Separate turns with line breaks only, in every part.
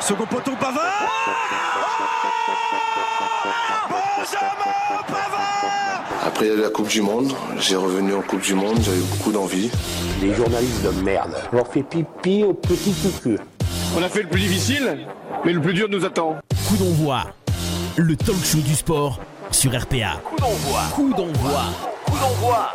Second poteau Pavard oh Benjamin Pavard
Après la Coupe du Monde, j'ai revenu en Coupe du Monde, j'avais beaucoup d'envie.
Les journalistes de merde. On leur fait pipi au petit cucu.
On a fait le plus difficile, mais le plus dur nous attend.
Coup d'envoi, le talk show du sport sur RPA.
Coup d'envoi.
Coup d'envoi.
Coup d'envoi.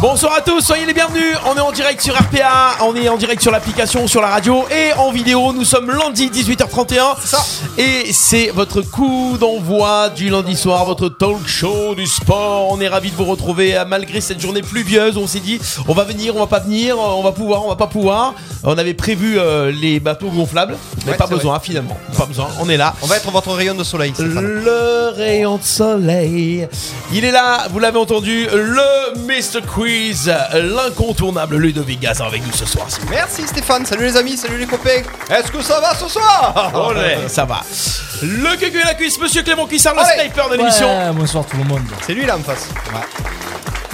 Bonsoir à tous, soyez les bienvenus. On est en direct sur RPA, on est en direct sur l'application, sur la radio et en vidéo. Nous sommes lundi 18h31.
Ça.
Et c'est votre coup d'envoi du lundi soir, votre talk show du sport. On est ravis de vous retrouver Euh, malgré cette journée pluvieuse. On s'est dit, on va venir, on va pas venir, on va pouvoir, on va pas pouvoir. On avait prévu euh, les bateaux gonflables, mais
Ouais,
pas
c'est
besoin finalement. Pas besoin, on est là.
On va être votre rayon de soleil. cette fin.
Le rayon de soleil. Il est là, vous l'avez entendu, le Mr. Quiz, l'incontournable Ludovic Gazan avec nous ce soir. s'il vous
Merci Stéphane, salut les amis, salut les copains. Est-ce que ça va ce soir
plaît. Olé, Euh, ça va. Le cucu et la cuisse, monsieur Clément Cuissard, le
Allez.
sniper de l'émission.
bonsoir tout le monde.
C'est lui là en face.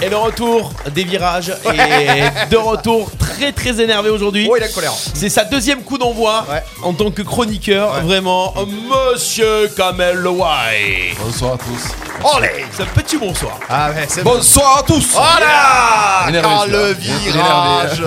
Et le retour des virages. Et de retour très très énervé aujourd'hui.
Oh, il a colère.
C'est sa deuxième coup d'envoi
Ouais.
en tant que chroniqueur,
Ouais.
vraiment, monsieur Kamel Lewai.
Bonsoir à tous.
Allez
C'est un petit bonsoir.
Ah ouais, c'est bon.
Bonsoir à tous
Voilà
Énervé,
Dans le
celui-là.
virage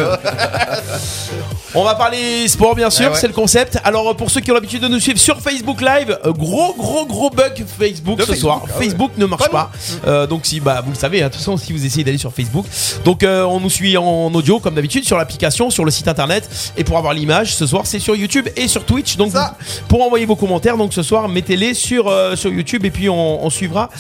On va parler sport bien sûr,
Eh ouais.
c'est le concept. Alors euh, pour ceux qui ont l'habitude de nous suivre sur Facebook Live, euh, gros gros gros bug Facebook
De
ce
Facebook,
soir.
ah ouais.
Facebook ne marche pas.
Pas
Euh, donc si bah vous le savez, hein, de toute façon si vous essayez d'aller sur Facebook, donc euh, on nous suit en audio comme d'habitude sur l'application, sur le site internet et pour avoir l'image ce soir c'est sur YouTube et sur Twitch. Donc
Ça.
vous- pour envoyer vos commentaires donc ce soir mettez-les sur euh, sur YouTube et puis on, on suivra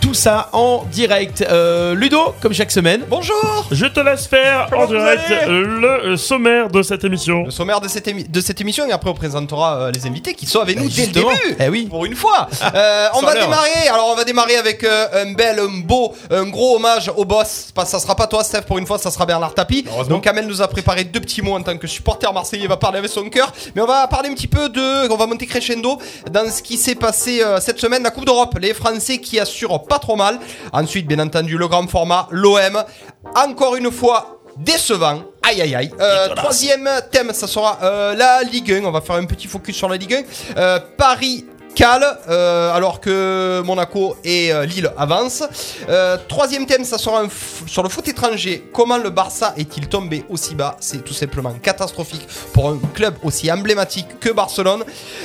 tout ça en direct. Euh, Ludo comme chaque semaine.
Bonjour
Je te laisse faire
Comment
en
vous
direct
allez
le euh, sommaire de cette émission.
Le sommaire de cette, émi- de cette émission et après on présentera euh, les invités qui sont
Ben,
avec nous dès le
justement.
début
Eh oui.
Pour une fois Euh, On
Sans
va
l'heure.
démarrer, alors on va démarrer avec euh, un bel, un beau, un gros hommage au boss. Pas- Ça sera pas toi Steph pour une fois, ça sera Bernard Tapie. Donc Amel nous a préparé deux petits mots en tant que supporter marseillais, il va parler avec son cœur. Mais on va parler un petit peu de... On va monter crescendo dans ce qui s'est passé euh, cette semaine, la Coupe d'Europe. Les Français qui assurent pas trop mal. Ensuite, bien entendu, le grand format, l'OM. Encore une fois, décevant. Aïe aïe aïe. Euh, troisième thème, ça sera euh, la Ligue 1. On va faire un petit focus sur la Ligue 1. Euh, Paris. Cal, euh, alors que Monaco et euh, Lille avancent. Euh, troisième thème, ça sera un f- sur le foot étranger. Comment le Barça est-il tombé aussi bas C'est tout simplement catastrophique pour un club aussi emblématique que Barcelone.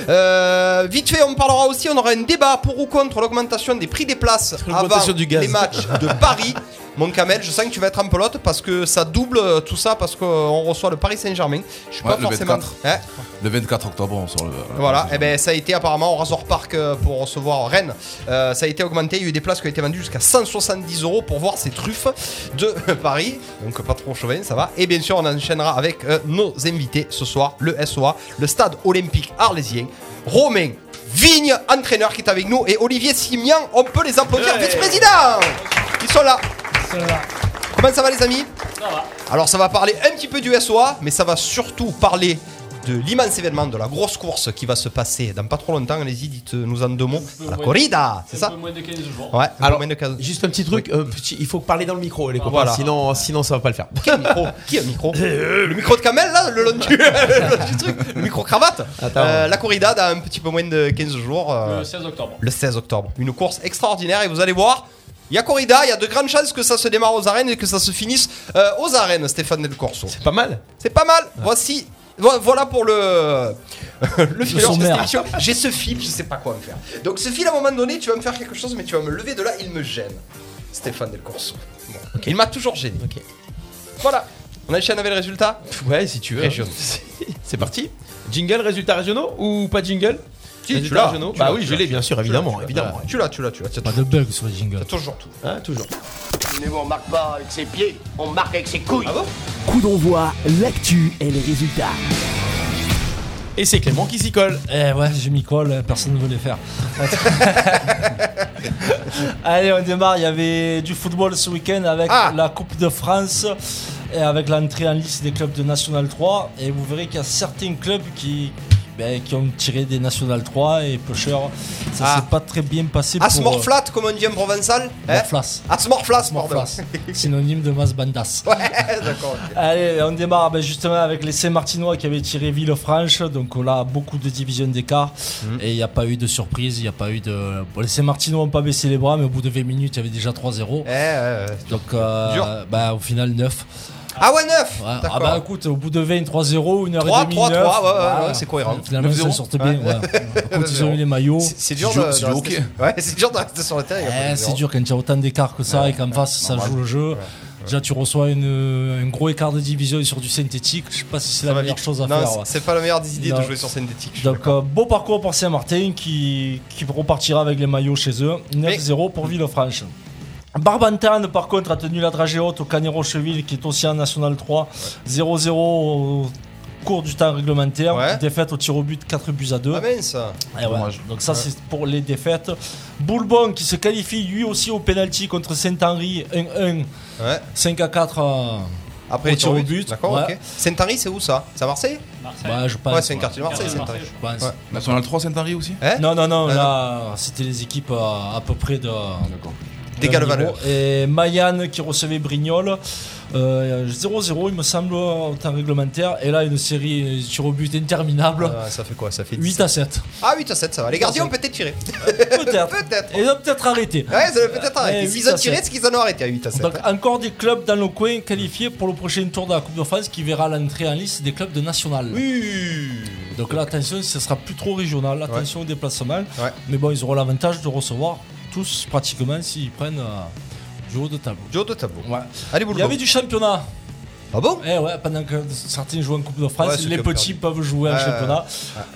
Euh, vite fait, on parlera aussi, on aura un débat pour ou contre l'augmentation des prix des places avant
L'augmentation du gaz.
les matchs de Paris. Mon Kamel, je sens que tu vas être en pelote parce que ça double euh, tout ça parce qu'on reçoit le Paris Saint-Germain. Je suis
Ouais,
pas
le
forcément.
24.
Hein
Le 24 octobre, on sort le.
voilà, et ben ça a été apparemment au Razor Park euh, pour recevoir Rennes. Euh, ça a été augmenté, il y a eu des places qui ont été vendues jusqu'à 170 euros pour voir ces truffes de Paris. Donc pas trop chauvin, ça va. Et bien sûr, on enchaînera avec euh, nos invités ce soir, le SOA, le stade olympique arlésien, Romain Vigne, entraîneur qui est avec nous, et Olivier Simian, on peut les applaudir, vice-président Ils sont là Comment ça va les amis alors ça va parler un petit peu du SOA, mais ça va surtout parler de l'immense événement, de la grosse course qui va se passer dans pas trop longtemps. Allez-y, dites-nous en deux mots. La corrida, c'est ça
moins de 15 jours.
Ouais, un
Alors,
peu moins de 15.
Juste un petit truc, euh, petit- il faut parler dans le micro les copains,
voilà.
sinon, sinon ça va pas le faire.
Qui a le micro Qui a le micro Euh, Le micro de Kamel, là Le long du, le long du truc Le micro cravate Euh,
Attends.
La corrida dans un petit peu moins de 15 jours. euh,
Le 16 octobre.
le 16 octobre. Une course extraordinaire et vous allez voir, il y a corrida, il y a de grandes chances que ça se démarre aux arènes et que ça se finisse euh, aux arènes, Stéphane Del Corso.
Pas mal.
C'est pas mal. Voici. vo- Voilà pour le le fil de cette
sommaire.
émission. J'ai ce fil, je sais pas quoi me faire. Donc ce fil, à un moment donné, tu vas me faire quelque chose, mais tu vas me lever de là, il me gêne. Stéphane Del Corso. Bon. Il m'a toujours gêné.
Ok.
Voilà. On enchaîne avec le résultat.
Ouais, si tu veux.
Région.
C'est parti. Jingle, résultats régionaux ou pas de jingle
Si,
Résultats
tu l'as.
régionaux
Tu
Bah
l'as,
oui,
tu
je
l'as,
l'ai,
tu
bien sûr, évidemment, évidemment.
Tu l'as, tu l'as, tu l'as. Tu as
Pas
toujours-
de bug sur les jingles.
t'as toujours tout.
Hein, toujours.
Mais on marque pas avec ses pieds, on marque avec ses couilles.
Ah bon
Coup d'envoi, l'actu et les résultats.
Et c'est Clément qui s'y colle.
Eh ouais, je m'y colle, personne ne veut les faire. Allez, on démarre. Il y avait du football ce week-end avec
Ah.
la Coupe de France et avec l'entrée en lice des clubs de National 3. Et vous verrez qu'il y a certains clubs qui
ben, qui ont tiré des National 3 et Pusher, ça
Ah.
s'est pas très bien passé pour. euh,
Asmorflat, comme on dit en provençal hein
Morflas.
Asmorflas, pardon.
Morflas, synonyme de Mas Bandas.
Ouais, d'accord. ok.
Allez, on démarre ben, justement avec les Saint-Martinois qui avaient tiré Villefranche. Donc on a beaucoup de divisions d'écart. Et il n'y a pas eu de surprise. Il n'y a pas eu de. Bon, les Saint-Martinois n'ont pas baissé les bras, mais au bout de 20 minutes, il y avait déjà 3-0.
Eh, ouais, ouais.
Donc euh,
Dur.
ben, au final, 9.
Ah ouais, 9
Ouais. Ah bah écoute, au bout de 20, 3-0, 1 heure et
3,
demie,
3, 3,
neuf,
ouais, ouais, ouais,
voilà.
ouais, c'est cohérent.
Finalement,
9-0.
ça sortent bien. ouais. Écoute, ils ont
9-0.
eu les maillots.
C'est c'est dur
C'est
de
dur, c'est
de
du
rester-
hockey.
Ouais, c'est dur de rester sur le terrain. il y a pas
Eh,
de
c'est
zéro.
dur quand il y a autant d'écart que ça et qu'en face ça joue le jeu. Déjà, tu reçois une, euh, un gros écart de division sur du synthétique. Je sais pas si c'est la
va
meilleure
vite.
chose à
Non,
faire.
c'est-
ouais.
C'est pas la meilleure des idées de
Non.
jouer sur synthétique. je suis
Donc,
d'accord.
euh, beau parcours pour Saint-Martin qui, qui repartira avec les maillots chez eux. 9-0 pour Villefranche. Barbantane, par contre, a tenu la dragée haute au Canero Cheville, qui est aussi en National 3. 0-0 au cours du temps réglementaire.
Ouais.
Défaite au tir au but 4 buts à 2.
Ah, mince
Eh ouais.
Dommage.
Donc ça c'est pour les défaites. Boulbon qui se qualifie lui aussi au penalty contre Saint-Henri 1-1,
Ouais.
5 à 4. euh,
Après,
Au
les
tir
tirs
au but,
D'accord,
ouais.
ok. Saint-Henri, c'est où ça C'est à Marseille
bah, je pense.
Ouais, c'est une quartier de Marseille,
Ouais,
Saint-Henri.
je pense.
Ouais.
National 3, Saint-Henri aussi
Hein
Non non non,
Ah,
là c'était les équipes euh, à peu près de.
D'égal
d'un
valeur.
niveau. Et Mayanne qui recevait Brignoles. euh, 0-0 il me semble au temps réglementaire. Et là une série sur au but interminable.
Ah, Ça fait quoi Ça fait 10.
8 à 7.
Ah, 8 à 7, ça va. Les gardiens ont peut-être tiré.
Peut-être.
Peut-être.
Et ils ont peut-être arrêté.
Ouais, ça va peut-être arrêter.
Ouais,
S'ils
huit à
ont tiré,
sept. Ah.
c'est qu'ils en ont arrêté à 8 à 7.
Donc encore des clubs dans le coin qualifiés pour le prochain tour de la Coupe de France qui verra l'entrée en liste des clubs de national. Donc là attention, ce sera plus trop régional, attention au déplacement.
Ouais.
Mais bon, ils auront l'avantage de recevoir tous pratiquement s'ils prennent euh, du haut de tableau.
Joe de tableau.
Ouais.
Allez,
Il
boulot.
y avait du championnat.
Ah bon
Eh ouais, pendant que certains jouent en Coupe de France,
Ouais, ceux
les
qui ont
petits
perdu.
peuvent jouer en
Ouais,
championnat.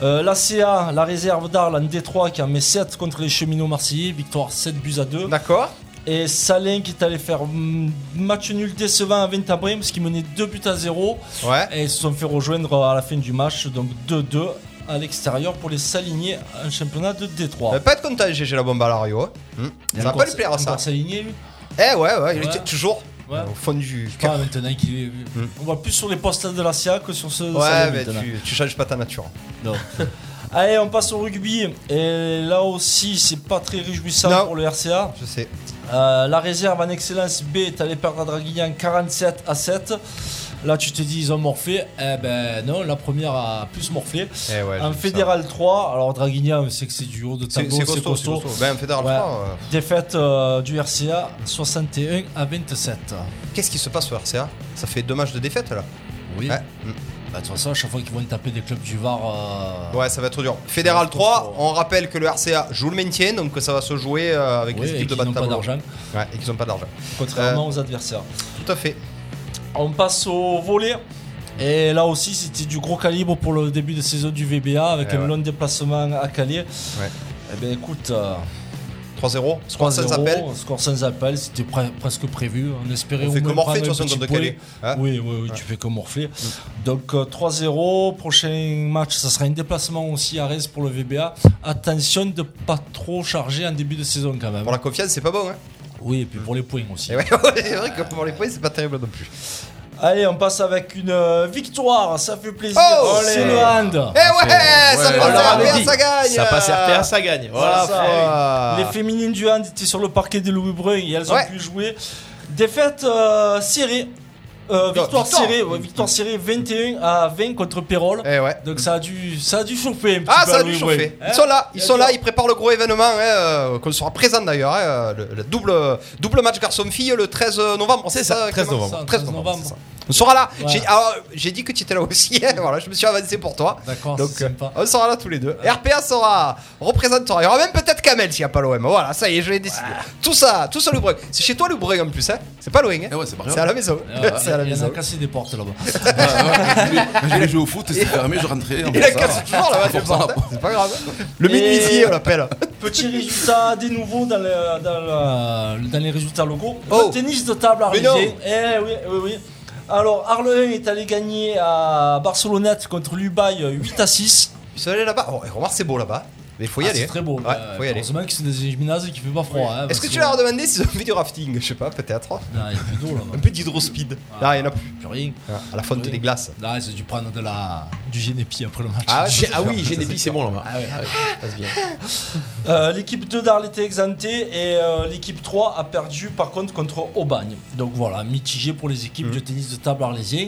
Euh, la CA, la réserve d'Arles en D3 qui en met 7 contre les cheminots marseillais, victoire 7 buts à 2.
D'accord.
Et Salin qui est allé faire mm, match nul décevant à 20 après parce qu'il menait 2 buts à 0
Ouais.
et ils se sont fait rejoindre à la fin du match donc 2-2 à l'extérieur pour les s'aligner un championnat de
Euh,
Détroit.
Pas être content, GG la bombe à Lario. hein. Ça va pas lui plaire ça.
s'aligner lui
Eh ouais, ouais, il était
Ouais.
toujours
Ouais.
euh, au fond du
Pas
cœur.
maintenant qu'il est... On voit plus sur les postes de la SIA que sur ceux de Salin
Ouais, mais
maintenant.
tu, tu changes pas ta nature. hein.
Non. Allez, on passe au rugby. Et là aussi, c'est pas très réjouissant
Non.
pour le RCA.
Je sais.
Euh, la réserve en excellence B est allée perdre à Draguignan 47 à 7. Là, tu te dis, ils ont morflé. Eh ben non, la première a plus morflé.
Eh ouais, j'ai
en
vu ça.
fédéral 3, alors Draguignan, c'est que c'est du haut de
C'est
tableau,
c'est costaud, c'est costaud. Ben, en fédéral
Ouais.
3, euh,
Défaite euh, du RCA 61 à 27.
qu'est-ce qui se passe au RCA Ça fait deux matchs de défaite là.
Oui.
Ouais. Mm.
Bah, de toute façon, à chaque fois qu'ils vont taper des clubs du Var, euh,
Ouais, ça va être dur. Fédéral
Ouais,
3,
costaud.
on rappelle que le RCA joue le maintien, donc ça va se jouer euh, avec
oui,
les
et
équipes de Euh.
qu'ils
bas de
n'ont pas
tableau.
d'argent,
Ouais, et qu'ils ont pas d'argent.
contrairement aux adversaires.
Tout à fait.
On passe au volet. Et là aussi, c'était du gros calibre pour le début de saison du VBA avec
Eh
un
ouais.
long déplacement à Calais.
Ouais.
Eh ben écoute, euh,
3-0. 3
3-0,
sans appel.
score sans appel, c'était pre- presque prévu. hein. On espérait
On
au
fait
moins
que morfler, de
prendre
toute
un
façon,
petit
contre
point.
Calais. Hein
oui, oui, oui, tu fais que morfler. Donc euh, 3-0, prochain match, ça sera un déplacement aussi à Reims pour le VBA. Attention de pas trop charger en début de saison quand même.
Pour la confiance, c'est pas bon. Hein.
Oui, et puis pour les points aussi.
Et ouais, c'est vrai que pour les points, c'est pas terrible non plus.
Allez, on passe avec une euh, victoire, ça fait plaisir.
Oh
C'est
Allez.
le hand.
Eh ouais, ça
ouais,
passe
on
à
l'avait
terre,
dit.
ça gagne
Ça passe à terre, ça gagne. Voilà.
C'est ça.
Ah.
Les féminines du hand étaient sur le parquet de Louis Brun et elles ont
Ouais.
pu jouer. Défaite euh, serrée. Euh, victoire,
victoire.
serrée, ouais, victoire serrée 21 à 20 contre Pérol.
Eh ouais.
Donc ça a dû, ça a dû chauffer un petit
Ah,
peu
ça
à
a dû
Louis
chauffer.
Brun.
Ils sont là,
Hein
ils sont là,
Bien
ils préparent le gros événement, hein, euh, qu'on sera présent d'ailleurs, hein, le, le double, double match garçon-fille le 13 novembre. C'est ça,
13
Clément 13
novembre. 13
novembre. c'est ça.
novembre.
On sera là.
Ouais.
J'ai- alors, J'ai dit que tu étais là aussi, hein, voilà, je me suis avancé pour toi.
Hein D'accord,
Donc,
Oh,
euh,
c'est sympa.
On sera là tous les deux. RPA sera représentera. Il y aura même peut-être Kamel s'il n'y a pas l'OM. Voilà, ça y est, je l'ai décidé. Tout ça, tout ça, le Brug. C'est chez toi, le Brug en plus, hein C'est pas loin, hein
Eh ouais, c'est pas grave.
C'est à la maison.
Ah,
C'est à la
il y en
maison.
a cassé des portes là-bas.
Je voulais jouer au foot et c'était fermé, je rentrais.
Il la casse toujours là-bas, c'est pas- c'est pas grave. Le
Et-
mini-misier, on l'appelle.
Petit résultat des nouveaux dans, le- dans le- dans les résultats locaux.
Oh.
Le tennis de table
Mais non.
arlésien. Eh oui, oui, oui. Alors, Arle 1 est allé gagner à Barcelonnette contre Lubaï 8 à 6.
Ils sont allés là-bas. Oh, et remarque, c'est beau là-bas. Mais faut y
Ah,
aller.
C'est très beau.
Ouais,
bah,
faut y aller.
Heureusement que c'est des gymnases qui fait pas froid. hein, parce
Est-ce que tu leur as demandé s'ils ont fait du rafting Je sais pas, peut-être.
Non, il y a plus d'eau là-bas.
Un peu d'hydrospeed. Là, il y en a plus.
Plus rien.
À la fonte des glaces.
Là, c'est du prendre de la... du génépi après le match.
Ah,
J'ai- Ah oui, j'ai des pistes, c'est bon là-bas.
Ah ouais.
Passe bien.
Euh, l'équipe 2 d'Arles était exemptée et euh, l'équipe 3 a perdu par contre contre Aubagne. Donc voilà, mitigé pour les
Mm.
équipes de tennis de table arlésien.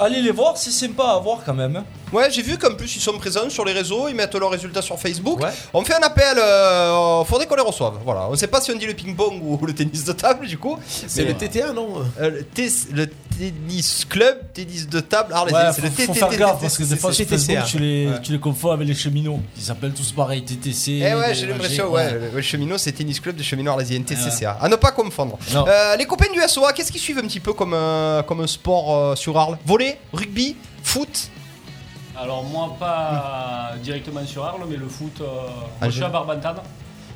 Allez les voir, c'est sympa à voir quand même.
Ouais, j'ai vu qu'en plus ils sont présents sur les réseaux, ils mettent leurs résultats sur Facebook.
Ouais.
On fait un appel, euh, faudrait qu'on les reçoive. Voilà, on sait pas si on dit le ping-pong ou le tennis de table du coup.
C'est le TTA, non
Euh, le, tes- le tennis club, tennis de table, ah,
Ouais,
c'est
faut,
le
faut
TTT,
faire gaffe parce que des fois sur
TTC,
Facebook
hein.
tu les,
Ouais.
tu les confonds avec les cheminots. Ils s'appellent tous pareil, TTC.
Eh ouais, j'ai
DLG,
l'impression, ouais, Ah le- le cheminot c'est tennis club de cheminot arlésien, TCCA. À ne pas confondre.
Non.
Euh, les copains du SOA, qu'est-ce qu'ils suivent un petit peu comme, euh, comme sport euh, sur Arles Volley, rugby, foot
Alors moi pas directement sur Arles, mais le foot. euh,
Ah,
moi, je suis
je-
à Barbantane,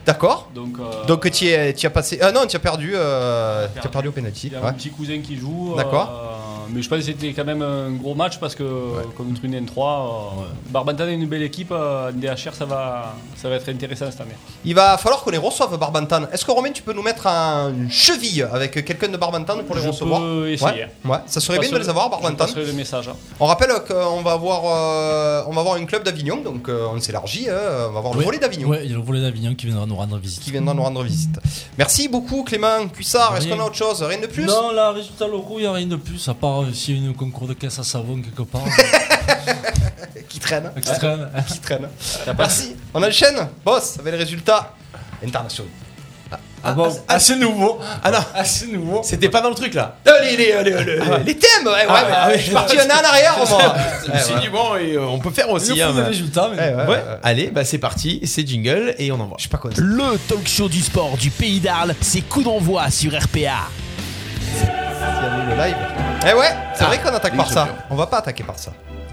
D'accord
donc. euh,
Donc tu y as passé. Ah non, tu as perdu, euh,
perdu.
tu as perdu au penalty.
Il y a
ouais.
mon petit cousin qui joue.
D'accord.
euh, mais je pense que c'était quand même un gros match parce que euh, contre une N3, euh, Barbantane est une belle équipe. euh, en DHR, ça va, ça va être intéressant cette année.
Il va falloir qu'on les reçoive, Barbantane. Est-ce que Romain, tu peux nous mettre un une cheville avec quelqu'un de Barbantane pour les
Je
recevoir
peux
Ouais,
essayer.
ouais. ça serait bien de les avoir, Barbantane.
passerai le message. hein.
On rappelle euh, qu'on va avoir, euh, on va avoir un club d'Avignon, donc euh, on s'élargit. euh, on va avoir le
Ouais.
volet d'Avignon
Ouais, il y a le volet d'Avignon qui viendra nous rendre visite.
qui viendra nous rendre visite. Merci beaucoup, Clément Cuissard. Est-ce
Rien.
qu'on a autre chose Rien de plus
Non, là, résultat locaux, il n'y a rien de plus, à part euh, s'il y a une concours de caisse à savon quelque part. euh,
Qui traîne
extrême.
Qui traîne Merci. On enchaîne, boss, avec les résultats internationaux.
Ah bon, assez nouveau.
Ah non,
Assez nouveau.
c'était pas dans le truc là.
Allez, les, les- les- Ah, les thèmes eh, ouais, ouais, ouais,
Ah, ouais.
Je suis parti un an en arrière, moi.
Je
Eh,
me suis dit, bon, et, euh, on peut faire
C'est
aussi. hein,
le
mais-
résultat, mais.
Eh, Ouais, ouais.
Ouais, allez, bah c'est parti, c'est jingle et on envoie.
Je sais pas quoi.
Le talk show du sport du pays d'Arles, c'est coup d'envoi sur RPA.
Il y a eu le live. Eh ouais, c'est
Ah,
vrai qu'on attaque
Ligue
par ça.
Champion.
On va pas attaquer par ça.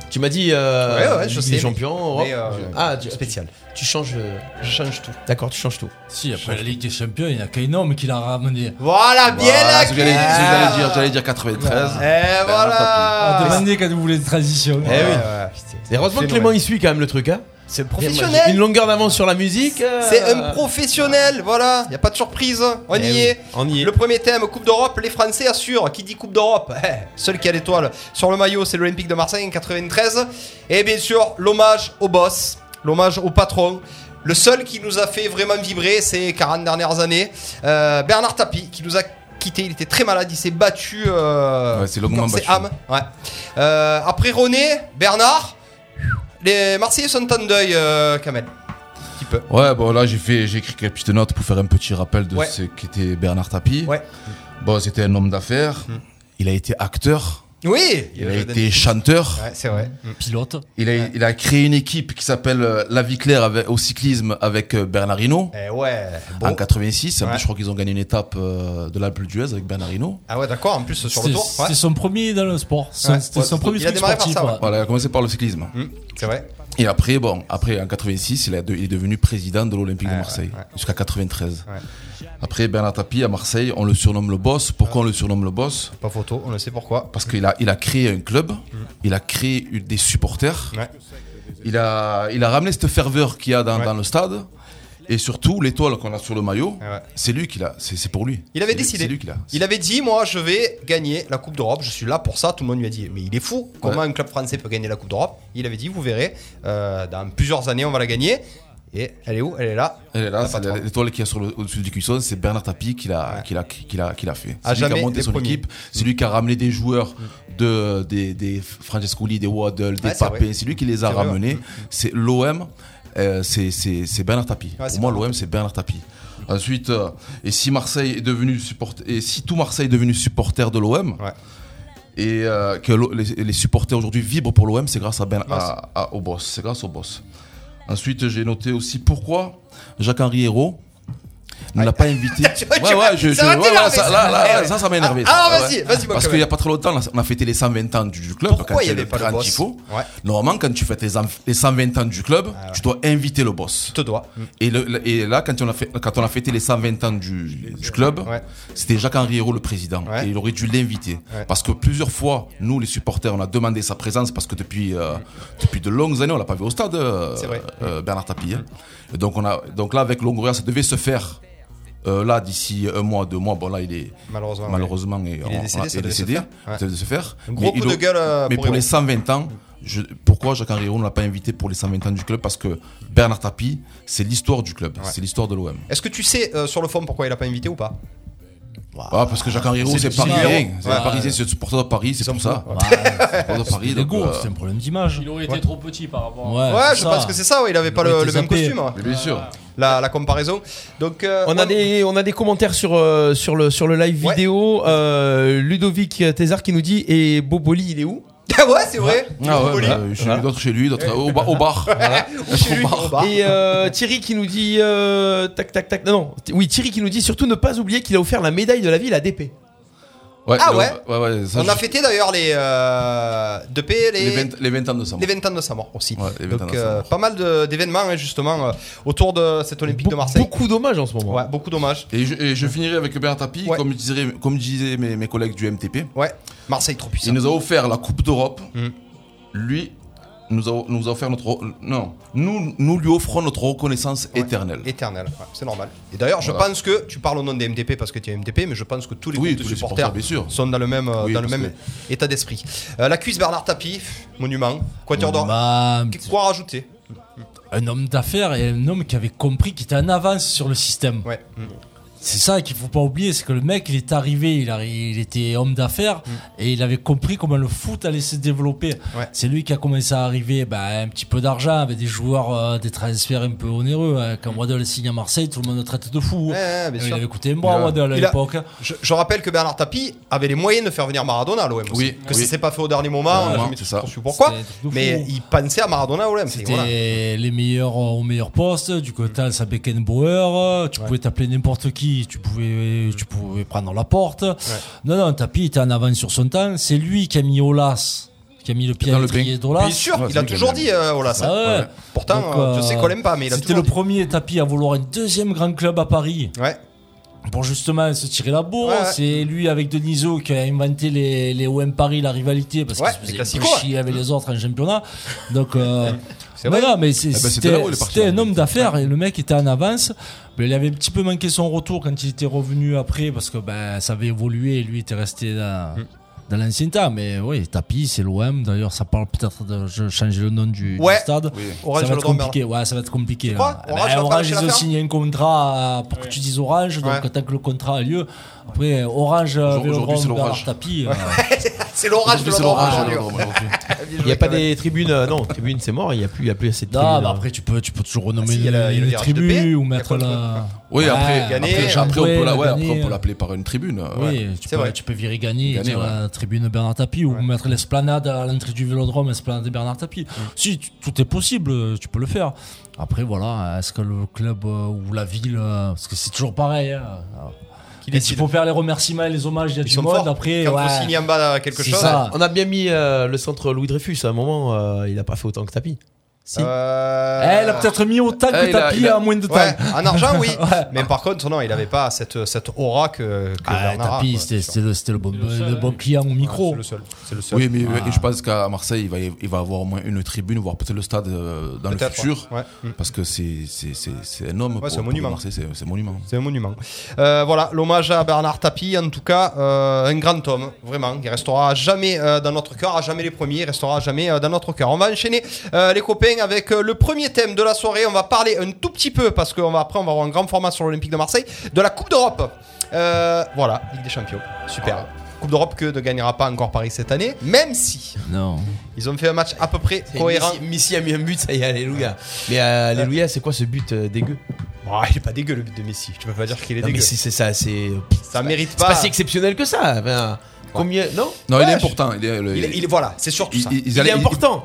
Tu m'as dit euh,
Ouais, ouais, je
Ligue
sais,
des
mais-
champions, Europe.
mais, euh,
ah, tu,
spécial.
Tu, tu changes. Je change tout. D'accord, tu changes tout.
Si, après la Ligue des Champions, il n'y a qu'un homme qui l'a ramené.
Voilà,
Ah,
bien
Voilà,
la
ce que j'allais ce que j'allais dire, j'allais dire 93.
Eh
Ah,
On
voilà.
demandait quand vous voulez Ah, des transitions.
Eh oui.
Ouais, putain.
Et heureusement que Clément il suit quand même le truc. Hein.
C'est
Une
professionnel.
longueur d'avance sur la musique. euh,
C'est un professionnel, voilà. Y a pas de surprise. hein. On
eh
y
oui,
est.
On y est.
Le premier thème, Coupe d'Europe, les Français assurent. Qui dit Coupe d'Europe Eh, Seul qui a l'étoile sur le maillot, c'est l'Olympique de Marseille en 93. Et bien sûr, l'hommage au boss, l'hommage au patron. Le seul qui nous a fait vraiment vibrer ces 40 dernières années, euh, Bernard Tapie, qui nous a quitté. Il était très malade, il s'est battu. euh,
Ouais, c'est longuement
corps et
battu.
âme, ouais. Euh, après René, Bernard, les Marseillais sont en deuil, euh, Kamel. Un petit peu.
Ouais, bon là j'ai fait, j'ai écrit quelques petites notes pour faire un petit rappel de
Ouais.
ce qu'était Bernard Tapie.
Ouais.
Bon, c'était un homme d'affaires. Il a été acteur.
Oui
Il a été Mm. chanteur.
Ouais, c'est vrai.
Pilote.
Il a, il a créé une équipe qui s'appelle euh, La Vie Claire avec- au cyclisme avec euh, Bernard Hinault
Eh ouais.
en
Bon.
86. En plus,
Ouais.
je crois qu'ils ont gagné une étape euh, de l'Alpe d'Huez avec Bernard Hinault.
Ah ouais, d'accord, en plus sur le
C'était
tour. ouais.
c'était son premier dans le sport. Son-
Ouais.
C'était
Ouais,
son
c'est-
premier
il a
truc
démarré par
sportif.
ça, ouais.
ouais.
Voilà, il a commencé par le cyclisme.
Hmm, c'est vrai.
Et après, bon, après en 86, il, a de- il est devenu président de l'Olympique de Marseille jusqu'à 93. Après Bernard Tapie à Marseille, on le surnomme le boss. Pourquoi on le surnomme le boss
Pas photo, on le sait pourquoi.
Parce qu'il a, il a créé un club, il a créé eu des supporters,
Ouais.
il, a, il a ramené cette ferveur qu'il y a dans,
Ouais.
dans le stade. Et surtout, l'étoile qu'on a sur le maillot,
Ah ouais.
c'est lui qui l'a. C'est c'est pour lui.
Il avait
C'est lui-
décidé.
C'est lui qui l'a.
Il avait dit moi je vais gagner la Coupe d'Europe, je suis là pour ça, tout le monde lui a dit mais il est fou, comment un club français peut gagner la Coupe d'Europe Il avait dit vous verrez, euh, dans plusieurs années on va la gagner. Et elle est où Elle est là.
Elle est
La
là, c'est
patronne.
la- l'étoile qui est sur le- au-dessus du cuisson, c'est Bernard Tapie qui l'a qui l'a- qui l'a- qui l'a fait. C'est
À
lui qui
jamais
a monté
les
son
premiers. Mm.
équipe, c'est lui qui a ramené des joueurs de, des, des Francescoli, des Waddle, des
Ouais, c'est vrai.
Papé, c'est lui qui les a
C'est vrai, Mm.
ramenés. C'est l'OM, euh, c'est- c'est c'est Bernard Tapie.
Ouais, c'est
Pour moi, l'OM, c'est Bernard Tapie. Ensuite, euh, et si Marseille est devenu supporter, et si tout Marseille est devenu supporter de l'OM,
Ouais.
et euh, que l'o- les, les supporters aujourd'hui vibrent pour l'OM, c'est grâce à Ben-
Grâce.
à- à- au boss. C'est grâce au boss. Ensuite, j'ai noté aussi pourquoi Jacques-Henri Hérault
ne l'a pas invité.
Tu vois, tu
ouais,
vois,
ouais, je,
ça
je-
va
ouais,
t'énerver,
ouais, ça,
ça.
là, là,
Ouais.
ça, ça m'a énervé.
Ah,
ça,
vas-y,
ouais.
vas-y, moi,
Parce
quand
qu'il n'y a
même.
pas trop longtemps, là, on a fêté les 120 ans du, du club.
Pourquoi
quand
il y
y a
avait
le
pas le
grand
boss
tifo,
Ouais.
Normalement, quand tu fêtes les, en- les 120 ans du club,
Ah,
tu dois inviter le boss. Tu
dois.
Et, le- le- et là, quand on, a fait, quand on a fêté les 120 ans du, du club, c'était Jacques-Henri Hérault le président. Et il aurait dû l'inviter.
Ouais.
Parce que plusieurs fois, nous, les supporters, on a demandé sa présence parce que depuis, euh, depuis de longues années, on l'a pas vu au stade, euh,
C'est vrai.
euh, Bernard Tapie. hein. Et Donc, on a, donc là, avec Longoria, ça devait se faire. euh, là, d'ici un mois, deux mois, bon là, il est
Malheureusement, ouais.
malheureusement et
Il est
on- on a-
décédé, ça
il est
devait se
décédé,
faire. Ouais.
ça devait se faire.
Un gros
il
coup de
doit-
gueule, euh,
Mais
pour
pour, les
Hérault.
120 ans, je, pourquoi Jacques-Henri Hérault ne l'a pas invité pour les 120 ans du club Parce que Bernard Tapie, c'est l'histoire du club, c'est l'histoire de l'OM.
Est-ce que tu sais euh, sur le fond pourquoi il a pas invité ou pas
Ah, parce que Jacques-Henri Hérault,
C'est
c'est
le
parisien.
Figaro.
C'est
Ouais.
un parisien, c'est le supporter de Paris, c'est pour ça. C'est le supporter de Paris. donc, euh,
c'est un problème d'image.
Il aurait été trop petit par rapport.
Ah,
Ouais, je pense que c'est ça, ouais, il avait pas le, le même costume. hein. Ah, ouais.
bien sûr.
La, la comparaison. Donc, euh,
On a des on a des commentaires sur euh, sur le sur le live vidéo Euh, Ludovic Tézard qui nous dit et Boboli il est où
Ah ouais, c'est vrai.
Ah ouais, bah, chez lui, d'autres chez lui, d'autres au, ba- au bar. Voilà.
Chez lui, au bar.
Et euh, Thierry qui nous dit euh, tac tac tac non, non t- oui Thierry qui nous dit surtout ne pas oublier qu'il a offert la médaille de la ville à DP.
Ah
le-
ouais
ouais, ça,
on a
je-
fêté d'ailleurs les euh, de paix, les,
les 20, les 20 ans de sa mort.
les 20 ans de sa mort aussi.
Ouais, les 20 ans
Donc
de sa
euh,
mort.
pas mal de- d'événements hein, justement euh, autour de cette Olympique de Marseille.
Beaucoup d'hommages en ce moment.
Ouais, beaucoup d'hommages.
Et je, et je finirai avec Bernard Tapie, comme, disaient, comme disaient mes, mes collègues du MTP.
Ouais, Marseille trop puissant.
Il nous a offert la Coupe d'Europe.
Hmm.
Lui nous a, nous a offert notre. Non, nous, nous lui offrons notre reconnaissance éternelle.
Éternel, ouais, c'est normal. Et d'ailleurs, je
Voilà.
pense que tu parles au nom des MTP parce que tu es MTP, mais je pense que tous les
Oui,
groupes de
tous les
supporters,
supporters, bien sûr.
sont dans le même, euh,
Oui,
dans le
parce
même état d'esprit. Euh, la cuisse Bernard Tapie, pff, monument, quatuor d'or. Qu'est- Quoi rajouter
Bah, Un homme d'affaires et un homme qui avait compris qu'il était en avance sur le système.
Ouais. Mm.
C'est ça qu'il faut pas oublier, c'est que le mec, il est arrivé, il, a- il était homme d'affaires
Mm.
et il avait compris comment le foot allait se développer. C'est lui qui a commencé à arriver ben, un petit peu d'argent avec des joueurs, euh, des transferts un peu onéreux. hein. Quand Waddle signe à Marseille, tout le monde le traite de
Mm.
fou.
ouais, bien
il
sûr.
avait coûté un bras,
Il a-
Waddle, à
il a-
l'époque.
je, je rappelle que Bernard Tapie avait les moyens de faire venir Maradona à l'OM. aussi.
Oui,
que
oui.
ça s'est pas fait au dernier moment.
Ouais,
je
ouais,
me
c'est ça.
je sais pourquoi.
C'était un truc de fou.
Mais il pensait à Maradona à l'OM. c'est-
C'était
voilà. Mm.
les meilleurs euh, au meilleur poste. Du côté, ça Beckenbauer. euh, Tu pouvais t'appeler n'importe qui. Tu pouvais, tu pouvais prendre la porte. Non, non, Tapi était en avance sur son temps. C'est lui qui a mis Olas, qui a mis le pied à
Dans le
l'étrier
bain.
d'Olas.
Bien sûr,
Ouais,
il
c'est
a
lui qui
toujours
aime bien.
dit euh, Olas, hein.
Ah ouais.
Pourtant,
Donc,
euh, je sais
euh,
qu'on l'aime pas, mais il a
C'était
toujours
le
dit.
premier Tapi à vouloir un deuxième grand club à Paris.
Ouais.
Pour justement se tirer la bourre,
Ouais, ouais.
c'est lui avec Denisot qui a inventé les, les OM Paris, la rivalité, parce
Ouais, les
qu'il se faisait
classicos,
un peu
ouais.
chier avec les autres en championnat. Donc, euh, non,
vrai.
non, mais c'est-
Eh ben, c'est de
c'était
là où il est parti,
c'était
en
un homme d'affaires et le mec était en avance. Mais il avait un petit peu manqué son retour quand il était revenu après, parce que ben, ça avait évolué et lui était resté dans,
Mm.
dans l'ancien temps. Mais oui, Tapi, c'est l'OM. D'ailleurs, ça parle peut-être de je- changer le nom du, du
Ouais.
stade.
Oui.
Orange
ça va
le
être
Drôme,
compliqué. Ouais, ça va être compliqué.
crois
là. Eh ben,
Orange va pas
Orange,
lâcher
ils ont
l'affaire
signé un contrat euh, pour que tu dises Orange. Donc,
Ouais.
tant que le contrat a lieu, après, Orange, euh,
Aujourd'hui,
Vélodrome,
c'est l'Orange.
Bernard Tapie. euh,
C'est l'orage de
C'est
l'Europe
l'orage,
aujourd'hui.
l'ordre, aujourd'hui.
Il n'y a pas des tribunes euh, non tribunes c'est mort il y a plus il y a plus assez de
Non,
tribunes. hein.
mais après, tu peux, tu peux toujours
Ah,
renommer
si, il y a le- il y a le
les
virage de paix,
tribus
il
ou
y a
mettre
quoi d'autre
la.
Oui,
Ouais,
après,
Gagné,
après,
Jean
après, on peut la- ouais,
Gagné.
après, on peut l'appeler par une tribune. euh, ouais.
Oui, tu
C'est
peux,
vrai.
tu peux virer gagner,
Gagner,
et dire
ouais.
euh, tribune Bernard Tapie ou mettre l'esplanade à l'entrée du vélodrome, esplanade de Bernard Tapie.
Mm.
Si, tu- tout est possible, euh, tu peux le faire. Après, voilà, est-ce que le club euh, ou la ville, euh, parce que c'est toujours pareil. Hein,
Qui
il
décide.
faut faire les remerciements et les hommages, il y a
Ils
du
sont
monde.
forts.
Après,
Quand
ouais.
on signe en bas quelque
C'est
chose.
ça.
On a bien mis euh, le centre Louis Dreyfus à un moment euh, il a pas fait autant que Tapi. Si.
Euh,
Eh, il a peut-être mis autant
Eh,
que
il a-
Tapie
il a-
à moins de temps.
Ah, Ouais, en argent, oui.
Ouais.
Mais par contre, non, il avait pas cette, cette aura que, que
Ah,
Bernard a,
Tapie,
quoi,
c'était
c'est sûr.
c'était le, c'était le bon,
le seul,
le bon client au micro.
C'est le seul. C'est le seul.
Oui, mais ouais, je pense qu'à Marseille, il va, y- il va avoir au moins une tribune, voire peut-être le stade euh, dans le
Peut-être,
futur.
ouais. Mm. Ouais.
Parce que c'est c'est- c'est- c'est un homme. pour-
c'est un
pour
monument.
Marseille, c'est c'est un monument.
C'est un monument. Euh, voilà, l'hommage à Bernard Tapie, en tout cas, euh, un grand homme, vraiment. Il restera à jamais euh, dans notre cœur, à jamais les premiers, il restera à jamais euh, dans notre cœur. On va enchaîner, euh, les copains, avec euh, le premier thème de la soirée. On va parler un tout petit peu, parce qu'après, on va avoir un grand format sur l'Olympique de Marseille, de la Coupe d'Europe. Euh, voilà, Ligue des Champions. Super. Coupe d'Europe que ne gagnera pas encore Paris cette année, même si
Non.
ils ont fait un match à peu près
Et
cohérent.
Messi, Messi a mis un but ça y est alléluia. Mais euh, alléluia c'est quoi ce but euh, dégueu
Ah, il est pas dégueu le but de Messi, tu peux pas dire qu'il est
Non,
dégueu.
mais si c'est ça c'est
Ça mérite
c'est
pas.
pas si exceptionnel que ça. Enfin, Combien Non
Non, il est
Wesh.
important. Il est, le-
Il est- il est- voilà, c'est surtout
il-
ça.
il- ils allaient- il-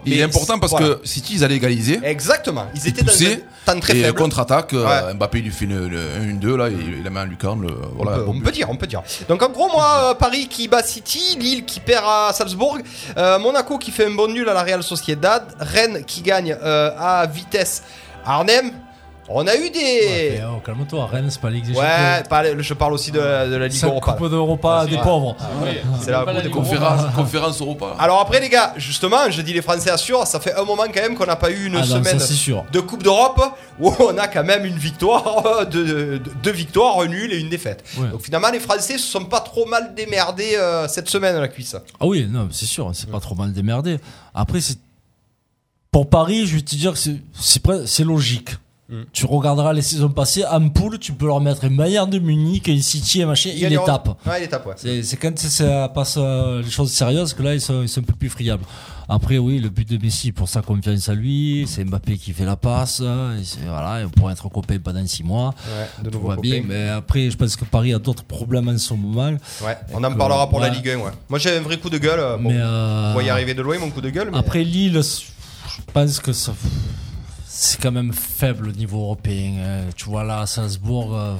Il, est
Mais-
important parce
voilà.
que City, ils allaient égaliser.
Exactement. Ils étaient
poussaient,
dans un temps très
et
faible.
contre-attaque, euh,
Ouais.
Mbappé il lui fait le, le 1-2 là, il, il la met en lucarne. le- voilà,
on, peut,
bon
on
but.
peut dire, on peut dire. Donc en gros, moi, euh, Paris qui bat City, Lille qui perd à Salzbourg, euh, Monaco qui fait un bon nul à la Real Sociedad, Rennes qui gagne euh, à Vitesse à Arnhem. On a eu des.
Eh oh, calme-toi, Rennes, c'est pas Ligue des
Ouais,
Champions.
pas le- je parle aussi de, de la Ligue
Cinq
Europa.
coupes d'Europa
Ah,
des
ouais.
pauvres.
Ah,
Ouais.
ouais. C'est la,
Pas la
Coupe
Ligue
d'Europa.
Conférence, conférence Europa.
Alors après les gars, justement, je dis les Français assurent, ça fait un moment quand même qu'on n'a pas eu une
Ah non,
semaine
ça, c'est sûr.
de Coupe d'Europe où on a quand même une victoire, deux, deux- deux victoires, un nul et une défaite.
Ouais.
Donc finalement les Français se sont pas trop mal démerdés euh, cette semaine à la cuisse.
Ah oui, non, c'est sûr, c'est pas trop mal démerdé. Après, c'est pour Paris, je vais te dire que c'est- c'est pres- c'est logique.
Mm.
Tu regarderas les saisons passées, en poule, tu peux leur mettre un Bayern de Munich, un City, un machin, ils les
Gagneront-
tapent.
Ouais, il les tape, ouais.
C'est c'est quand ça- ça passe euh, les choses sérieuses que là ils sont, ils sont un peu plus friables. Après oui, le but de Messi pour sa confiance à lui, c'est Mbappé qui fait la passe. euh, et c'est- voilà, et on pourra être copains pendant six mois.
de
Tout
nouveaux
va bien,
copains.
mais après je pense que Paris a d'autres problèmes en ce moment.
Ouais, on
Et
en
que-
parlera pour la
ouais.
Ligue 1. Ouais. Moi j'ai un vrai coup de gueule. euh, Bon,
Mais, euh,
On va y arriver de loin mon coup de gueule. mais-
Après Lille, je pense que ça- c'est quand même faible au niveau européen. euh, Tu vois là, à Salzbourg, euh,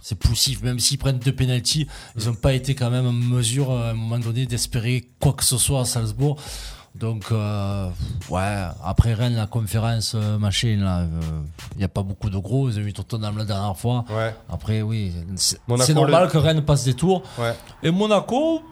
c'est poussif. Même s'ils prennent deux pénalties, ils n'ont pas été quand même en mesure euh, à un moment donné d'espérer quoi que ce soit à Salzbourg. Donc euh, ouais, après Rennes, la conférence euh, machine, là, il n'y a pas beaucoup de gros. Ils ont eu Tottenham la dernière fois. Après oui, c'est
Monaco,
c'est normal
le-
que Rennes passe des tours.
Ouais.
Et Monaco,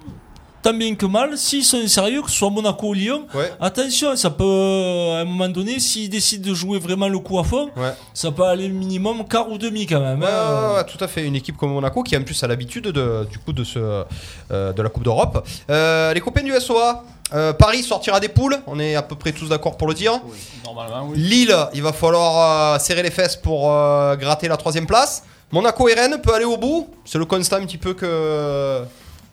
tant bien que mal, s'ils sont sérieux, que ce soit Monaco ou Lyon,
Ouais.
attention, ça peut, euh, à un moment donné, s'ils décident de jouer vraiment le coup à fond,
Ouais.
ça peut aller minimum quart ou demi quand même.
Ouais,
hein.
ouais, ouais, tout à fait. Une équipe comme Monaco qui en plus a l'habitude de, du coup de, ce, euh, de la Coupe d'Europe. Euh, les copains du SOA, euh, Paris sortira des poules, on est à peu près tous d'accord pour le dire.
Normalement, oui.
Lille, il va falloir euh, serrer les fesses pour euh, gratter la troisième place. Monaco et Rennes peut aller au bout. C'est le constat un petit peu que.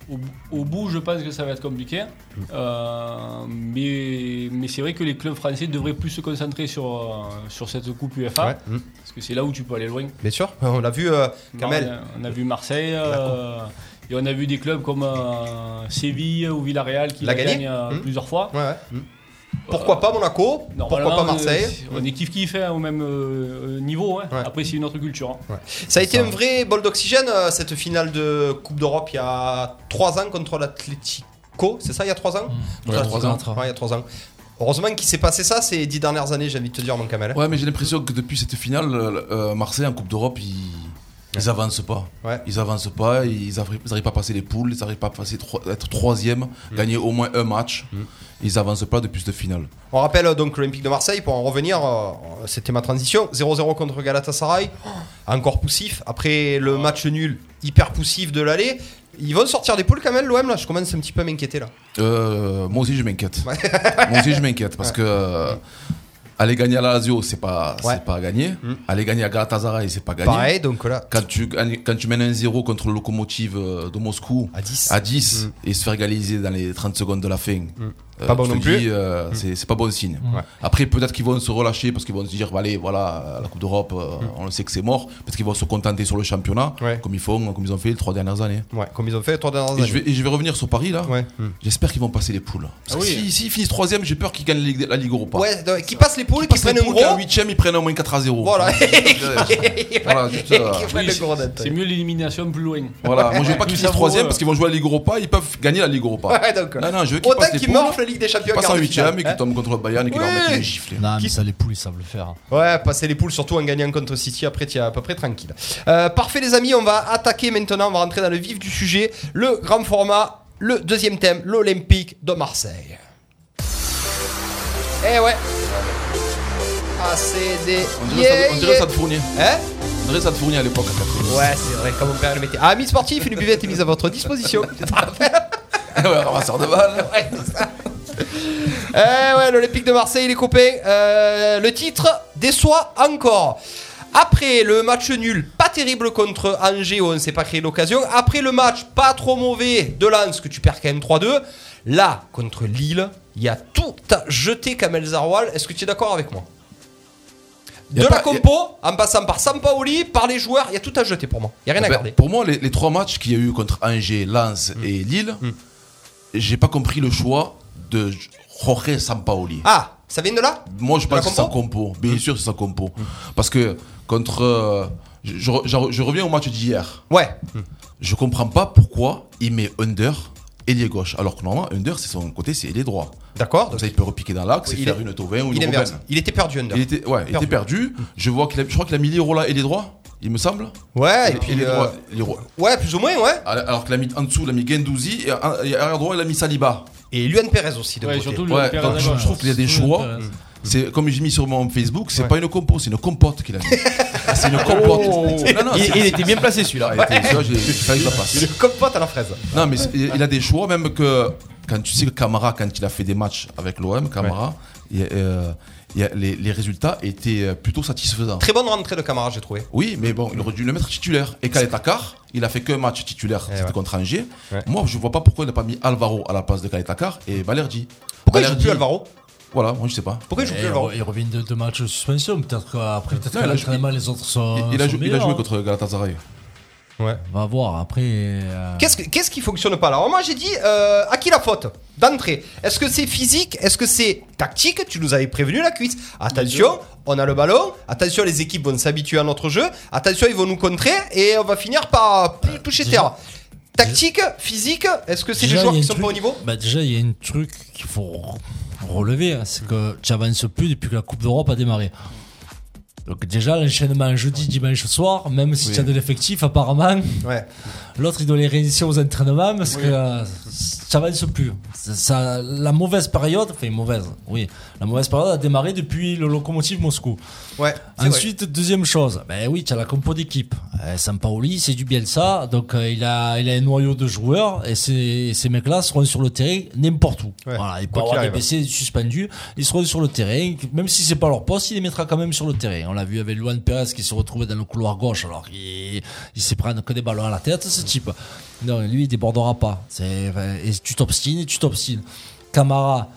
Au, au bout, je pense que ça va être compliqué.
Mm.
Euh, mais mais c'est vrai que les clubs français devraient plus se concentrer sur, euh, sur cette Coupe UEFA.
Ouais. Mm.
Parce que c'est là où tu peux aller loin.
Bien sûr, on l'a vu, euh, Kamel.
Bah, On a vu Marseille. euh, et on a vu des clubs comme euh, Séville ou Villarreal qui
L'a
la
gagné.
gagnent euh,
Mm.
plusieurs fois.
Pourquoi pas Monaco Pourquoi
Normalement,
pas
euh,
Marseille
On est kiff-kiff hein, au même euh, euh, niveau. hein. Après, c'est une autre culture. hein.
Ça a été un vrai bol d'oxygène euh, cette finale de Coupe d'Europe il y a 3 ans contre l'Atlético, c'est ça il y a 3 ans
Hmm. Ouais, il y a trois ans.
Ouais, il y a 3 ans. Heureusement qu'il s'est passé ça ces 10 dernières années, j'ai envie de te dire mon Kamel.
Ouais, Ah, mais j'ai l'impression que depuis cette finale, euh, euh, Marseille en Coupe d'Europe, ils, ils avancent pas. Ils avancent pas, ils n'arrivent pas à passer les poules, ils n'arrivent pas à passer trois- être troisième, gagner au moins un match. Ils avancent pas depuis cette finale.
On rappelle euh, donc l'Olympique de Marseille, pour en revenir, euh, c'était ma transition, 0-0 contre Galatasaray, Oh, encore poussif, après
Ah.
le match nul hyper poussif de l'aller, ils vont sortir des poules quand même l'OM là, je commence un petit peu à m'inquiéter là.
Euh, moi aussi, je m'inquiète. moi aussi, je m'inquiète parce que euh, aller gagner à la Lazio, c'est pas, c'est pas gagné. Aller gagner à Galatasaray, c'est pas gagné.
Pareil, donc là.
Quand tu, gagnes- quand tu mènes un 0 contre le locomotive euh, de Moscou à
10,
et se faire égaliser dans les 30 secondes de la fin, euh,
Pas bon
tu te
non plus.
dis, euh, c'est c'est pas bon signe.
Mm. Ouais.
Après, peut-être qu'ils vont se relâcher parce qu'ils vont se dire bah, allez, voilà, la Coupe d'Europe, euh,
Mm.
on le sait que c'est mort. Parce qu'ils vont se contenter sur le championnat comme, ils font, comme ils ont fait les trois dernières années.
Ouais, comme ils ont fait les trois dernières
euh, Et
années.
je vais, et je vais revenir sur Paris là. Hmm. J'espère qu'ils vont passer les poules. Parce que si- s'ils finissent troisième, j'ai peur qu'ils gagnent la Ligue- la Ligue Europa.
Ouais, donc, qui passe les poules, qui, prennent un gros.
En huitième, ils prennent au moins 4 à 0.
Voilà.
Voilà, euh, c'est ça.
Ouais,
Oui,
le
c'est-
gros date.
c'est mieux l'élimination plus loin.
Voilà, moi je veux pas
Plus ça
qu'ils finissent
vaut,
troisième
euh,
parce qu'ils vont jouer à la Ligue Europa, ils peuvent gagner la Ligue Europa.
Ouais, donc,
non, non, je veux qu'ils
autant
passent les
qu'ils
poules,
morfent la Ligue des Champions
Ils passent
en
en
quart de
huitième
finale,
et
hein.
qu'ils tombent contre le Bayern et qu'ils leur
Oui.
mettent une gifle.
Non, mais ça, les poules, ils savent le faire.
Ouais, passer les poules, surtout en gagnant contre City, après t'y es à peu près tranquille. Euh, parfait les amis, on va attaquer maintenant, on va rentrer dans le vif du sujet, le grand format, le deuxième thème, l'Olympique de Marseille. Eh ouais Ah, ACD
On dirait, ça, on dirait ça de Fournier.
Hein
On dirait ça de Fournier à l'époque. à 80.
Ouais, c'est vrai, comme on perd le métier. Ah, Amis sportifs, une buvette est mise à votre disposition.
ouais,
Ah,
ramasseur de balles.
Ouais, c'est ça. Eh ouais, l'Olympique de Marseille, les copains. Euh, le titre déçoit encore. Après le match nul, pas terrible contre Angers, où on ne s'est pas créé l'occasion. Après le match pas trop mauvais de Lens, que tu perds quand même 3-2. Là, contre Lille, il y a tout à jeter, Kamel Zarwal. Est-ce que tu es d'accord avec moi
Y a
de la
pas-
compo, en passant par Sampaoli, par les joueurs, il y a tout à jeter pour moi. Il y a rien à
Ben,
garder. Mm.
Pour moi, les, les trois matchs qu'il y a eu contre Angers, Lens et Lille, j'ai pas compris le choix de Jorge Sampaoli.
Ah, ça vient de là
Moi, je
De la Mm.
pense que c'est sa compo. Bien sûr, c'est sa compo. Parce que contre. euh, je, je re- je re- je reviens au match d'hier.
Ouais.
Je comprends pas pourquoi il met under. Ailier gauche, alors que normalement, Under, c'est son côté, c'est ailier droit.
D'accord.
Donc ça, il peut repiquer dans l'axe
Oui,
et
il
faire
est-
une Tauvin ou une
il est
Robben.
perdu. Il était perdu, Under.
Il était, ouais, il était perdu. Je, vois qu'il a- je crois qu'il a mis Lirola ailier droit, il me semble.
Ouais, et puis,
Ailier
euh,
droit, ailier droit.
Ouais, plus ou moins, ouais.
Alors, alors qu'il a mis en dessous, il a mis Gendouzi et en- et arrière droit, il a mis Saliba.
Et Luan Perez aussi, de
Ouais,
côté.
surtout Luan
Ouais,
Perez
donc
à
je
gauche.
trouve qu'il y a des
Luan
choix.
Perez.
C'est comme j'ai mis sur mon Facebook, c'est
Ouais.
pas une compo, c'est une compote qu'il a mis. c'est une compote.
Ah,
Il-
c'est-
il était bien placé, celui-là.
Ah, il était- celui-là,
Ouais.
j'ai- il fallait que je la passe.
Une compote à la fraise.
Non, mais c'est- il a des choix, même que quand tu sais que Camara, quand il a fait des matchs avec l'OM, Camara, il y a, euh, il y a- les, les résultats étaient euh, plutôt satisfaisants.
Très bonne rentrée de Camara, j'ai trouvé.
Oui, mais bon, il aurait dû le mettre titulaire. Et Kaletakar, il a fait qu'un match titulaire,
Eh
c'était contre Angers. Moi, je vois pas pourquoi il n'a pas mis Alvaro à la place de Kaletakar et Balerdi.
Pourquoi il
Balerdi-
joue plus Alvaro
Voilà, moi je sais pas.
Pourquoi il joue
Et
plus
Eh, il
Alvaro
re- il revient de deux matchs de suspension. Peut-être qu'après, peut-être
Non,
qu'à
il a joué-
l'entraînement, les autres sont.
Il, il a
sont
joué, il a
meilleurs,
joué
hein.
contre Galatasaray.
Ouais.
On va voir. Après. euh,
Qu'est-ce, que- qu'est-ce qui fonctionne pas là Alors moi j'ai dit euh, à qui la faute d'entrée Est-ce que c'est physique Est-ce que c'est tactique Tu nous avais prévenu la cuisse. Attention, on a le ballon. Attention, les équipes vont s'habituer à notre jeu. Attention, ils vont nous contrer et on va finir par plus toucher terre. Tactique, physique. Est-ce que c'est les
Déjà,
joueurs
il y a
qui
un
sont pas au
truc-
niveau
bah Déjà, il y a un truc qu'il faut re- relever, hein, c'est que tu n'avances plus depuis que la Coupe d'Europe a démarré. Donc déjà, l'enchaînement jeudi, dimanche soir, même si
Oui.
tu as de l'effectif, apparemment,
Ouais.
l'autre, il doit les réinitier aux entraînements parce que euh, ça n'avance plus. Ça- ça- la mauvaise période, enfin mauvaise, oui, la mauvaise période a démarré depuis le locomotive Moscou.
Ouais. c'est vrai.
Ensuite, deuxième chose, ben oui, tu as la compo d'équipe. Euh, Sampaoli, c'est du Bielsa, donc euh, il, a, il a un noyau de joueurs et ces, ces mecs-là seront sur le terrain n'importe où. Voilà, ils
Quoi
peuvent
qu'il
avoir des
arrive.
blessés, des suspendus, ils seront sur le terrain, même si c'est pas leur poste, il les mettra quand même sur le terrain. On l'a vu avec Luan Perez qui se retrouvait dans le couloir gauche, alors il, il s'est prendre que des ballons à la tête, ce type. Non, lui, il débordera pas. C'est, et tu t'obstines et tu t'obstines. Camara,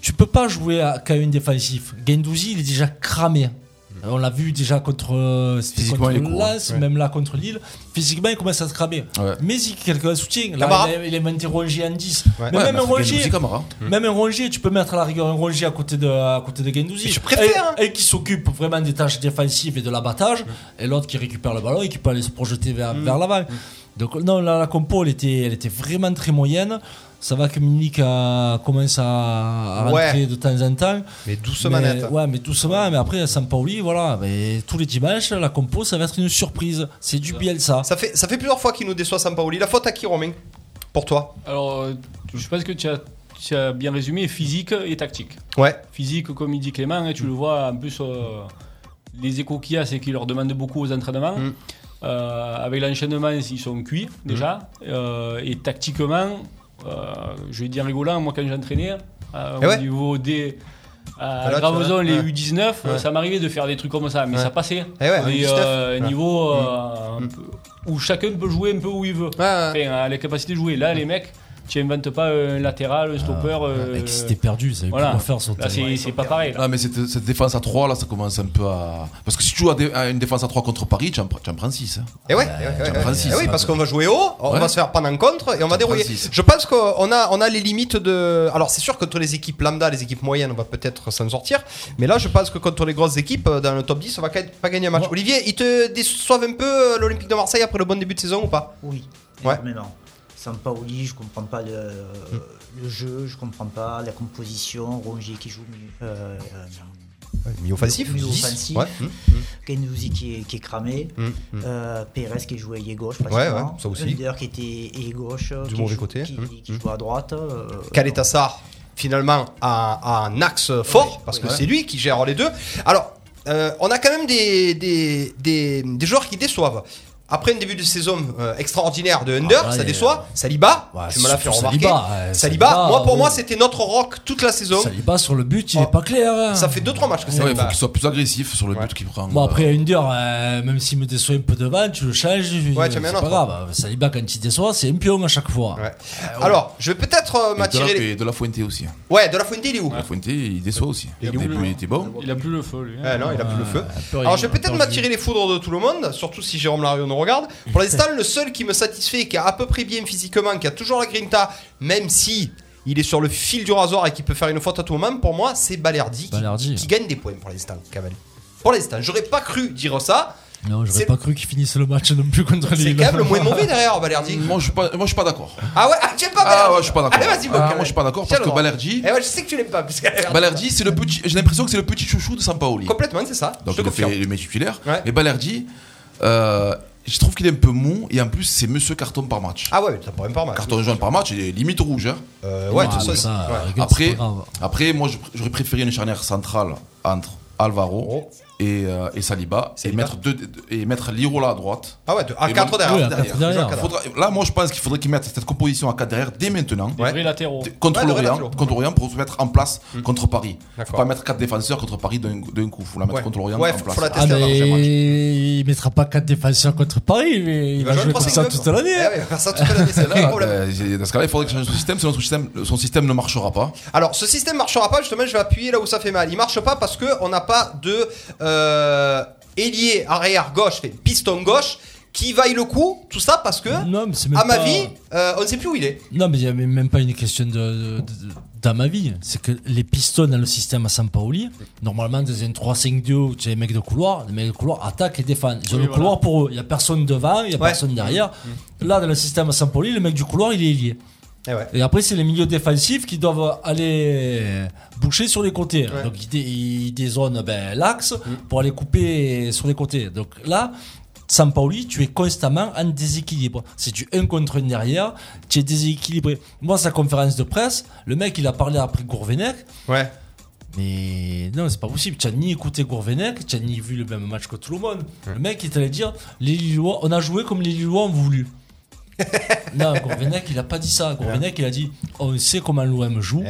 tu peux pas jouer à KO défensif. Gendouzi, il est déjà cramé.
Hmm.
On l'a vu déjà contre, euh, c'était
Physiquement,
contre
il est court,
Lens,
ouais.
même là contre Lille. Physiquement, il commence à se cramer. Mais il quelqu'un de soutien. Là,
Camara.
il est- il est maintenant rongé en 10.
Ouais.
Mais
Ouais,
même,
mais
un
c'est
rongé,
Guendouzi, Camara. Hmm.
même un rongé, tu peux mettre à la rigueur un rongé à côté de, à côté de Guendouzi.
Mais je préfère, hein,
Et, et qui s'occupe vraiment des tâches défensives et de l'abattage. Et l'autre qui récupère le ballon et qui peut aller se projeter vers, vers l'avant. Donc, non, la, la compo, elle était, elle était vraiment très moyenne. Ça va que Milik a- commence à, à
Ouais.
rentrer de temps en temps.
Mais doucement,
Mais-
net.
Ouais, mais doucement. Mais après, à Sampaoli, voilà. Mais tous les dimanches, la compo, ça va être une surprise. C'est du Bielsa.
Ça fait ça fait plusieurs fois qu'il nous déçoit Sampaoli. La faute à qui Romain Pour toi
Alors, euh, je pense que tu as, tu as bien résumé physique et tactique.
Ouais.
Physique, comme il dit Clément, hein, tu le
Mm.
vois en plus, euh, les échos qu'il y a, c'est qu'il leur demande beaucoup aux entraînements.
Mm.
Euh, avec l'enchaînement, ils sont cuits déjà. Euh, et tactiquement, euh, je vais dire rigolant, moi quand j'entraînais, euh,
Eh
au
ouais.
niveau des. À
Ah là, tu
Graveson,
vois,
les
ouais.
U19,
Ouais.
ça m'arrivait de faire des trucs comme ça, mais
Ouais.
ça passait.
Eh ouais,
Et,
U19,
euh,
ouais. Mm.
niveau euh, un peu- où chacun peut jouer un peu où il veut. Enfin, à la capacité de jouer. Là, les mecs, tu inventes pas un latéral, un stopper.
Ah,
euh,
mec, c'était perdu, ils savaient plus quoi faire sur le
Là,
terrain.
c'est c'est pas pareil. là.
Non, mais cette, cette défense à 3, là, ça commence un peu à. Parce que si tu joues à, dé- à une défense à 3 contre Paris, tu en, pr- tu en prends 6.
Et ouais,
tu
eh ouais,
en
eh ouais.
prends 6.
Eh oui, parce qu'on va jouer haut, on
Ouais.
va se faire prendre en contre et on va dérouiller.
Francis.
Je pense qu'on a, on a les limites de. Alors, c'est sûr que contre les équipes lambda, les équipes moyennes, on va peut-être s'en sortir. Mais là, je pense que contre les grosses équipes, euh, dans le top 10, on va quand même pas gagner un match. Olivier, ils te déçoivent un peu euh, l'Olympique de Marseille après le bon début de saison ou pas
Oui.
Ouais.
Mais non. Sampaoli, je comprends pas le, le jeu, je comprends pas la composition. Rongier qui joue mieux. euh, euh,
milieu offensif,
milieu
10,
offensif.
ouais.
Guendouzi Mmh. qui est, qui est cramé.
Mm, mm.
euh, Pérez qui joue ailier gauche.
Ouais,
pratiquement,
ouais, ça aussi.
Under qui était ailier gauche.
Du
qui
mauvais
joue-
côté.
Qui,
Mm,
qui joue à droite. euh,
Caletassar finalement a, a un axe fort parce que
oui.
c'est lui qui gère les deux. Alors, euh, on a quand même des, des, des, des joueurs qui déçoivent. Après un début de saison euh, extraordinaire de Under,
Ah,
ça
ouais,
déçoit. Saliba, tu me l'as fait
surtout
remarquer.
Saliba, ouais,
Saliba,
Saliba,
moi pour
ouais.
moi c'était notre rock toute la saison.
Saliba sur le but, il est pas clair. hein.
Ça fait 2-3 matchs que
Ouais, il
Saliba.
faut qu'il soit plus agressif sur le but qu'il prend.
Bon, après, à une heure, euh, même s'il me déçoit un peu devant, tu le changes.
Ouais,
euh,
tu en mets un
c'est pas
autre.
grave. Saliba, quand il déçoit, c'est un pion à chaque
Ah.
fois.
Euh, oh.
Alors, je vais peut-être euh,
Et de,
m'attirer.
la,
les-
et de la Fuente aussi. hein.
Ouais, de la Fuente, il est où
De la Fuente, il déçoit aussi. Il,
est où,
il était bon.
Il a plus le feu, lui. hein.
Ah non, il a plus le feu.
Ouais,
Alors je vais
il-
peut-être
il-
m'attirer les foudres de tout le monde, surtout si Jérôme Larion nous regarde. Pour l'instant, le seul qui me satisfait, et qui est à peu près bien physiquement, qui a toujours la grinta, même si il est sur le fil du rasoir et qui peut faire une faute à tout moment, pour moi, c'est Balerdi, qui- Qui, gagne des points pour l'instant, Caval. Pour l'instant, j'aurais pas cru dire ça.
Non, j'aurais
C'est-
pas cru qu'il finisse le match non plus contre
C'est
Lille.
quand même le moins mauvais derrière Balerdi.
Moi, je suis pas, moi, je suis pas d'accord.
Ah ouais, ah, tu aimes pas
Ah
Balerdi
ouais, je suis pas d'accord.
Allez, vas-y,
Ah,
Bob.
moi, je suis pas d'accord parce
Tiens,
que
Laurent.
Balerdi- Bah,
Eh ouais, je sais que tu l'aimes pas. parce que-
Balerdi, c'est le petit. J'ai l'impression que c'est le petit chouchou de Sampaoli.
Complètement, c'est ça.
Donc
Ah, je
il
te
a fait
confirme.
le métier titulaire.
Ouais.
Mais Balerdi, euh, je trouve qu'il est un peu mou et en plus c'est Monsieur carton par match.
Ah ouais, t'as pas même par match.
Carton jaune par match, il est limite rouge. hein.
Euh, ouais, de toute façon, ça, ouais. regarde, c'est
Après,
pas grave.
après, moi je- j'aurais préféré une charnière centrale entre
Oh.
Alvaro et, euh, et Saliba et mettre, deux, et mettre Lirola à droite.
Ah ouais, de- à
Et
quatre
mon-
derrière. Oui, à quatre derrière.
Il faudra- là, moi je pense qu'il faudrait qu'ils mettent cette composition à 4 derrière dès maintenant.
Des vrais latéraux.
Contre
Ouais, des vrais
l'Orient,
latéraux.
contre l'Orient pour se mettre en place
Hmm.
contre Paris. Faut
D'accord.
pas mettre quatre défenseurs contre Paris d'un d'un coup. Faut la mettre contre l'Orient
Ouais,
en
faut-
place.
faut la
Ah, mais il mettra pas 4 défenseurs contre Paris, mais il, va jouer comme ça toute l'année.
Eh ouais, il va faire ça toute l'année, c'est
Là,
le problème.
euh, j'ai- dans ce cas-là, il faudrait que change son système, sinon son système, son système ne marchera pas.
Alors, ce système marchera pas, justement, je vais appuyer là où ça fait mal. Il marche pas parce que on n'a pas de euh, ailier arrière gauche, fait piston gauche, qui vaille le coup, tout ça parce que,
même
à ma
pas-
vie, euh, on ne sait plus où il est.
Non, mais il n'y a même pas une question de, de- de- d'Amavi. C'est que les pistons dans le système à Sampaoli, normalement, dans un 3-5-2, où tu as les mecs de couloir, les mecs de couloir attaquent et défendent. Ils ont
Oui,
le
voilà.
couloir pour eux. Il n'y a personne devant, il n'y a
Ouais.
personne derrière. Là, dans le système à Sampaoli, le mec du couloir, il est lié.
Et,
après, c'est les milieux défensifs qui doivent aller boucher sur les côtés. Donc, ils, dé- ils dézonent ben, l'axe pour aller couper sur les côtés. Donc là, Sampaoli, tu es constamment en déséquilibre. C'est du 1 contre 1 derrière, tu es déséquilibré. Moi, sa conférence de presse, le mec, il a parlé après Gourvenec.
Ouais.
Mais non, c'est pas possible. Tu n'as ni écouté Gourvenec, tu n'as ni vu le même match que tout le monde. Le mec, il t'allait dire les Lillois, on a joué comme les Lillois ont voulu. non, Gourvenec, il a pas dit ça. Gourvenec, il a dit oh, on sait comment l'OM joue.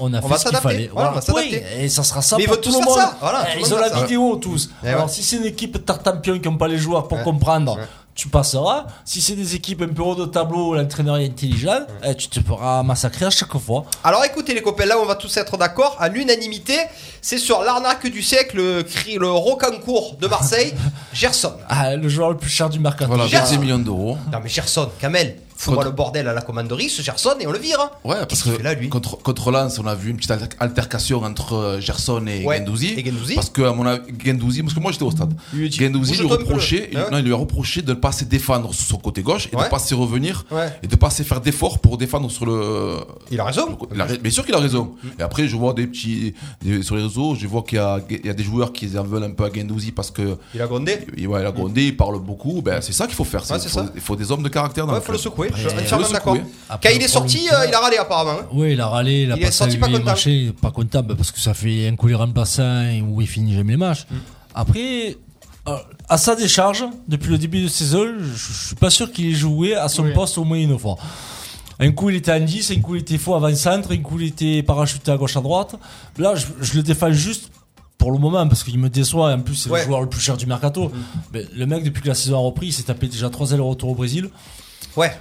On a
Eh On va
fait ce qu'il
s'adapter.
fallait.
Voilà, on va
Oui,
s'adapter.
et ça sera ça
Mais ils
pour
veulent
tout
tous
le
faire
monde.
ça. Voilà,
Eh,
tout le
ils
monde
ont la
fait ça.
vidéo tous.
Eh
Alors
ouais.
si c'est une équipe tartampion qui n'ont pas les joueurs pour
Ouais.
comprendre,
Ouais.
tu passeras. Si c'est des équipes un peu haut de tableau où l'entraîneur est intelligent, eh, tu te feras massacrer à chaque fois.
Alors écoutez les copains, là on va tous être d'accord, à l'unanimité, c'est sur l'arnaque du siècle, le, cri- le rocancourt de Marseille, Gerson.
Ah, le joueur le plus cher du mercato.
Voilà,
Gerson.
26 millions d'euros.
Non mais Gerson, Kamel, fous-moi le bordel à la commanderie, ce Gerson, et on le vire. hein.
Ouais, parce que Contre, contre Lens, on a vu une petite alter- altercation entre euh, Gerson et
Ouais,
Gendouzi. Parce que, à mon avis, Guendouzi- parce que moi j'étais au stade. Gendouzi
Bouge
lui,
toi un peu,
reprochait,
là.
il- non, il lui a reproché de ne pas se défendre sur son côté gauche et de
Ah Ouais.
ne pas se revenir
Ouais.
et de ne pas se faire d'efforts pour défendre sur le.
Il a raison. Mm.
Il a ra- bien sûr qu'il a raison. Et après, je vois des petits. des- sur les réseaux, je vois qu'il y a, il y a des joueurs qui en veulent un peu à Gendouzi parce que.
Il a grondé.
Il, ouais, il a grondé, il parle beaucoup. Ben, c'est ça qu'il faut faire. c'est-
Ouais, c'est
il, faut,
ça.
il faut des hommes de caractère dans
Ouais,
le
faut le
club.
secouer, je suis
Après,
entièrement
faut le
d'accord.
secouer.
Quand il est sorti, euh, il a râlé apparemment. hein.
Oui, il a râlé, il a
Il est
pas
sorti
salué
pas
les
content.
matchs, il est pas comptable parce que ça fait un coup les remplaçants et où il finit jamais les matchs.
Mm.
Après, euh, à sa décharge, depuis le début de saison, je, je suis pas sûr qu'il ait joué à son poste au moins une fois. Un coup il était en 10, un coup il était faux avant-centre, un coup il était parachuté à gauche à droite. Là, je, je le défends juste pour le moment parce qu'il me déçoit et en plus c'est
Ouais. Mm.
le joueur le plus cher du mercato. Mais le mec, depuis que la saison a repris, il s'est tapé déjà 3 ailes retour au Brésil.
Ouais.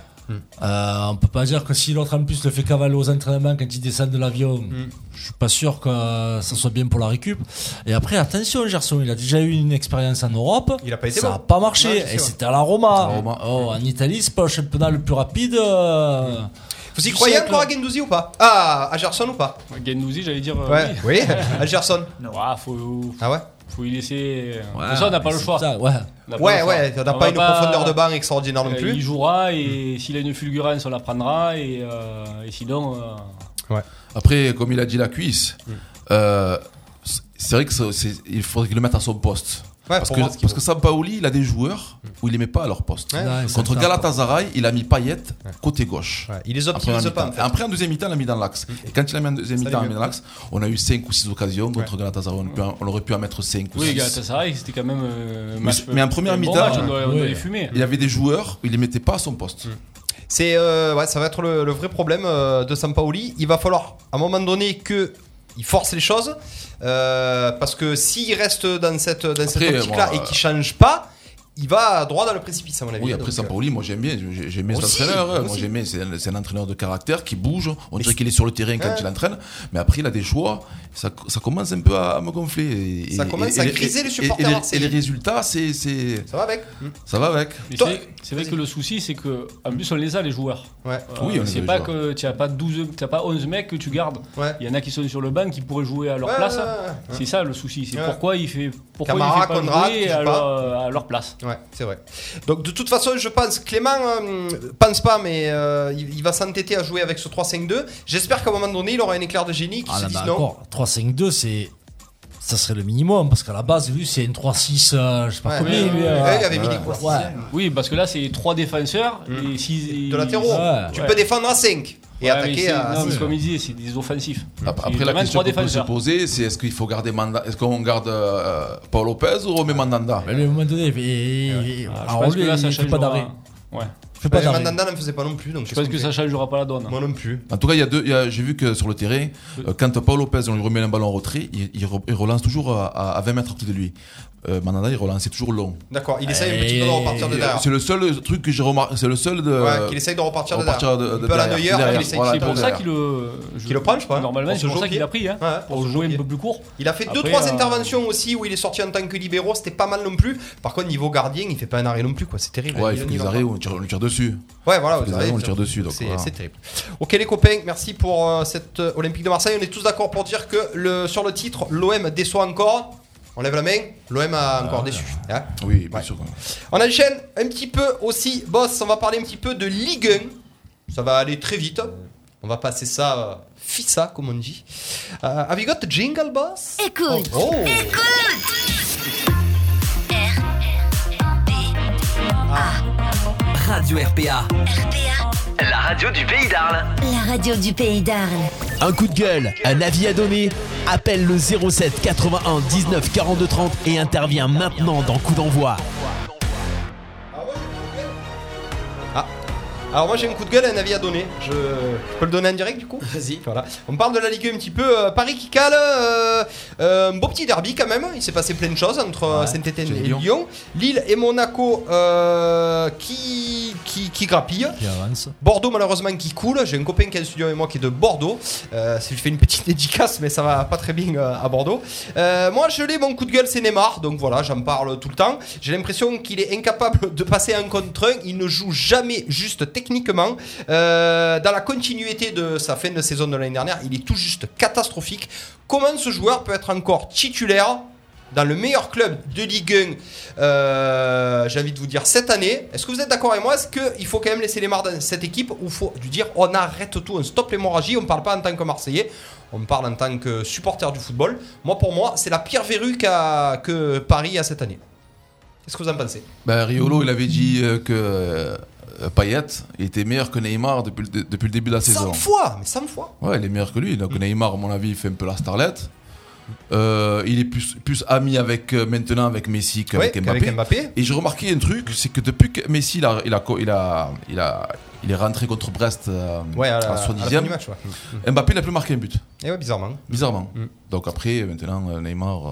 Euh, on peut pas dire que si l'autre en plus le fait cavaler aux entraînements quand il descend de l'avion,
Mm.
je suis pas sûr que euh, ça soit bien pour la récup. Et après, attention, Gerson, il a déjà eu une expérience en Europe.
Il a pas été
ça
bon.
a pas marché.
Non, je sais,
et
ouais.
c'était à la Roma. Oh, en Italie, c'est pas le championnat le plus rapide. euh,
Mm.
Vous y
du
croyez
siècle.
encore à Gendouzi ou pas Ah, à Gerson ou pas
Gendouzi, j'allais dire. euh,
Ouais, oui, à Gerson.
Ouah, faut,
Ah ouais
faut y laisser.
Ouais,
Pour ça, on n'a pas
mais
le
c'est
choix.
ça, ouais.
On n'a pas
Ouais,
le
ouais,
choix.
on n'a
On va
pas une profondeur de banc extraordinaire non
Euh,
plus.
Il jouera
Hmm.
et s'il a une fulgurance, on la prendra et, euh, et sinon. euh,
Après,
Mm.
comme il a dit la cuisse, euh, c'est vrai que ça- c'est- il faudrait qu'il le mette à son poste.
parce, que, parce que Sampaoli, il a des joueurs
Hmm.
où il les met pas à leur poste.
Ouais. Ouais,
Contre
c'est
Galatasaray, il a mis Payet côté gauche.
Il les
optimise
pas, en fait.
Après, en deuxième mi-temps, il l'a mis dans l'axe. Et quand il a mis en deuxième
Ça
mi-temps, il
allait
l'a mis
mieux.
dans l'axe. On a eu 5 ou 6 occasions. Contre Galatasaray, on, aurait pu en- on aurait pu en mettre 5 ou 6.
Oui, Galatasaray, c'était quand même. euh,
mais,
match-
mais en première
un bon
mi-temps,
match, on doit- on doit
ouais.
les fumer.
il y avait des joueurs où il les mettait pas à son poste.
C'est euh, ouais, ça va être le, le vrai problème euh, de Sampaoli. Il va falloir à un moment donné que il force les choses euh, parce que s'il reste dans cette dans cette
Après,
optique là
bon,
et
euh,
qu'il change pas, il va droit dans le précipice à mon avis.
Oui, après
Donc, euh,
Sampaoli, moi j'aime bien, j'ai- j'aime bien cet
Aussi,
entraîneur. hein. Moi
aussi.
j'aime bien, c'est un, c'est un entraîneur de caractère qui bouge. On dirait qu'il est sur le terrain quand
Ouais.
il entraîne, mais après il a des choix. Ça, ça commence un peu à me gonfler. Et-
Ça
et-
commence
et-
à
et-
griser
et-
les
et-
supporters
et les- Et,
marseillais.
les résultats, c'est. c'est-
Ça va avec.
Ça va avec.
Mais
Toi-
c'est- C'est vrai que le souci, c'est que en plus on les a les joueurs. Euh,
Oui, on les a,
c'est
les
pas
joueurs.
que tu as pas 12, t'as pas 11 mecs que tu gardes. Il y en a qui sont sur le banc qui pourraient jouer à leur
Ouais,
place.
ouais, ouais.
C'est ça le souci. C'est
Ouais.
pourquoi il fait pourquoi
Camara,
il fait pas
Kondrad,
jouer
qui joue
à,
pas.
leur, à leur place.
Ouais, c'est vrai. Donc de toute façon, je pense, Clément euh, pense pas, mais euh, il, il va s'entêter à jouer avec ce 3-5-2. J'espère qu'à un moment donné, il aura un éclair de génie qui
Ah
se
là,
dise
mais
non.
encore, 3-5-2, c'est. Ça serait le minimum, parce qu'à la base, lui, c'est une 3-6, euh, je sais pas
Ouais,
combien.
ouais,
mais,
ouais,
euh,
ouais, il avait mis
ouais.
des
croix.
Ouais.
Oui, parce que là c'est trois défenseurs et six-
Mm. De latéraux.
Ouais.
Tu peux défendre à 5 et
Ouais, mais
attaquer
c'est-
à
non, mais
6.
comme il disait, c'est des offensifs.
Après,
Il y a
la
vraiment
question
trois
qu'on peut se
défenseurs.
poser, c'est est-ce qu'il faut garder Manda, est-ce qu'on garde euh, Paul Lopez ou Romain Mandanda
Mais à un moment donné, il- il- il-
Ah, je
alors
pense
lui,
que là, ça
il fait pas
changera.
d'arrêt.
Ouais.
Il fait pas
Ouais,
d'arrêt.
Mandanda ne faisait pas non plus. Donc
Je pense que ça changera pas la donne.
Moi non plus.
En tout cas, il y a deux. il y a- J'ai vu que sur le terrain, euh, quand Paul Lopez on lui remet un ballon en retrait, il, il re- il relance toujours à, à 20 mètres à côté de lui. Euh, Mandanda, il relance toujours long.
D'accord, il essaye un petit peu de repartir de
Et,
derrière.
C'est le seul truc que j'ai remarqué. C'est le seul de.
Ouais, qu'il essaye de repartir de derrière.
de- de
Il peut aller à
derrière,
Neuer,
derrière.
il essaye
Voilà,
c'est pour
de
ça
derrière.
qu'il le, je-
Qu'il le prend, je crois. hein.
Normalement,
Pour
c'est
se
pour ça qu'il
jouer.
a pris, hein,
Ouais,
pour jouer un peu plus court.
Il a fait 2
Après,
trois
euh,
interventions aussi où il est sorti en tant que libéraux, c'était pas mal non plus. Par contre, niveau gardien, il fait pas un arrêt non plus, quoi. C'est terrible.
Ouais, il
Il
faut
en
qu'ils
va
arrêtent,
pas.
on, tire- on lui tire dessus.
Ouais, voilà,
Il faut qu'ils
vous
arrêtent,
avez-
on lui tire dessus. donc
c'est
voilà.
c'est terrible. Ok, les copains, merci pour euh, cette euh, Olympique de Marseille. On est tous d'accord pour dire que le, sur le titre, l'OM déçoit encore. On lève la main, l'OM a
Ah.
encore déçu. hein.
Oui, bien sûr.
On enchaîne un petit peu aussi, boss, on va parler un petit peu de Ligue 1. Ça va aller très vite. On va passer ça, euh, fissa, comme on dit. Euh, have you got the jingle, boss
Écoute.
Oh. Oh.
Radio RPA. La radio du pays d'Arles.
La radio du pays d'Arles.
Un coup de gueule, un avis à donner Appelle le 07 81 19 42 30 et intervient maintenant dans Coup d'envoi.
Ah. Alors moi j'ai un coup de gueule et un avis à donner. Je, je peux le donner en direct du coup Vas-y. Voilà. On parle de la Ligue 1 un petit peu. euh, Paris qui cale. euh, euh, un beau petit derby quand même. Il s'est passé plein de choses entre euh, Saint-Etienne et Lyon. Lille et Monaco euh, qui, qui, qui grappillent.
Qui avance.
Bordeaux malheureusement qui coule. J'ai un copain qui est en studio avec moi qui est de Bordeaux. Euh, je fais une petite dédicace mais ça va pas très bien euh, à Bordeaux. Euh, moi je l'ai mon coup de gueule c'est Neymar donc voilà j'en parle tout le temps. J'ai l'impression qu'il est incapable de passer un contre un. Il ne joue jamais juste techniquement. Euh, dans la continuité de sa fin de saison de l'année dernière il est tout juste catastrophique. Comment ce joueur peut être encore titulaire dans le meilleur club de Ligue 1, euh, j'ai envie de vous dire cette année. Est-ce que vous êtes d'accord avec moi Est-ce qu'il faut quand même laisser les marques dans cette équipe ou faut lui dire on arrête tout, on stoppe l'hémorragie On ne parle pas en tant que Marseillais, on parle en tant que supporter du football. Moi, pour moi, c'est la pire verrue qu'a- que Paris a cette année. Qu'est-ce que vous en pensez
Ben, Riolo, il avait dit euh, que euh, Payet était meilleur que Neymar depuis le, depuis le début de la
100
saison.
fois, mais 100 fois.
Ouais, il est meilleur que lui. Donc Neymar, à mon avis, il fait un peu la starlette. Euh, il est plus, plus ami avec, euh, maintenant avec Messi qu'avec
Ouais,
Mbappé.
qu'avec Mbappé.
Et j'ai remarqué un truc, c'est que depuis que Messi il a, il a, co- il a, il a- il est rentré contre Brest euh,
Ouais, ah à la-
à la
à la fin
70e,
du match, ouais.
Mbappé n'a plus marqué un but.
Et Eh ouais, bizarrement. Mm.
Bizarrement. Donc après, maintenant, euh, Neymar, euh,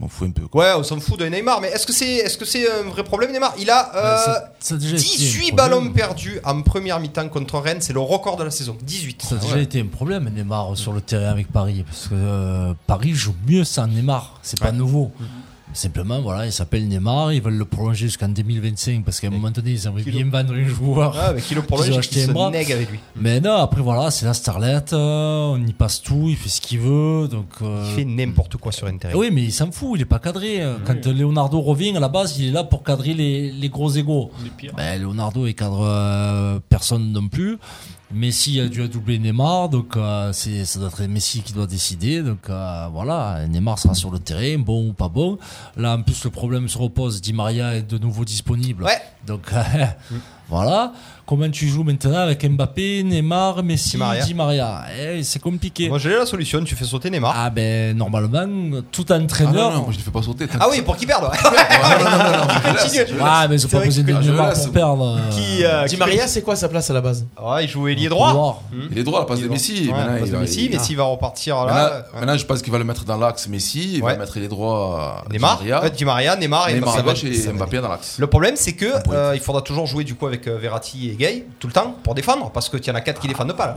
m'en fout un peu.
Ouais, on s'en fout de Neymar, mais est-ce que c'est est -ce c'est un vrai problème, Neymar Il a euh,
ça- ça a déjà été un
18
hein.
problème.
ballons perdus en première mi-temps contre Rennes, c'est le record de la saison. 18.
Ça a déjà
Ouais.
été un problème, Neymar, sur le terrain avec Paris. Parce que euh, Paris joue mieux sans Neymar. C'est pas nouveau.
Mm-hmm.
Simplement, voilà, il s'appelle Neymar, ils veulent le prolonger jusqu'en 2025 parce qu'à un moment donné, ils aimeraient bien vendre un joueur.
Ah, mais qui le
qu'ils
prolonge
ont
et
acheté
qui
un
se
bras.
nègue avec lui.
Mais non, après, voilà, c'est la starlette, euh, on y passe tout, il fait ce qu'il veut. Donc, euh, eh
Il fait Mm-hmm. n'importe quoi sur Internet.
Oui, mais il s'en fout, il est pas cadré. Quand Leonardo revient, à la base, il est là pour cadrer les, les gros égaux.
pires.
Ben, Leonardo, il cadre euh, personne non plus. Messi a dû à doubler Neymar, donc euh, c'est ça doit être Messi qui doit décider. Donc euh, voilà, Neymar sera sur le terrain, bon ou pas bon. Là, en plus, le problème se repose. Di Maria est de nouveau disponible. Donc euh, voilà. Comment tu joues maintenant avec Mbappé, Neymar, Messi, Di Maria, Eh, C'est compliqué.
Moi, j'ai la solution. Tu fais sauter Neymar.
Ah ben normalement, tout entraîneur.
Ah non, non, je ne fais pas sauter.
Ah oui, pour qu'il perde. ouais. Continue.
Ah, mais ils ont
C'est
pas
vrai
besoin
que-
de
Ah, je
Neymar
laisse.
pour perdre. euh.
Qui, euh,
Di
qui-
Maria, c'est quoi sa place à la base
Ouais, il jouait ailier droit.
Il est droit à la passe de
Ailier
Messi. et
droit. Ouais,
maintenant,
la passe
il
de
va-
Messi,
il-
Messi va repartir là.
Maintenant,
Ah, Ouais.
maintenant, je pense qu'il va le mettre dans l'axe Messi. Il va mettre les droits
euh,
à Di
Neymar,
Maria.
ouais, Di Maria, Neymar et
Neymar à
Mbappé.
gauche
Ça
et
va
Mbappé dans l'axe.
Le problème, c'est que euh, il faudra toujours jouer du coup avec euh, Verratti et Gay tout le temps pour défendre parce que y en a 4 qui défendent
Bah,
pas là.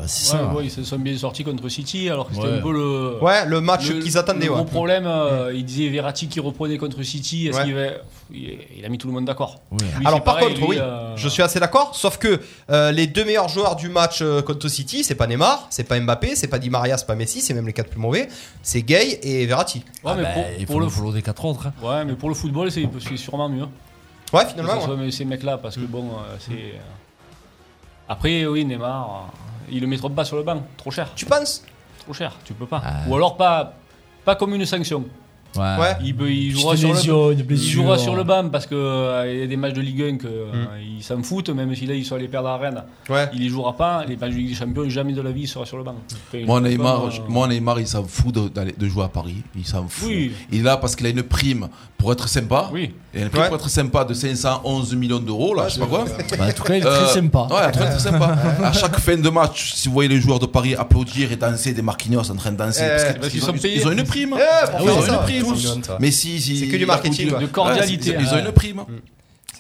Ouais, ouais, ils se sont bien sortis contre City alors que c'était
Ouais.
un peu le
Ouais, le match Ah, qu'ils attendaient,
le
ouais. Mm.
gros problème euh, il disait Verratti qui reprenait contre City est-ce
Ouais.
qu'il va- il, il a mis tout le monde d'accord Lui,
Alors
c'est
par
pareil,
contre,
lui,
oui,
euh,
je suis assez d'accord, sauf que euh, les deux meilleurs joueurs du match euh, contre City, c'est pas Neymar, c'est pas Mbappé, c'est pas Di Maria, c'est pas Messi, c'est même les quatre plus mauvais, c'est Gay et Verratti.
ouais, Ah, mais pour,
Ah bah, il
pour
faut
le
le follow des quatre autres. hein.
ouais mais pour le football c'est c'est sûrement mieux
ouais finalement,
que ce soit ces mecs là
Mm.
parce que bon euh, c'est euh, après oui Neymar euh, ils le mettront pas sur le banc trop cher
tu penses
trop cher tu peux pas
Ah.
ou alors pas pas comme une sanction
Ouais.
Il, peut- il
Petite
jouera sur
lésion,
le
une
il jouera
blessure.
sur le BAM parce que euh, il y a des matchs de Ligue 1
Mm.
que euh, ils s'en foutent même si là ils sont allés perdre à Rennes. Il y jouera pas, les matchs de Ligue des Champions jamais de la vie il sera sur le banc. Enfin,
Moi
il peut
Neymar,
pas, euh,
je- moi, Neymar, il s'en fout de, d'aller- de jouer à Paris. Il s'en fout.
Oui.
Il est là parce qu'il a une prime pour être sympa. Et une prime pour être sympa de 511 millions d'euros, là, je sais pas quoi.
Bah, en tout cas, il est
Euh,
très sympa.
Ouais, en tout cas, il est très sympa. à chaque fin de match, si vous voyez les joueurs de Paris applaudir et danser, des Marquinhos en train de danser.
Eh,
parce que-
parce
parce
qu'ils
qu'ils
sont
ont,
payés.
ils ont une prime.
Eh, pour
Ah oui,
faire
ils
ça.
ont une prime.
Tous.
tous. Mais si, si.
C'est que du
ils
marketing,
applaudissent.
quoi. De cordialité,
Ouais, c'est- Ils ont
ouais.
une prime.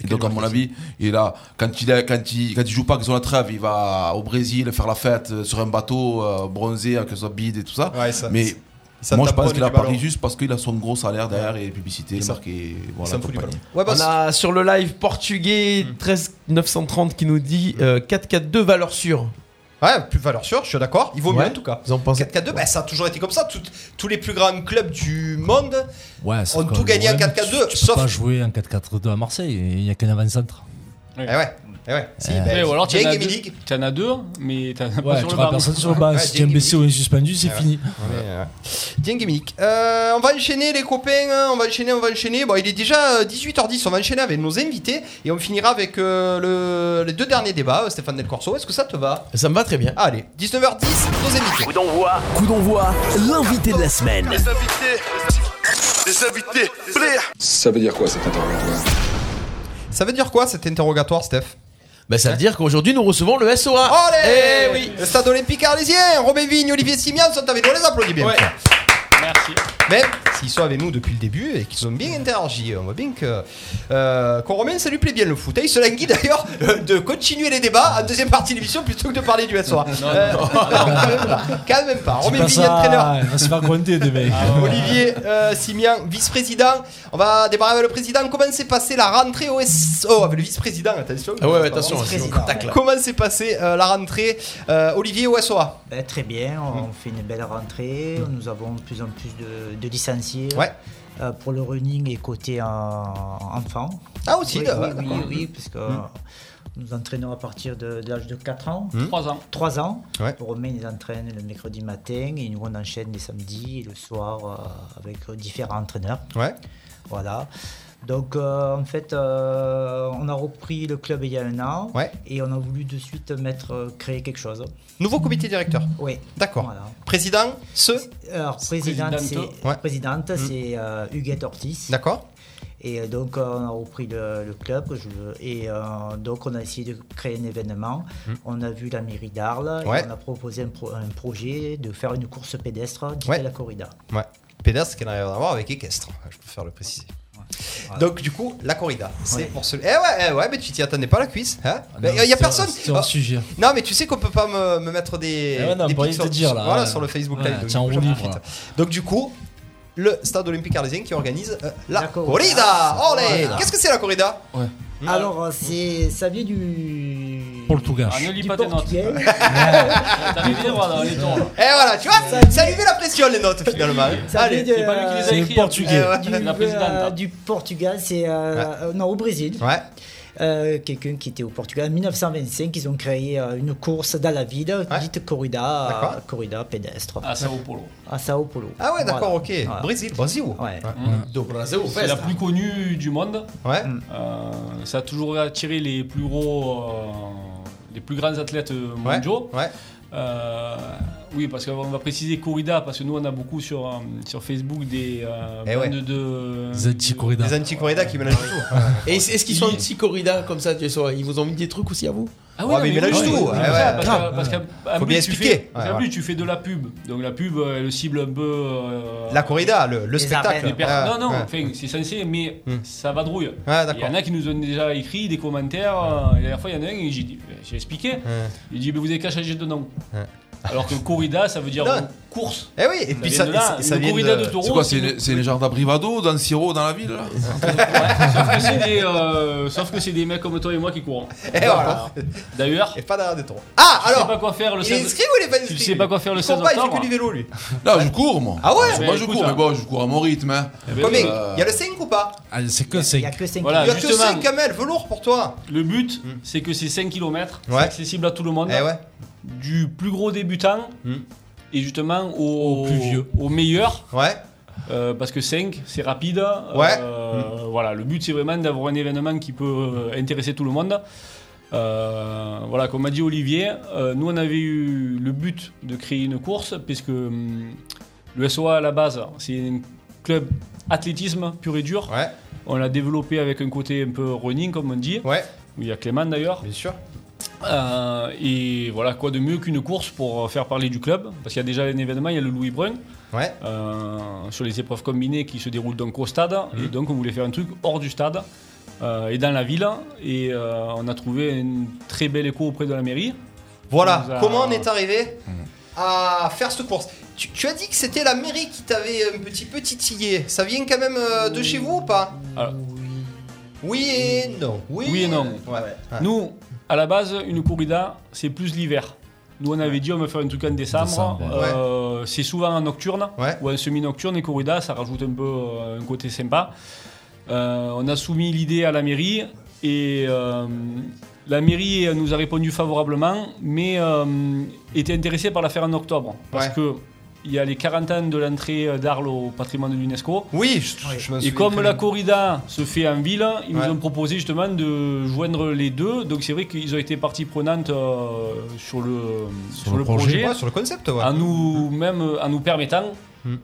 Et donc, à mon avis, et là, quand il, est, quand, il, quand il joue pas, qu'ils ont la trêve, il va Ah, au Brésil faire la fête euh, sur un bateau euh, bronzé, euh, que ce soit bide et tout ça.
Ouais, ça-
Mais
ça- ça
moi, je
taponne
pense qu'il a
du ballon.
Paris juste parce qu'il a son gros salaire derrière et les publicités, le marque et voilà,
s'en fout du
compagnie.
On a sur le live portugais
Hmm.
13930 qui nous dit euh, 4-4-2 valeur sûre.
Ouais, plus valeur sûre, je suis d'accord. Il vaut mieux
Ouais.
en tout cas.
Vous en pensez
4-4-2, bah, ça a toujours été comme ça. Tout- tous les plus grands clubs du monde
Ouais, sauf
ont
que
tout gagné
l'OM,
à 4-4-2.
Tu, tu peux
Sauf.
pas jouer en 4-4-2 à Marseille, il n'y a qu'un avant-centre.
Eh ouais, eh ouais. Si,
Eh.
bah,
Ouais, ou alors t'en
Dieng
as,
et
deux,
Milik.
t'en as deux, mais t'en as
Ouais,
pas sur
tu
le
auras
banc.
personne sur le banc.
Ouais,
si tu es blessé ou est suspendu, c'est
Ouais,
fini.
Dieng et Milik. Euh, on va enchaîner les copains, hein, on va enchaîner, on va enchaîner. Bon, il est déjà euh, 18h10, on va enchaîner avec nos invités et on finira avec euh, le- les deux derniers débats. euh, Stéphane Del Corso, est-ce que ça te va
Ça me va très bien.
Allez, 19h10, nos invités. Coup d'envoi.
Coup d'envoi, l'invité de la semaine.
invités, les invités,
Ça veut dire quoi cet interrogatoire Ça veut dire quoi cet interrogatoire, Steph
Bah, ça veut dire qu'aujourd'hui nous recevons le
Oh,
SOA.
Allez
Eh oui.
Le stade olympique arlésien, Robin Vigne, Olivier Simian sont avec nous, on les applaudit bien.
Merci.
Même s'ils sont avec nous depuis le début et qu'ils ont bien interagi, on voit bien que euh, qu'on remet, ça lui plaît bien le foot. Et il se languit d'ailleurs euh, de continuer les débats en deuxième partie de l'émission plutôt que de parler du SOA. Euh, non, quand même pas. Quand même pas.
C'est
Romain
pas
Vigne, entraîneur.
ça, il va se faire gronder, des mecs.
Olivier euh, Simian, vice-président. On va démarrer avec le président. Comment s'est passée la rentrée au S... Oh, avec le vice-président, attention.
Ah ouais, ouais, attention,
Vice-président.
c'est au contact, là.
Comment s'est passée euh, la rentrée euh, Olivier au SOA
Ben, très bien, on fait une belle rentrée,
Mm.
nous avons de plus en plus de, de licenciés. Euh, pour le running et côté en- enfant.
Ah, aussi,
Oui,
là,
oui,
ouais,
oui,
d'accord.
oui, parce que
Mm.
nous entraînons à partir de, de l'âge de 4 ans.
Mm.
3 ans.
3 ans.
Ouais.
Romain les entraîne le mercredi matin et nous on enchaîne les samedis et le soir euh, avec euh, différents entraîneurs.
Ouais.
Voilà. Donc euh, en fait, euh, on a repris le club il y a un an
Ouais.
et on a voulu de suite mettre euh, créer quelque chose.
Nouveau comité directeur
Oui.
D'accord. Président, ce
Alors, présidente, c'est
Présidente.
présidente, c'est, euh, Huguette Ortiz.
Mm. D'accord.
Et euh, donc, euh, on a repris le, le club. je veux- et euh, donc, on a essayé de créer un événement.
Mm.
On a vu la mairie d'Arles.
Ouais.
Et on a proposé un, pro- un projet de faire une course pédestre, dite
Ouais.
la corrida.
Ouais. Pédestre, qu'elle arrive à avoir avec équestre. hein, Je préfère le préciser. Donc du coup, la corrida, c'est
Ouais. Ah
pour ce. Eh ouais, eh ouais, mais tu t'y attendais pas la cuisse, hein
Ah non,
Il y a
c'est
personne.
hors- c'est hors
Ah,
sujet.
Non, mais tu sais qu'on peut pas me, me mettre des.
Eh ouais, non,
des
pour
pics
rien
sur,
te dire, là,
Voilà,
ouais.
sur le Facebook
Ouais,
Live. donc,
tiens, on
j'en
roule,
profite.
voilà.
Donc du coup, le Stade Olympique Arlésien qui organise euh, la, corrida.
corrida.
Olé
Voilà.
Qu'est-ce que c'est la corrida
Alors, euh, c'est, ça vient du.
Portugais.
Ah, ne lis
du
pas tes notes.
portugais.
T'avais bien droit dans les tours. là.
Et Eh voilà, tu vois, ça lui met la pression les notes finalement.
Ça
Allez,
vient de-
C'est le
du,
portugais.
euh,
hein. Eh La
du,
présidente.
euh, du Portugal, c'est euh, euh, non, au Brésil. euh, quelqu'un qui était au Portugal. En 1925, ils ont créé euh, une course dans la ville, dite corrida, euh, corrida pédestre.
À Sao Paulo.
À Sao Paulo.
Ah ouais, d'accord,
Voilà.
ok.
Voilà.
Brésil. Brésil.
Ouais.
Mm. C'est la plus connue du monde. Euh, ça a toujours attiré les plus gros, euh, les plus grands athlètes euh, mondiaux. Euh, oui, parce qu'on va préciser corrida, parce que nous on a beaucoup sur, euh, sur Facebook des euh,
Eh ouais.
bandes de.
Des anti-corrida.
Des anti-corrida qui mélangent tout.
Et est- est-ce qu'ils sont un petit corrida comme ça tu sais, Ils vous ont mis des trucs aussi à vous
Oh,
Ah ouais, non, mais oui, oui, oui, c'est ça, parce que- parce qu'à- à
Faut bien
plus, tu
expliquer.
fais- parce
Ouais,
qu'à plus,
ouais.
tu fais de la pub. Donc la pub, euh, elle cible un peu. euh,
La corrida, le- le
les
spectacle.
arènes. Les per-
Ouais,
non, non,
ouais. Hmm.
enfin, c'est censé, mais ça vadrouille. Il y
d'accord.
en a qui nous ont déjà écrit des commentaires. euh, la dernière fois, il y en a un, et j'ai dit- j'ai expliqué.
Hmm.
Il dit, mais vous avez qu'à changer de nom. Alors que corrida, ça veut dire
Non.
course.
Eh oui, et puis ça-
vient de
et
là.
ça- ça
Le
vient
corrida
de-
de taureau.
C'est quoi, c'est les- c'est les jardins Brivado, dans le Siro, dans la ville là
Sauf que c'est des, euh, sauf que c'est des mecs comme toi et moi qui courons.
Eh, voilà.
D'ailleurs.
Et pas derrière des taureaux. Ah,
alors. Tu sais pas quoi faire le
Il est
16
inscrit ou il est pas
Tu
inscrit
sais pas quoi faire le
Il
16
court pas, il fait
octobre hein
que du vélo, lui.
Là, je cours, moi.
Ah ouais
Moi, je
Écoute,
cours,
hein. Eh ben,
mais bon, je cours à mon rythme. hein.
Combien
Euh,
Il y a le 5 ou pas
c'est que c'est.
que 5
Voilà,
Il y a que
Ah, justement.
5 camels, velours pour toi.
Le but, c'est que c'est 5 km,
Ouais.
accessible à tout le monde.
Eh ouais.
Du plus gros débutant
Hmm.
et justement au,
plus vieux.
au meilleur.
Ouais.
Euh, parce que 5, c'est rapide.
Ouais.
Euh, Voilà, le but, c'est vraiment d'avoir un événement qui peut euh, intéresser tout le monde. Euh, voilà, comme a dit Olivier, euh, nous on avait eu le but de créer une course, puisque hum, le SOA à la base, c'est un club athlétisme pur et dur. On l'a développé avec un côté un peu running, comme on dit. Où il y a Clément d'ailleurs.
Bien sûr.
Euh, et voilà, quoi de mieux qu'une course pour euh, faire parler du club Parce qu'il y a déjà un événement, il y a le Louis Brun.
Ouais.
Euh, sur les épreuves combinées qui se déroulent donc au stade. Et donc, on voulait faire un truc hors du stade euh, et dans la ville. Et euh, on a trouvé un très bel écho auprès de la mairie.
Voilà,
Nous a-
comment on est arrivé à faire cette course tu, tu as dit que c'était la mairie qui t'avait un petit peu titillé. Ça vient quand même euh, de chez vous ou pas
Alors,
Oui et non. Oui,
Oui et non.
Ouais. Ah.
Nous, à la base, une corrida, c'est plus l'hiver. Nous, on avait dit, on va faire un truc en décembre.
Décembre,
Euh, C'est souvent en nocturne ou en semi-nocturne. Et corrida, ça rajoute un peu euh, un côté sympa. Euh, on a soumis l'idée à la mairie et euh, la mairie euh, nous a répondu favorablement, mais euh, était intéressée par la faire en octobre. Parce
Ouais.
que. Il y a les 40 ans de l'entrée euh, d'Arles au patrimoine de l'UNESCO.
Oui, je, je m'en
Et
souviens
comme
très
la
bien.
corrida se fait en ville, ils
Ouais.
nous ont proposé justement de joindre les deux. Donc c'est vrai qu'ils ont été partie prenante euh, sur le, sur
le
le projet,
projet. Ouais, sur le concept, ouais. Hmm.
En nous même euh, en nous permettant,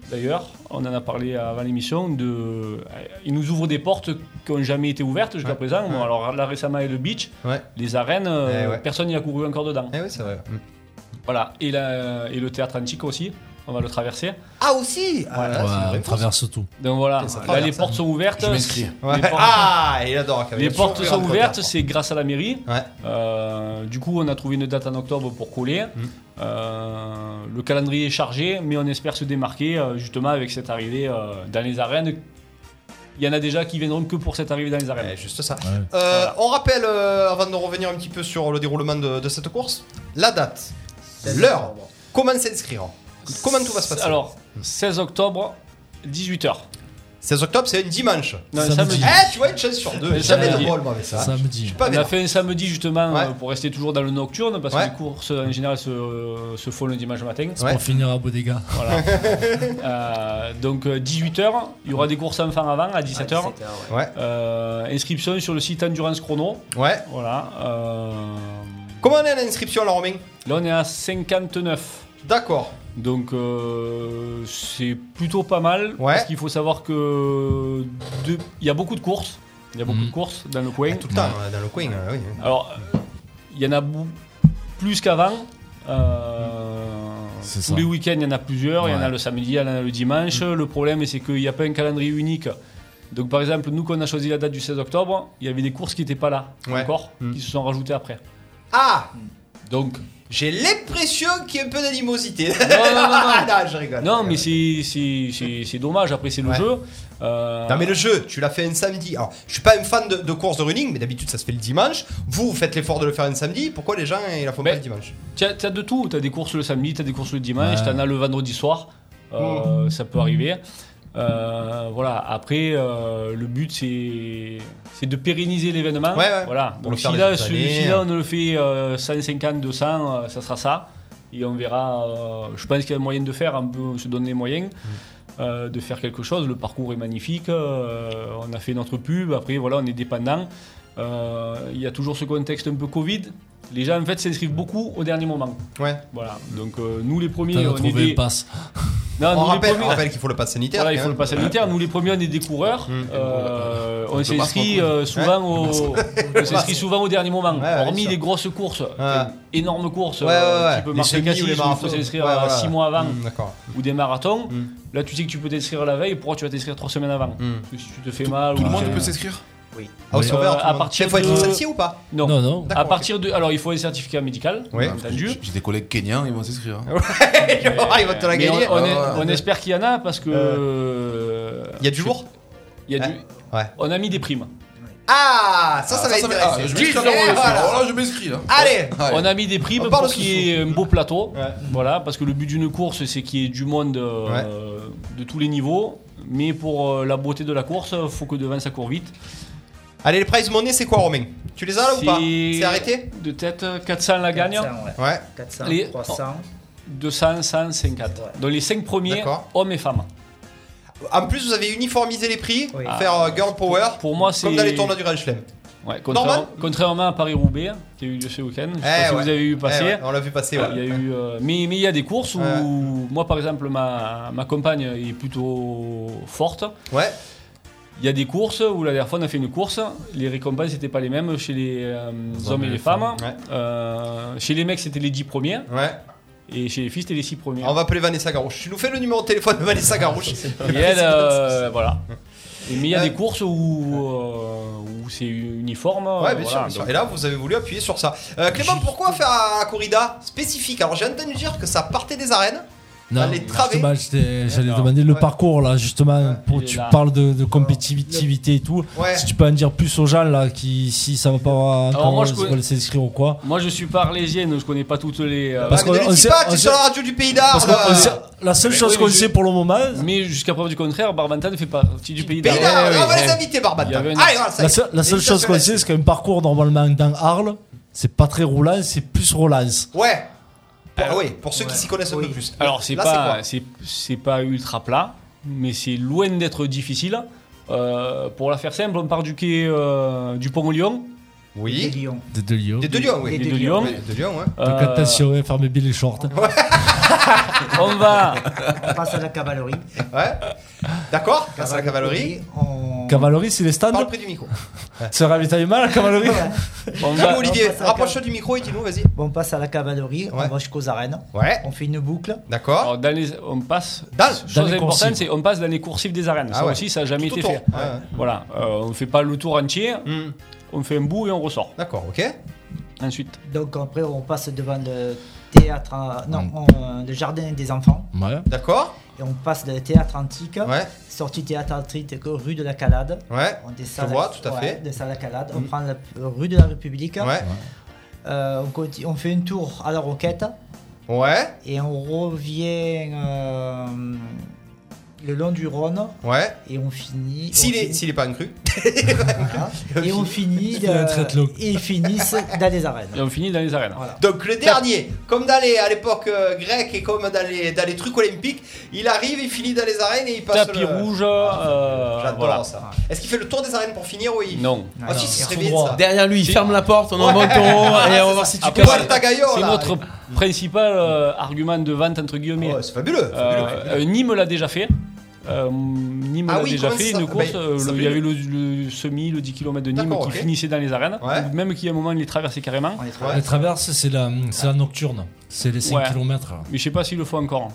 d'ailleurs, on en a parlé avant l'émission, de ils nous ouvrent des portes qui n'ont jamais été ouvertes jusqu'à présent. Bon, alors là récemment il y a le beach,
Ouais.
les arènes, euh,
Eh ouais.
personne n'y a couru encore dedans.
Eh oui, c'est vrai.
Voilà et, la- et le théâtre antique aussi, on va le traverser.
Ah aussi Ah, là, là, c'est une vraie
on traverse tout.
Donc voilà,
ça
là, les
traverse,
portes
hein.
sont ouvertes.
Je m'inscris.
Les
Ouais.
portes-
Ah, il adore quand même.
Les
Il faut
portes
ouvrir
sont
entre
ouvertes,
quatre.
c'est grâce à la mairie.
Ouais.
Euh, du coup, on a trouvé une date en octobre pour coller.
Mm.
Euh, le calendrier est chargé, mais on espère se démarquer euh, justement avec cette arrivée euh, dans les arènes. Il y en a déjà qui viendront que pour cette arrivée dans les arènes.
Eh, juste ça. Euh, On rappelle, euh, avant de revenir un petit peu sur le déroulement de, de cette course, la date, l'heure, comment s'inscrire, comment tout va se passer. Mm.
Alors, 16 octobre, 18h.
16 octobre, c'est un dimanche.
Non, un Samedi. samedi.
Eh, tu vois, une chance sur deux.
Un
Jamais de
samedi.
bol, moi, avec ça. Je suis pas
on a
vénère.
fait un samedi justement
Ouais.
euh, pour rester toujours dans le nocturne parce
Ouais.
que les courses en général se, euh, se font le dimanche matin.
C'est pour finir à Bodega.
Voilà. Euh, donc 18h, il y aura des courses enfants avant à 17h.
ouais. Ouais.
Euh, inscription sur le site Endurance Chrono.
Ouais.
Voilà. euh,
Comment on est à l'inscription, alors, Romain
Là, on est à 59.
D'accord.
Donc euh, c'est plutôt pas mal parce qu'il faut savoir que de- il y a beaucoup de courses, il y a beaucoup de courses dans le coin.
Bah, Tout le temps, dans le coin, euh, oui.
Alors euh, il y en a bou- plus qu'avant. euh,
C'est
tous
ça.
les week-ends, il y en a plusieurs. Il y en a
Ouais.
le samedi, il y en a le dimanche. Le problème, c'est qu'il n'y a pas un calendrier unique. Donc, par exemple, nous, qu'on a choisi la date du 16 octobre, il y avait des courses qui n'étaient pas là encore, qui se sont rajoutées après.
Ah
Donc,
J'ai l'impression qu'il y a un peu d'animosité.
non, non, non.
Non, je rigole.
non, mais c'est- c'est c'est- c'est dommage. Après, c'est le
Ouais.
jeu. Euh,
Non mais le jeu, tu l'as fait un samedi. Alors, je suis pas un fan de, de course de running, mais d'habitude ça se fait le dimanche. Vous, vous faites l'effort de le faire un samedi. Pourquoi les gens ils la font pas le dimanche
T'as t'as de tout, t'as des courses le samedi, t'as des courses le dimanche,
Ouais.
t'en as le vendredi soir, Euh, ça peut arriver. Euh, voilà. Après, euh, le but c'est c'est de pérenniser l'événement.
Ouais, ouais.
Voilà. Donc,
Pour le faire
si là,
des autres années.
celui-là, on le fait euh, 150, 200, euh, ça sera ça. Et on verra. euh, je pense qu'il y a moyen de faire. On, peut, on se donne les moyens.
Mm.
euh, de faire quelque chose, le parcours est magnifique, euh, on a fait notre pub, après voilà on est dépendant, Euh, il y a toujours ce contexte un peu Covid, les gens en fait s'inscrivent beaucoup au dernier moment.
Ouais.
Voilà, donc euh, nous les premiers,
T'as
on est
retrouvé
des-
le pass.
Non,
On
Ah, nous, les
rappelle-
premiers-
on rappelle qu'il faut le pass sanitaire,
Voilà, il
quand
faut le
même.
pass sanitaire. Nous, les premiers, on est des coureurs.
Hum.
Euh, on
Le
s'inscrit
passe-moi-couille.
euh, souvent,
Ouais.
au... on s'inscrit souvent au dernier moment. Hormis les grosses courses, enfin, énormes courses, euh,
Ouais, ouais, ouais.
type
Les
Marseille
semis ou
Cassis, où
les
il
marathons.
faut s'inscrire
Ouais,
à
voilà. Hum.
6 mois avant,
Mm, d'accord.
ou des marathons. Là, tu sais que tu peux t'inscrire la veille. Pourquoi tu vas t'inscrire 3 semaines avant
Hum.
Parce que Si tu te fais mal.
tout
ou
le
tu
monde
fais-
peut s'inscrire
Oui.
Ah, au sauveur, tout le
euh, à
monde.
partir
Mais faut être
de-
licencié ou pas
Non.
Non, non.
À partir de. Alors, il faut un certificat médical.
Ouais.
entendu.
J'ai des collègues kenyans, ils vont s'inscrire. hein.
il va te la
Mais on-
gagner.
On,
Ah,
est-
ouais.
on espère qu'il y en a parce que.
Il y a du lourd
Il y a du. On a mis des primes.
Ah, ça, ça
Ah,
va
ça,
être.
ça va- ah, je m'inscris,
Eh,
alors,
voilà.
alors, je m'inscris, là.
Allez
On a mis des primes
On parle
pour
sous-
qu'il y ait un beau plateau. Voilà, parce que le but d'une course, c'est qu'il y ait du monde euh, de tous les niveaux. Mais pour euh, la beauté de la course, faut que devant ça court vite.
Allez, les prize money, c'est quoi, Romain Tu les as là ou pas C'est arrêté
De tête, euh, 400 la gagne.
400, ouais. Ouais.
400,
Les-
300.
200, 100, 50. Dans les 5 premiers, hommes et femmes.
En plus, vous avez uniformisé les prix,
Ah.
faire euh, Girl Power.
Pour moi, c'est.
Comme dans les tournois du Grand Chelem.
Ouais,
Normal
contrairement, contrairement à Paris-Roubaix, qui a eu lieu ce week-end. Je sais
Eh
pas si
ouais.
vous avez
Eh
vu passer.
ouais, on l'a vu passer, ouais.
Il y a eu, euh, mais mais il y a des courses où, moi par exemple, ma, ma compagne est plutôt forte.
Ouais.
Il y a des courses où la dernière fois on a fait une course, les récompenses n'étaient pas les mêmes chez les euh, hommes et les femmes. Euh, chez les mecs c'était les 10 premiers. Et chez les filles c'était les 6 premiers.
On va appeler Vanessa Garouche. Tu nous fais le numéro de téléphone de Vanessa Garouche.
Et elle, euh, voilà. Et
Euh,
Mais il y a des courses où, euh, où c'est uniforme. euh,
Ouais, bien
voilà,
sûr, bien sûr.
donc- Ah,
Et là, vous avez voulu appuyer sur ça. Euh, Clément, pourquoi faire un corrida spécifique Alors, j'ai entendu dire que ça partait des arènes.
Non,
dans les travées.
justement, j'étais- j'allais demander le parcours là, justement. pour,
il est
tu
là.
parles de, de compétitivité et tout.
Ouais.
Si tu peux en dire plus aux gens là, qui si ça va pas encore
moi, je
ils
connais-
veulent s'inscrire ou quoi.
Moi je suis parlésienne, je connais pas toutes les. euh,
Ah,
Parce Bah, mais qu'on- ne le on dis sait- pas, tu on es sait- sur la radio
du Pays
Parce qu'on-
bah,
on sait- la seule
Mais
chose
oui,
qu'on
mais-
sait pour le moment.
Mais jusqu'à preuve du contraire, Barbantane fait partie du Pays
Pays
d'Arles. Eh
d'Arles,
Ouais,
on va
ouais,
les
ouais.
inviter, Barbantane.
Il y avait une-
Allez, voilà, ça y
La,
est.
seule- la seule chose qu'on sait, c'est qu'un parcours normalement dans Arles, c'est pas très roulant, c'est plus relance.
Ouais. Ah oui, pour ceux qui s'y connaissent un peu plus.
Alors c'est
Là,
pas c'est c'est pas ultra plat, mais c'est loin d'être difficile. Euh, pour la faire simple, on part du quai euh, du pont Lyon.
Oui. Des
Lyon.
Des deux lions.
Des deux lions, oui. Des deux lions.
Des deux lions, ouais.
Donc
Euh,
attention, ouais, fermez bien les shorts.
On va.
On passe à la cavalerie.
Ouais. D'accord, passe à la cavalerie.
On...
Cavalerie, c'est les stands.
Parle près du micro.
C'est un ravitaillement la cavalerie
Dis-nous, Olivier, rapproche-toi du micro et dis-nous, vas-y.
Bon, on passe à la cavalerie, on va jusqu'aux arènes.
Ouais.
On fait une boucle.
Alors, dans les- on passe.
dans
chose
les
importante,
coursives.
c'est on passe dans les coursives des arènes.
Ah
ça
ouais.
aussi, ça n'a jamais
Tout
été
autour.
fait.
Ouais, ouais.
Voilà, euh, on fait pas le tour entier. On fait un bout et on ressort.
D'accord, ok.
Ensuite.
Donc après, on passe devant le théâtre, euh, non,
Mm.
on- le jardin des enfants.
Ouais.
D'accord.
Et on passe le théâtre antique,
Ouais.
sortie théâtre antique, rue de la Calade.
Ouais,
On
je vois, tout à
ouais,
fait. Mm.
descend la Calade. On prend la euh, rue de la République.
Ouais.
Euh, on, conti- on fait une tour à la Roquette.
Ouais.
Et on revient euh, le long du Rhône.
Ouais.
Et on finit.
S'il
on
est,
finit-
s'il est pas inclus.
Voilà. Et on finit.
Il a un trait de
euh, Et ils finissent dans les arènes.
Et on finit dans les arènes.
Donc le dernier, comme dans les, à l'époque euh, grecque et comme dans les, dans les trucs olympiques, il arrive, il finit dans les arènes et il passe
Tapis
le... Ah,
rouge. euh,
J'adore
voilà.
ça. Est-ce qu'il fait le tour des arènes pour finir ou il...
Non.
Ah si, ce serait bien ça.
Derrière lui, il ferme la porte, on en monte en haut et on va voir si tu
Après,
casses.
c'est- C'est notre principal euh, argument de vente, entre guillemets.
Oh, c'est fabuleux.
Euh, euh, Nîmes l'a déjà fait. Euh, Nîmes
Ah
l'a
oui,
déjà
comment
fait
ça
une
s'appelle
course.
Ça
euh, le-
s'appelle
il y avait le, le semi, le 10 km de Nîmes
D'accord,
qui
ok.
finissait dans les arènes.
Ouais.
Même qu'il y a un moment, il les traversait carrément.
La traverse, c'est la, c'est la nocturne. C'est les 5
Ouais.
km. là.
Mais je sais pas s'il le faut encore.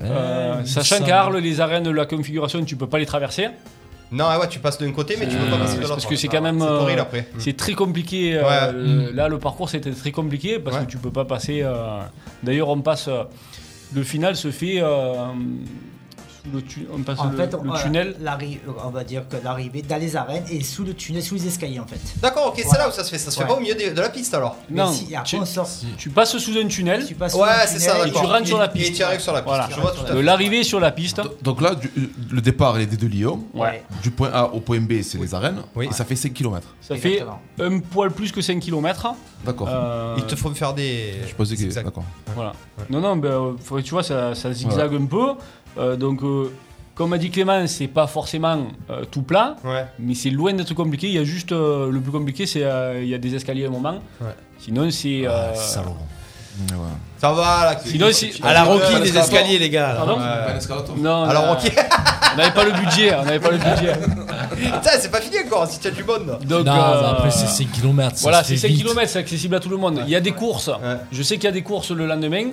Eh,
Euh,
il
sachant
semble.
qu'à Arles, les arènes, la configuration, tu peux pas les traverser.
Mm. Non, ouais, tu passes d'un côté, mais tu peux pas passer de l'autre.
Parce que Euh, c'est
Non,
quand même.
c'est
euh,
horrible après.
c'est très compliqué. euh, Là, le parcours, c'était très compliqué parce que tu peux pas passer. euh, D'ailleurs, on passe. euh, Le final se fait. euh, le tu- on passe
En
le,
fait,
le
on-
tunnel.
l'arri- euh, on va dire que l'arrivée dans les arènes et sous le tunnel, sous les escaliers en fait.
D'accord, ok, c'est là où ça se fait. Ça se fait
Ouais.
pas au milieu de, de la piste alors
Mais Non. si, après,
tu,
on sort.
Tu passes sous un tunnel.
Tu passes
ouais,
sous un
c'est
tunnel
ça,
Et
d'accord.
tu rentres sur la
Et-
piste.
Et tu arrives sur la piste.
Voilà.
Je vois tout à
De
fait.
l'arrivée sur la piste.
Donc là, du- euh, le départ, il est de Lyon.
Ouais.
Du point A au point B, c'est les arènes. Et ça fait 5 km.
Ça fait un poil plus que 5 km.
Euh,
D'accord.
euh,
Il te faut me faire des.
Je pensais que. D'accord.
Voilà. Non, non, ben, euh, faut- tu vois, ça, ça zigzague un peu. Euh, donc, euh, comme a dit Clément, c'est pas forcément euh, tout plat, mais c'est loin d'être compliqué. Il y a juste euh, le plus compliqué, c'est euh, il y a des escaliers à un moment. Sinon, c'est.
Ah,
euh,
Ça va là.
Sinon, c'est-
Ah,
Ah,
À la Rocky, des escaliers, les gars, là.
Pardon
Ouais. Pas l'escalator.
Non,
À la
on a-
Rocky.
On n'avait pas le budget. On n'avait pas le budget.
Putain, c'est pas fini encore si t'as du monde.
Donc,
non,
euh,
mais après, c'est 5 km.
Voilà, c'est 5 km, c'est accessible à tout le monde. Il y a des courses. Je sais qu'il y a des courses le lendemain.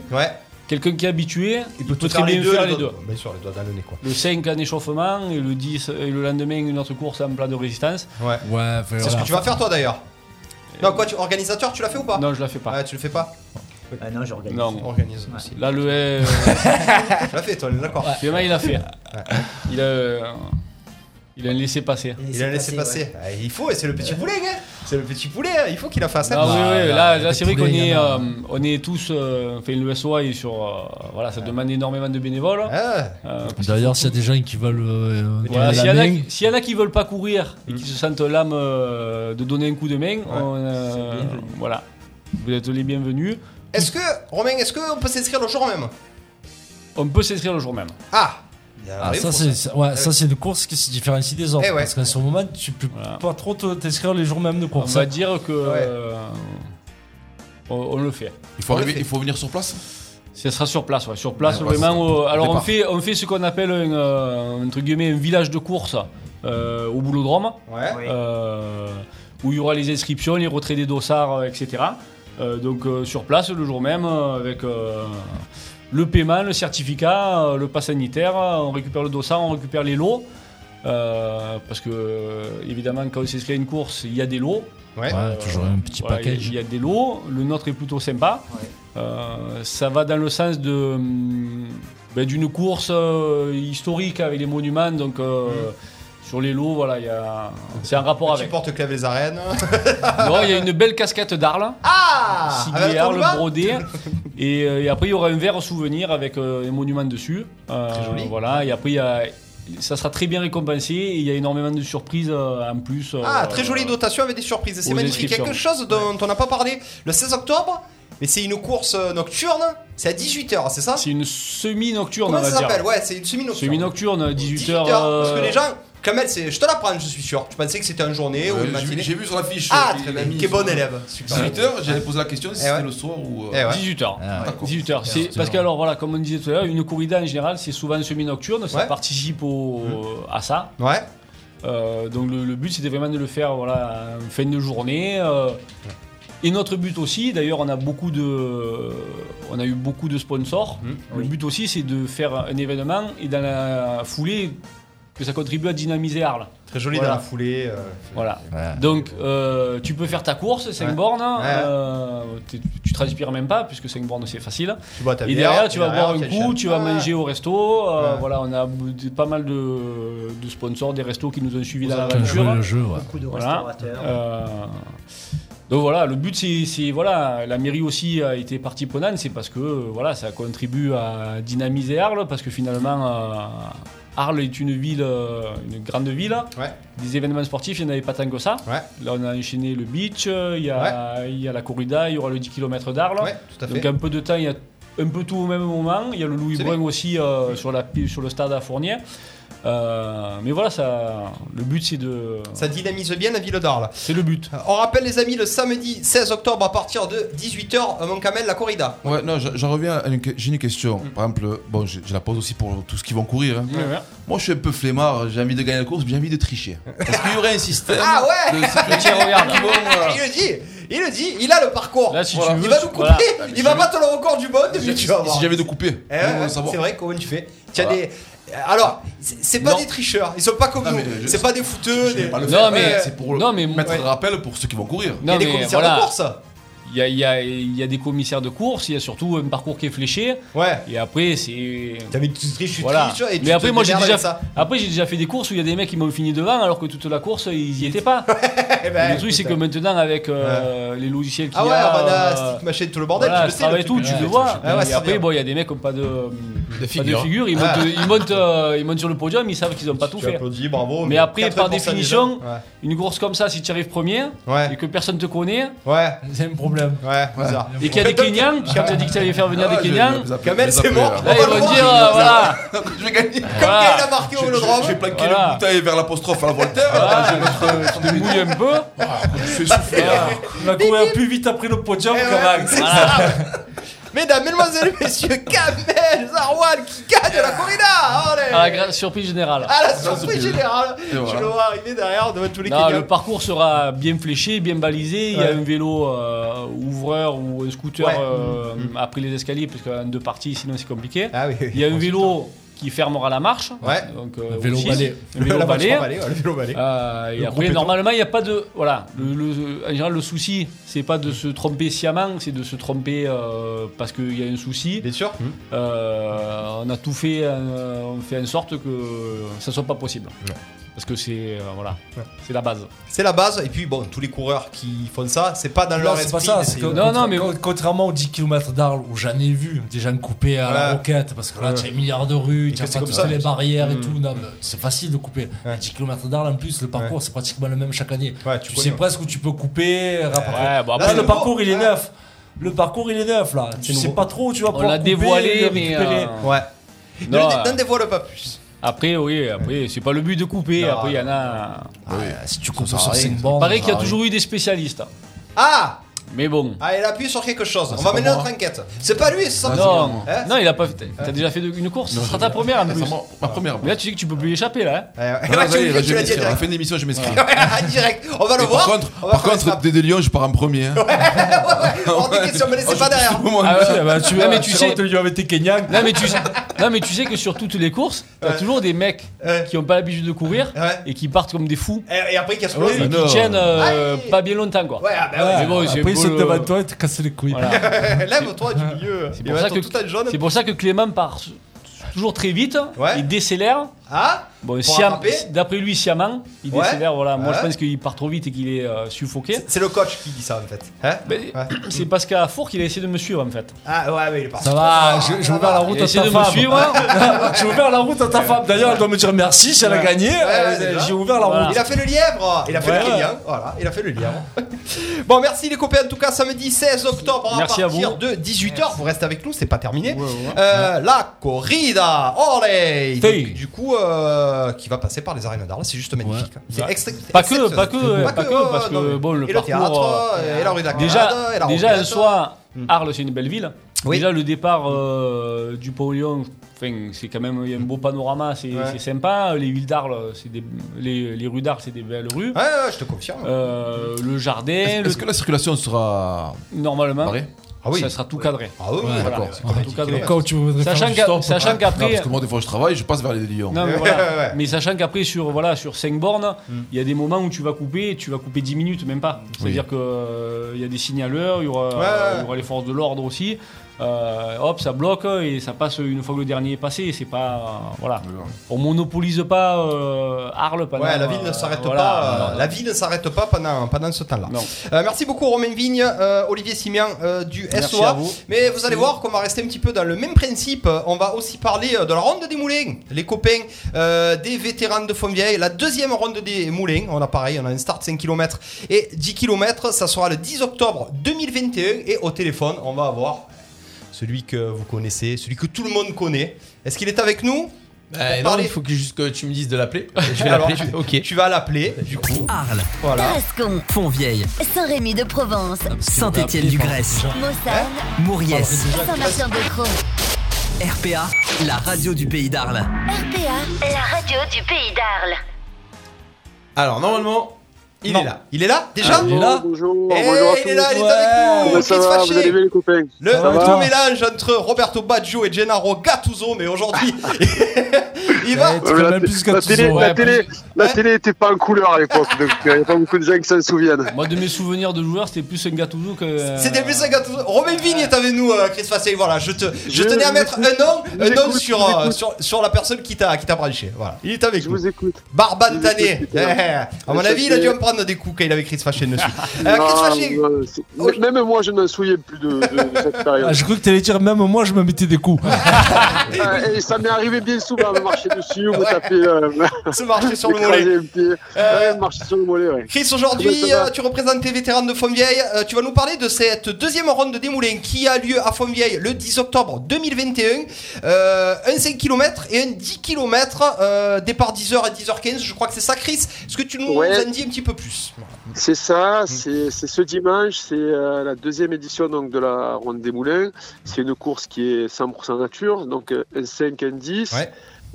Quelqu'un qui est habitué, il peut,
Tu
très bien faire les deux.
Bien sûr, les doigts dans le nez quoi.
Le 5 en échauffement et le 10 et le lendemain une autre course en plat de résistance.
Ouais.
Ouais,
C'est ce que tu vas faire toi d'ailleurs. Non, quoi, tu organisateur, tu l'as fait ou pas
Non, je la fais pas.
Ah, tu le fais pas
Ah non, j'organise.
Non.
Organise aussi.
Là le euh,
Tu l'as fait toi, on est d'accord.
Clément, il a fait. Il a euh, il a laissé passer.
Il a laissé passer. Ah, Il faut, et c'est le petit poulet, gars. C'est le petit poulet, hein. il faut qu'il a fasse.
Ah oui, oui, là, là, c'est vrai qu'on est,
Ah,
euh, on est tous. euh, Enfin, le SOA est sur. euh, voilà, ça demande énormément de bénévoles.
Ah.
Euh,
D'ailleurs, s'il y a des gens qui veulent. euh,
Voilà,
donner
S'il y,
la
en a-
main,
s'il y en a qui veulent pas courir et qui se sentent l'âme euh, de donner un coup de main, on, euh, voilà, vous êtes les bienvenus.
Est-ce que, Romain, est-ce qu'on peut s'inscrire le jour même
On peut s'inscrire le jour même.
Ah
Ah, ça, c'est ça- ouais, ça, c'est une course qui se différencie des autres.
Eh ouais.
Parce qu'à ce moment, tu peux pas trop te- t'inscrire les jours même de
On
course.
va dire que euh, on, on le fait.
Il faut, arriver, il faut venir sur place
Ça sera sur place, ouais, sur place
Ouais, ouais,
vraiment.
c'est-
euh, alors on
départ.
fait, on fait ce qu'on appelle un, euh, entre guillemets un village de course euh, au boulodrome, euh, où il y aura les inscriptions, les retraits des dossards, euh, etc. Euh, donc euh, sur place le jour même euh, avec euh, le paiement, le certificat, euh, le pass sanitaire, euh, on récupère le dossard, on récupère les lots. euh, parce que euh, évidemment quand on s'inscrit à une course il y a des lots
Ouais. Ouais, toujours un petit
voilà, il y a-
package.
il y a des lots, le nôtre est plutôt sympa. Euh, ça va dans le sens de hum, ben, d'une course euh, historique avec les monuments, donc euh,
Mm.
sur les lots, voilà, il y a- c'est un rapport avec.
porte clave les arènes.
Non, il y a une belle casquette d'Arles,
Ah
signé
Avec
Arles
Arles
brodé, et, euh, et après il y aura un verre souvenir avec euh, les monuments dessus. Euh, Voilà, et après il y a- ça sera très bien récompensé et il y a énormément de surprises euh, en plus.
Ah,
euh,
très jolie dotation avec des surprises. C'est
aux
magnifique.
inscriptions.
Quelque chose dont on n'a pas parlé le 16 octobre, mais c'est une course euh, nocturne. C'est à 18h, c'est ça
C'est une semi-nocturne.
Comment
on va
ça s'appelle
dire.
Ouais, c'est une semi-nocturne.
Semi-nocturne, euh, 18h.
18h, Parce que les gens. Kamel, c'est- je te la prends, je suis sûr. Tu pensais que c'était une journée ou
Ouais,
une
j'ai-
matinée
j'ai vu sur l'affiche,
Euh,
euh,
Ah,
il
très
a
bien. Eh
mis
Quel bon
sur-
élève.
18h, j'allais poser la question si c'était le soir ou, euh,
18h.
Ah, d'accord.
18h. C'est parce que alors voilà, comme on disait tout à l'heure, une corrida en général, c'est souvent semi-nocturne, ça
Ouais.
participe au, à ça.
Ouais.
Euh, donc le, le but c'était vraiment de le faire voilà en fin de journée. euh, et notre but aussi, d'ailleurs, on a beaucoup de, on a eu beaucoup de sponsors. Le
Oui.
but aussi, c'est de faire un événement et dans la foulée que ça contribue à dynamiser Arles.
Très joli
Voilà.
dans la foulée. euh,
Voilà. Donc, euh, tu peux faire ta course, 5
Ouais.
bornes.
Ouais.
euh, t'es- tu transpires même pas, puisque 5 bornes c'est facile.
Tu bois ta
Et
bière,
derrière,
tu
tu vas
vas
boire un
derrière, tu
coup,
achètes.
tu vas
Ouais.
manger au resto. euh,
Ouais.
Voilà, on a b- pas mal de, de sponsors, des restos qui nous ont suivis
Vous
dans
avez joué
l'aventure.
le jeu, ouais.
Beaucoup de
Voilà.
restaurateurs.
Euh, donc voilà, le but c'est- c'est voilà, la mairie aussi a été partie prenante, c'est parce que euh, voilà, ça contribue à dynamiser Arles, parce que finalement euh, Arles est une ville, euh, une grande ville. Des événements sportifs, il n'y en avait pas tant que ça. Là, on a enchaîné le beach, euh, il y a, il y a la corrida, il y aura le 10 km d'Arles.
à fait.
Donc euh, un peu de temps, il y a un peu tout au même moment. Il y a le Louis Brun aussi euh, sur, la, pi- sur le stade à Fournier. Euh, mais voilà, ça, le but c'est de.
Ça dynamise bien la ville d'Arles.
C'est le but.
On rappelle les amis le samedi 16 octobre à partir de 18h Montcamel la corrida.
Ouais, non, j'en j'en reviens à une que- j'ai une question.
Hmm.
Par exemple, bon, je, je la pose aussi pour tous ceux qui vont courir. hein.
Ouais, ouais.
Moi, je suis un peu flemmard, j'ai envie de gagner la course, j'ai envie de tricher. Est-ce qu'il y aurait un système
Ah ouais
de sécurité
Tiens, regarde.
qui vont, euh,
Il le dit, il le dit, il a le parcours.
Là, si
Voilà.
tu veux,
il va
tu-
nous couper,
voilà. Ah,
il va battre le record du monde, mais tu vas voir.
Si j'avais de couper,
Eh ouais, ouais, c'est vrai, comment tu fais Tiens, des... Alors, c'est c'est pas des tricheurs, ils sont pas
Ah,
comme nous, c'est pas des fouteux. Des...
pas le
Non,
faire,
Ah, mais-
c'est pour mettre un rappel pour ceux qui vont courir.
Non,
Il y a des
mais
commissaires de
voilà.
course.
Il y a, il y a- il y a des commissaires de course, il y a surtout un parcours qui est fléché.
Ouais.
Et après, c'est.
T'avais une petite triche, tu triches et tu
Mais
te
après, moi, j'ai
démerdes
déjà,
avec ça.
après, j'ai déjà fait des courses où il y a des mecs qui m'ont fini devant alors que toute la course, ils y étaient pas. le truc, c'est que maintenant, avec euh, les logiciels qu'il
Eh ben, Ah
y
ouais,
a.
Avada,
euh,
Stick Machine, tout le bordel,
voilà,
tu le
ce
sais, le
travail et tout,
truc.
tu
Ouais,
le vois.
ah ouais,
et
c'est
après,
bien.
bon, il y a des mecs qui n'ont pas de, pas de
figure.
figure, Ils,
Ah.
montent, ils, montent, euh, ils montent sur le podium, ils savent qu'ils n'ont pas tout
Tu
fait.
applaudis, bravo,
mais,
mais
après, par
80% des gens,
définition,
ouais.
une course comme ça, si tu arrives premier et que personne te connaît,
Ouais.
C'est un problème.
Ouais, bizarre.
et qu'il y a des Kenyans, quand tu as dit que tu allais faire venir
Ah
des
ouais, je
Kenyans,
vais les appeler, Kamel, les c'est appeler, mort, alors.
Là,
on va
ils
le
vont
voir.
dire, euh, voilà.
Je vais gagner.
Comme Voilà. Gaël
a marqué au
Je- je-
Vélodrome.
Je vais planquer
Voilà.
le bouteille vers l'apostrophe à la Voltaire. Je vais mettre euh,
tu te mouilles un peu.
je fais souffler. là.
On a couru plus vite après le podium
Eh
que
ouais,
Max.
c'est ça. Mesdames, mesdemoiselles et messieurs, Kamel Zarwan qui gagne la corrida Allez.
À la gra- surprise générale.
Ah, la surprise générale
Et
Je
voilà.
le vois arriver derrière devant tous les
Non,
Kenyans.
hein.
le parcours sera bien fléché, bien balisé. Il y a
Ouais.
un vélo euh, ouvreur ou un scooter
Ouais.
euh, après les escaliers, parce qu'en deux parties, sinon c'est compliqué.
Ah
Il y a un vélo qui fermera la marche. Donc, euh,
Un vélo
aussi.
balai.
Un vélo
La marche
balai.
en balai, ouais, le vélo balai.
Euh,
Le
et
gros
après,
péton.
normalement, il n'y a pas de. Voilà. Le, le- en général, le souci, c'est pas de se tromper sciemment, c'est de se tromper euh, parce qu'il y a un souci.
Bien sûr.
on a tout fait, euh, on fait en sorte que ça soit pas possible. Parce que c'est. euh, voilà. C'est la base.
C'est la base, et puis bon, tous les coureurs qui font ça, c'est pas dans
Non,
leur
c'est
esprit.
pas ça. c'est
d'essayer
que
de-
contra- con- contrairement aux 10 km d'Arles où j'en ai vu des gens coupés à la
Ouais.
roquette parce que là,
Ouais.
tu as un milliard de rues,
Et
tu
que
as
c'est
pas
comme
toutes
ça.
les barrières et
Mm.
tout. Non, mais c'est facile de couper. Les 10 km d'Arles en plus, le parcours c'est pratiquement le même chaque année. tu sais
connais.
presque où tu peux couper. rapporter.
Ouais, bon,
Là,
après,
Ah,
euh,
le
Ah, le-
parcours il est neuf. Le parcours il est neuf là. Tu
C'est
sais
nouveau.
pas trop où tu vas
On
pouvoir
l'a
couper,
dévoilé,
le
mais,
récupérer.
euh, Ouais.
Ne
Non,
le dé-
euh,
N'en dévoile pas plus.
Après, oui, après, c'est pas le but de couper.
Non.
après, il y en a.
Ah, si tu
coupes
sur cinq
Il
bandes,
paraît
ça
Ah,
qu'il y a
arrive.
toujours eu des spécialistes. hein.
Ah
Mais bon.
Ah, il appuie sur quelque chose.
Ah,
On
c'est
va
pas
mener
moi.
notre enquête. C'est pas lui, c'est ça
non,
Hein
non, il a pas fait. T'as déjà fait de- une course
Non,
Ce sera
j'ai
ta
déjà-
première en
c'est
plus.
moi, ma première.
Mais là, tu dis que tu peux plus y échapper là. hein.
Ah, là, ça y est, là, je vais m'inscrire. À la fin de l'émission, je m'inscris.
Ah, direct, on va le
Mais
voir.
Par contre,
on va
par
faire
contre dès de Lyon, je pars en premier. hein.
Hors des questions, me laissez pas derrière.
Ah ouais,
bah, tu
non,
vois,
mais tu
tu
sais,
rentres, tu lui as tes Kenyans.
non, mais tu sais, non, mais tu sais que sur toutes les courses, t'as toujours des mecs qui ont pas l'habitude de courir et qui partent comme des fous.
Et, et après, qu'est-ce qu'on
et qui tiennent euh, pas bien longtemps quoi.
Ouais, bah ouais.
Mais bon, c'est
Après, ils
beau,
sautent
le-
devant toi et te cassent les couilles.
Lève-toi du milieu.
C'est
Il
pour,
va
ça
être tout un jaune.
que, c'est pour ça que Clément part s- toujours très vite, il décélère.
Ah
Bon,
Pour
Siam-
rattraper
d'après lui, sciemment, il
Ouais.
décélère. Voilà. Moi, je
Ouais.
pense qu'il part trop vite et qu'il est euh, suffoqué.
C'est le coach qui dit ça en fait. Hein
Ben, C'est parce qu'à Four qu'il a essayé de me suivre en fait.
Ah ouais, mais il est parti.
Ça va, je, je ouvert la route
Il a
à ta
essayé
femme.
de me suivre. hein.
J'ai ouvert la route à ta femme. D'ailleurs, elle doit me dire merci si elle a
Ouais.
gagné.
Ouais, ouais,
Euh,
c'est ça.
J'ai ouvert la
Ah.
route.
Il a fait le lièvre Il a fait
Ouais.
le Kenyan Voilà, il a fait le lièvre. bon, merci les copains. En tout cas, samedi 16 octobre,
Merci
à
à
partir
vous.
de 18h. Vous restez avec nous, c'est pas terminé. Euh, La corrida Olé
Hey.
Du, du coup, euh, qui va passer par les arènes d'art. C'est juste magnifique. hein. C'est extra-
Bah, Pas que,
exceptionnel.
pas que, pas que,
euh,
parce
non,
que
mais-
bon, le
et
parcours.
théâtre,
euh,
et la rue de la Corrida, et
déjà,
la
déjà en
Roquette.
soi, Arles c'est une belle ville. Déjà le départ euh, du pavillon, enfin, c'est quand même il y a un beau panorama, c'est
Ouais.
c'est sympa. Les villes d'Arles, c'est des les, les rues d'Arles, c'est des belles rues.
Ouais, ouais, je te confirme.
Euh, le jardin,
Est-ce est-ce
le-
que la circulation sera.
normalement,
Barré
Ah
ça sera tout cadré.
Ah oui, oui,
Voilà,
d'accord.
ça sera tout cadré.
Quand tu voudrais
Sachant
faire du
qu'à-
stop,
sachant
ouais.
qu'après,
Non, Parce que moi, des fois, je travaille, je passe vers les Lyon.
Non, mais, voilà. Mais sachant qu'après, sur, voilà, sur 5 bornes,
Mm.
il y a des moments où tu vas couper, tu vas couper 10 minutes, même pas. C'est-à-dire que qu'il y a des signaleurs, il y aura,
Ouais.
il y aura les forces de l'ordre aussi. Euh, hop, ça bloque et ça passe une fois que le dernier est passé. C'est pas. euh, voilà. On monopolise pas euh, Arles pendant.
Ouais, la ville ne s'arrête
euh, voilà.
pas. euh,
Euh,
la ville ne s'arrête pas pendant, pendant ce temps-là. Euh, merci beaucoup Romain Vigne, euh, Olivier Simien euh, du
Merci
SOA.
à vous.
Mais vous allez voir qu'on va rester un petit peu dans le même principe. On va aussi parler euh, de la ronde des moulins, les copains euh, des vétérans de Fontvieille. La deuxième ronde des moulins, on a pareil, on a un start 5 km et 10 km. Ça sera le 10 octobre 2021 et au téléphone, on va avoir celui que vous connaissez, celui que tout le monde connaît. Est-ce qu'il est avec nous
Euh, non, il faut que, juste que tu me dises de l'appeler. Je vais
Alors,
l'appeler.
tu-
Ok.
Tu vas l'appeler, du coup.
Ah.
Arles.
Voilà.
Tarascon,
Fontvieille,
Saint-Rémy de Provence,
Saint-Étienne-du-Grèce,
Mossane,
Hein Ah,
Mouriès,
Saint-Martin-de-Croix.
RPA, la radio du pays d'Arles.
RPA, la radio du pays d'Arles.
Alors normalement,
Il est là.
Il est là déjà
Ah, Il est là.
Bonjour,
Eh,
bonjour à tous.
il est là, il est avec nous.
Comment ça
Chris
va,
Fâché.
vous allez bien les copains
Le
Ça va
tout mélange entre Roberto Baggio et Gennaro Gattuso, mais aujourd'hui, il va.
Ouais, mais la, t- la télé, la, télé, la télé était pas en couleur à l'époque, donc il n'y a pas beaucoup de gens qui s'en souviennent.
Moi, de mes souvenirs de joueur, c'était plus un Gattuso
euh,
que.
C'était plus un Gattuso. Romain Vigne est avec nous, euh, Chris Fâché. Voilà, je, te, je tenais à mettre un nom,
je
un
vous
nom
écoute,
sur,
je vous
euh,
écoute.
sur, sur la personne qui t'a qui t'a branché. Voilà. Il est avec
Je
nous.
vous écoute. Je vous
Barbantané.
écoute,
Eh,
putain.
à mon
Je
avis, il a
sais.
dû me prendre des coups quand il avait Chris Fâché dessus. Euh, Chris
Non,
Fâché,
non, c'est- même moi, je ne me souviens plus de, de- de cette période.
Ah, je crois que t'allais dire même moi je me mettais des coups.
Ah, et ça m'est arrivé bien souvent de marcher dessus ou de taper. euh,
Se marcher sur le
d'écraser
mollet. Euh,
un pied. Ouais, marcher sur le mollet, ouais.
Chris, aujourd'hui,
Comment ça va
euh, tu représentes les vétérans de Fontvieille. Euh, tu vas nous parler de cette deuxième ronde de Desmoulins qui a lieu à Fontvieille le 10 octobre 2021. Euh, un 5 km et un 10 km, départ 10h à 10h15. Je crois que c'est ça, Chris. Est-ce que tu nous
Ouais.
en dis un petit peu plus
C'est
Mm.
ça, c'est c'est ce dimanche, c'est euh, la deuxième édition donc, de la Ronde des Moulins. C'est une course qui est 100% nature, donc euh, un 5, un 10.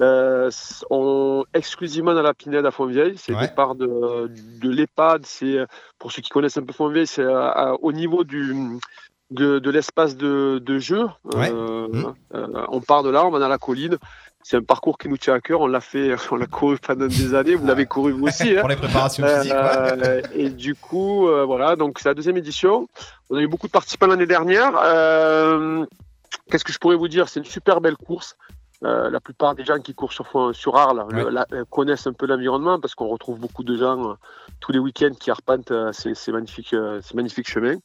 Euh, s- on, exclusivement dans la Pinède à Fontvieille, c'est le départ de, de l'EHPAD. C'est, euh, pour ceux qui connaissent un peu Fontvieille, c'est à- à- au niveau du, de, de l'espace de, de jeu. Euh,
Mm.
euh, on part de là, on va dans la colline. C'est un parcours qui nous tient à cœur. On l'a fait, on l'a couru pendant des années. Vous l'avez couru vous aussi. hein.
Pour les préparations physiques,
Euh, et du coup, euh, voilà. Donc c'est la deuxième édition. On a eu beaucoup de participants l'année dernière. Euh, Qu'est-ce que je pourrais vous dire C'est une super belle course. Euh, la plupart des gens qui courent sur, Fon- sur Arles le- la- euh, connaissent un peu l'environnement parce qu'on retrouve beaucoup de gens euh, tous les week-ends qui arpentent euh, ces, ces magnifiques, euh, ces magnifiques chemins.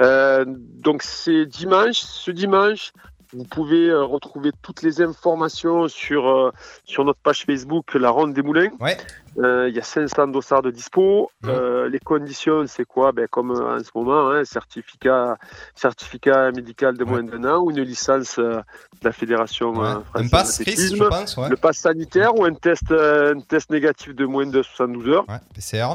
Euh, donc c'est dimanche, ce dimanche, vous pouvez euh, retrouver toutes les informations sur, euh, sur notre page Facebook La Ronde des Moulins.
Ouais. Mmh.
Euh, Il y a 500 dossards de dispo. Euh, les conditions, c'est quoi ben, Comme euh, en ce moment, hein, certificat, certificat médical de moins d'un an ou une licence euh, de la Fédération euh, française.
Un pass, Chris,
d'athlétisme.
je pense, ouais.
Le pass sanitaire ou un test, euh, un test négatif de moins de 72 heures.
PCR.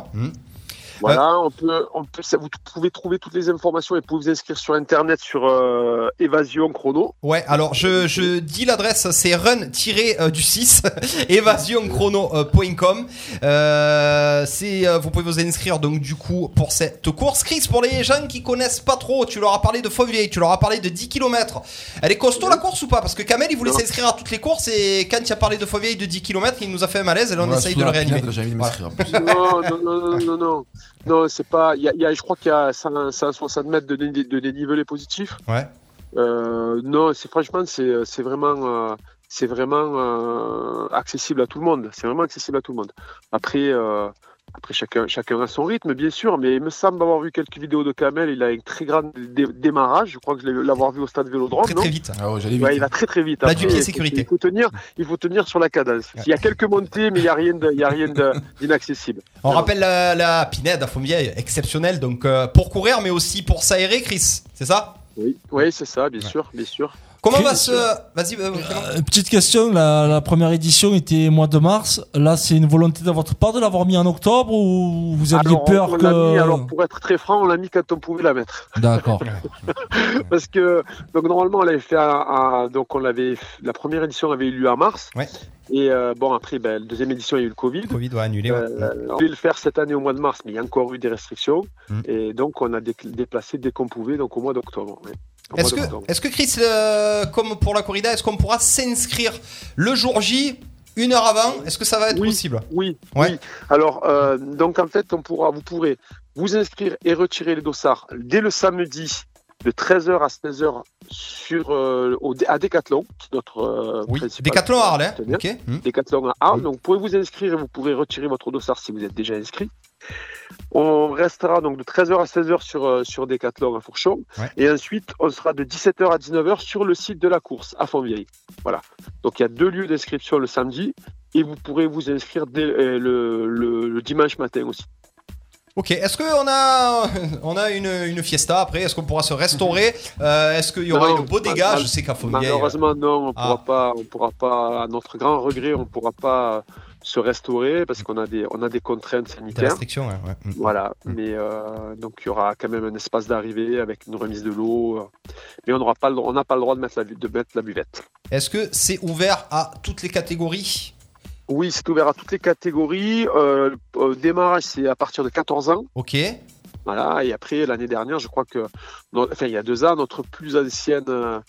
Voilà, on peut, on peut, ça- vous t- pouvez trouver toutes les informations et pouvez vous inscrire sur internet sur euh, Évasion Chrono.
Ouais, alors je, je dis l'adresse, c'est run-du-6 évasionchrono.com. Euh, c'est, euh, vous pouvez vous inscrire donc du coup pour cette course. Chris, pour les gens qui connaissent pas trop, tu leur as parlé de Fontvieille, tu leur as parlé de 10 km. Elle est costaud la course ou pas Parce que Kamel il voulait
Non.
s'inscrire à toutes les courses et quand il a parlé de Fontvieille de 10 km, il nous a fait un malaise et là on
Voilà,
essaye
surtout
de le
la pinade,
réanimer.
j'ai envie de m'inscrire.
non, non, non, non, non, non, non, c'est pas. il Y a, il y a- je crois qu'il y a 100 160 mètres de, dé- de dénivelé positif.
Ouais.
Euh, non, c'est franchement, c'est c'est vraiment, euh, c'est vraiment euh, accessible à tout le monde. C'est vraiment accessible à tout le monde. Après, euh, après chacun, chacun a son rythme, bien sûr, mais il me semble avoir vu quelques vidéos de Kamel. Il a un très grand dé- démarrage. Je crois que je l'ai- l'avoir vu au stade Vélodrome. Très,
très vite.
Ah ouais, j'allais vite.
Ouais, il va très très vite.
Là, du
Après,
pied
il faut-
sécurité.
Il faut tenir, il faut tenir sur la cadence. Il y a quelques montées, mais il n'y a rien de- il y a rien de- d'inaccessible.
On rappelle la, la Pinède à Fontvieille, exceptionnelle donc euh, pour courir mais aussi pour s'aérer, Chris, c'est ça
Oui, oui c'est ça, bien sûr, bien sûr.
Comment
Chris,
va ce. Vas-y, euh, Clément.
Euh, Petite question, la, la première édition était au mois de mars. Là, c'est une volonté de votre part de l'avoir mis en octobre ou vous aviez
Alors, on-
peur
on l'a
que.
mis, alors pour être très franc, on l'a mis quand on pouvait la mettre.
D'accord.
Parce que donc normalement on l'avait fait à, à- donc on l'avait la première édition avait eu lieu en mars. Et euh, bon après ben, la deuxième édition il y a eu le Covid.
Covid doit annuler.
Euh, on voulait le faire cette année au mois de mars, mais il y a encore eu des restrictions.
Mm.
Et donc on a dé- déplacé dès qu'on pouvait, donc au mois d'octobre. ouais. Au mois
Est-ce que,
d'octobre.
est-ce que Chris, euh, comme pour la corrida, est-ce qu'on pourra s'inscrire le jour J, une heure avant Est-ce que ça va être possible
Oui, oui. Alors, euh, donc en fait, on pourra, vous pourrez vous inscrire et retirer les dossards dès le samedi de 13h à 16h sur, euh, au, à Decathlon, qui est notre euh, principal
Decathlon à Arles, hein,
partenaire.
ok.
Decathlon à Arles. Donc, vous pouvez vous inscrire et vous pourrez retirer votre dossard si vous êtes déjà inscrit. On restera donc de 13h à 16h sur, euh, sur Decathlon à Fourchon. Et ensuite, on sera de 17h à 19h sur le site de la course à Fontvieille. Voilà. Donc, il y a deux lieux d'inscription le samedi. Et vous pourrez vous inscrire dès, euh, le, le- le dimanche matin aussi.
Ok, est-ce qu'on a, on a une, une fiesta après Est-ce qu'on pourra se restaurer Euh, Est-ce qu'il y aura
Non,
un beau
mal-
dégât
mal-
Je sais qu'à Fontvieille.
Malheureusement, non, on
Ah.
pourra pas, on pourra pas, à notre grand regret, on pourra pas se restaurer parce qu'on a des, on a des contraintes
Des
sanitaires.
restrictions, ouais, ouais. Mm.
Voilà, mais euh, donc il y aura quand même un espace d'arrivée avec une remise de l'eau, euh, mais on n'aura pas, le droit- on n'a pas le droit de mettre la, bu- de mettre la buvette.
Est-ce que c'est ouvert à toutes les catégories
Oui, c'est ouvert à toutes les catégories. Euh, le démarrage, c'est à partir de 14 ans.
Ok.
Voilà, et après, l'année dernière, je crois que, non, enfin, il y a deux ans, notre plus ancienne, euh,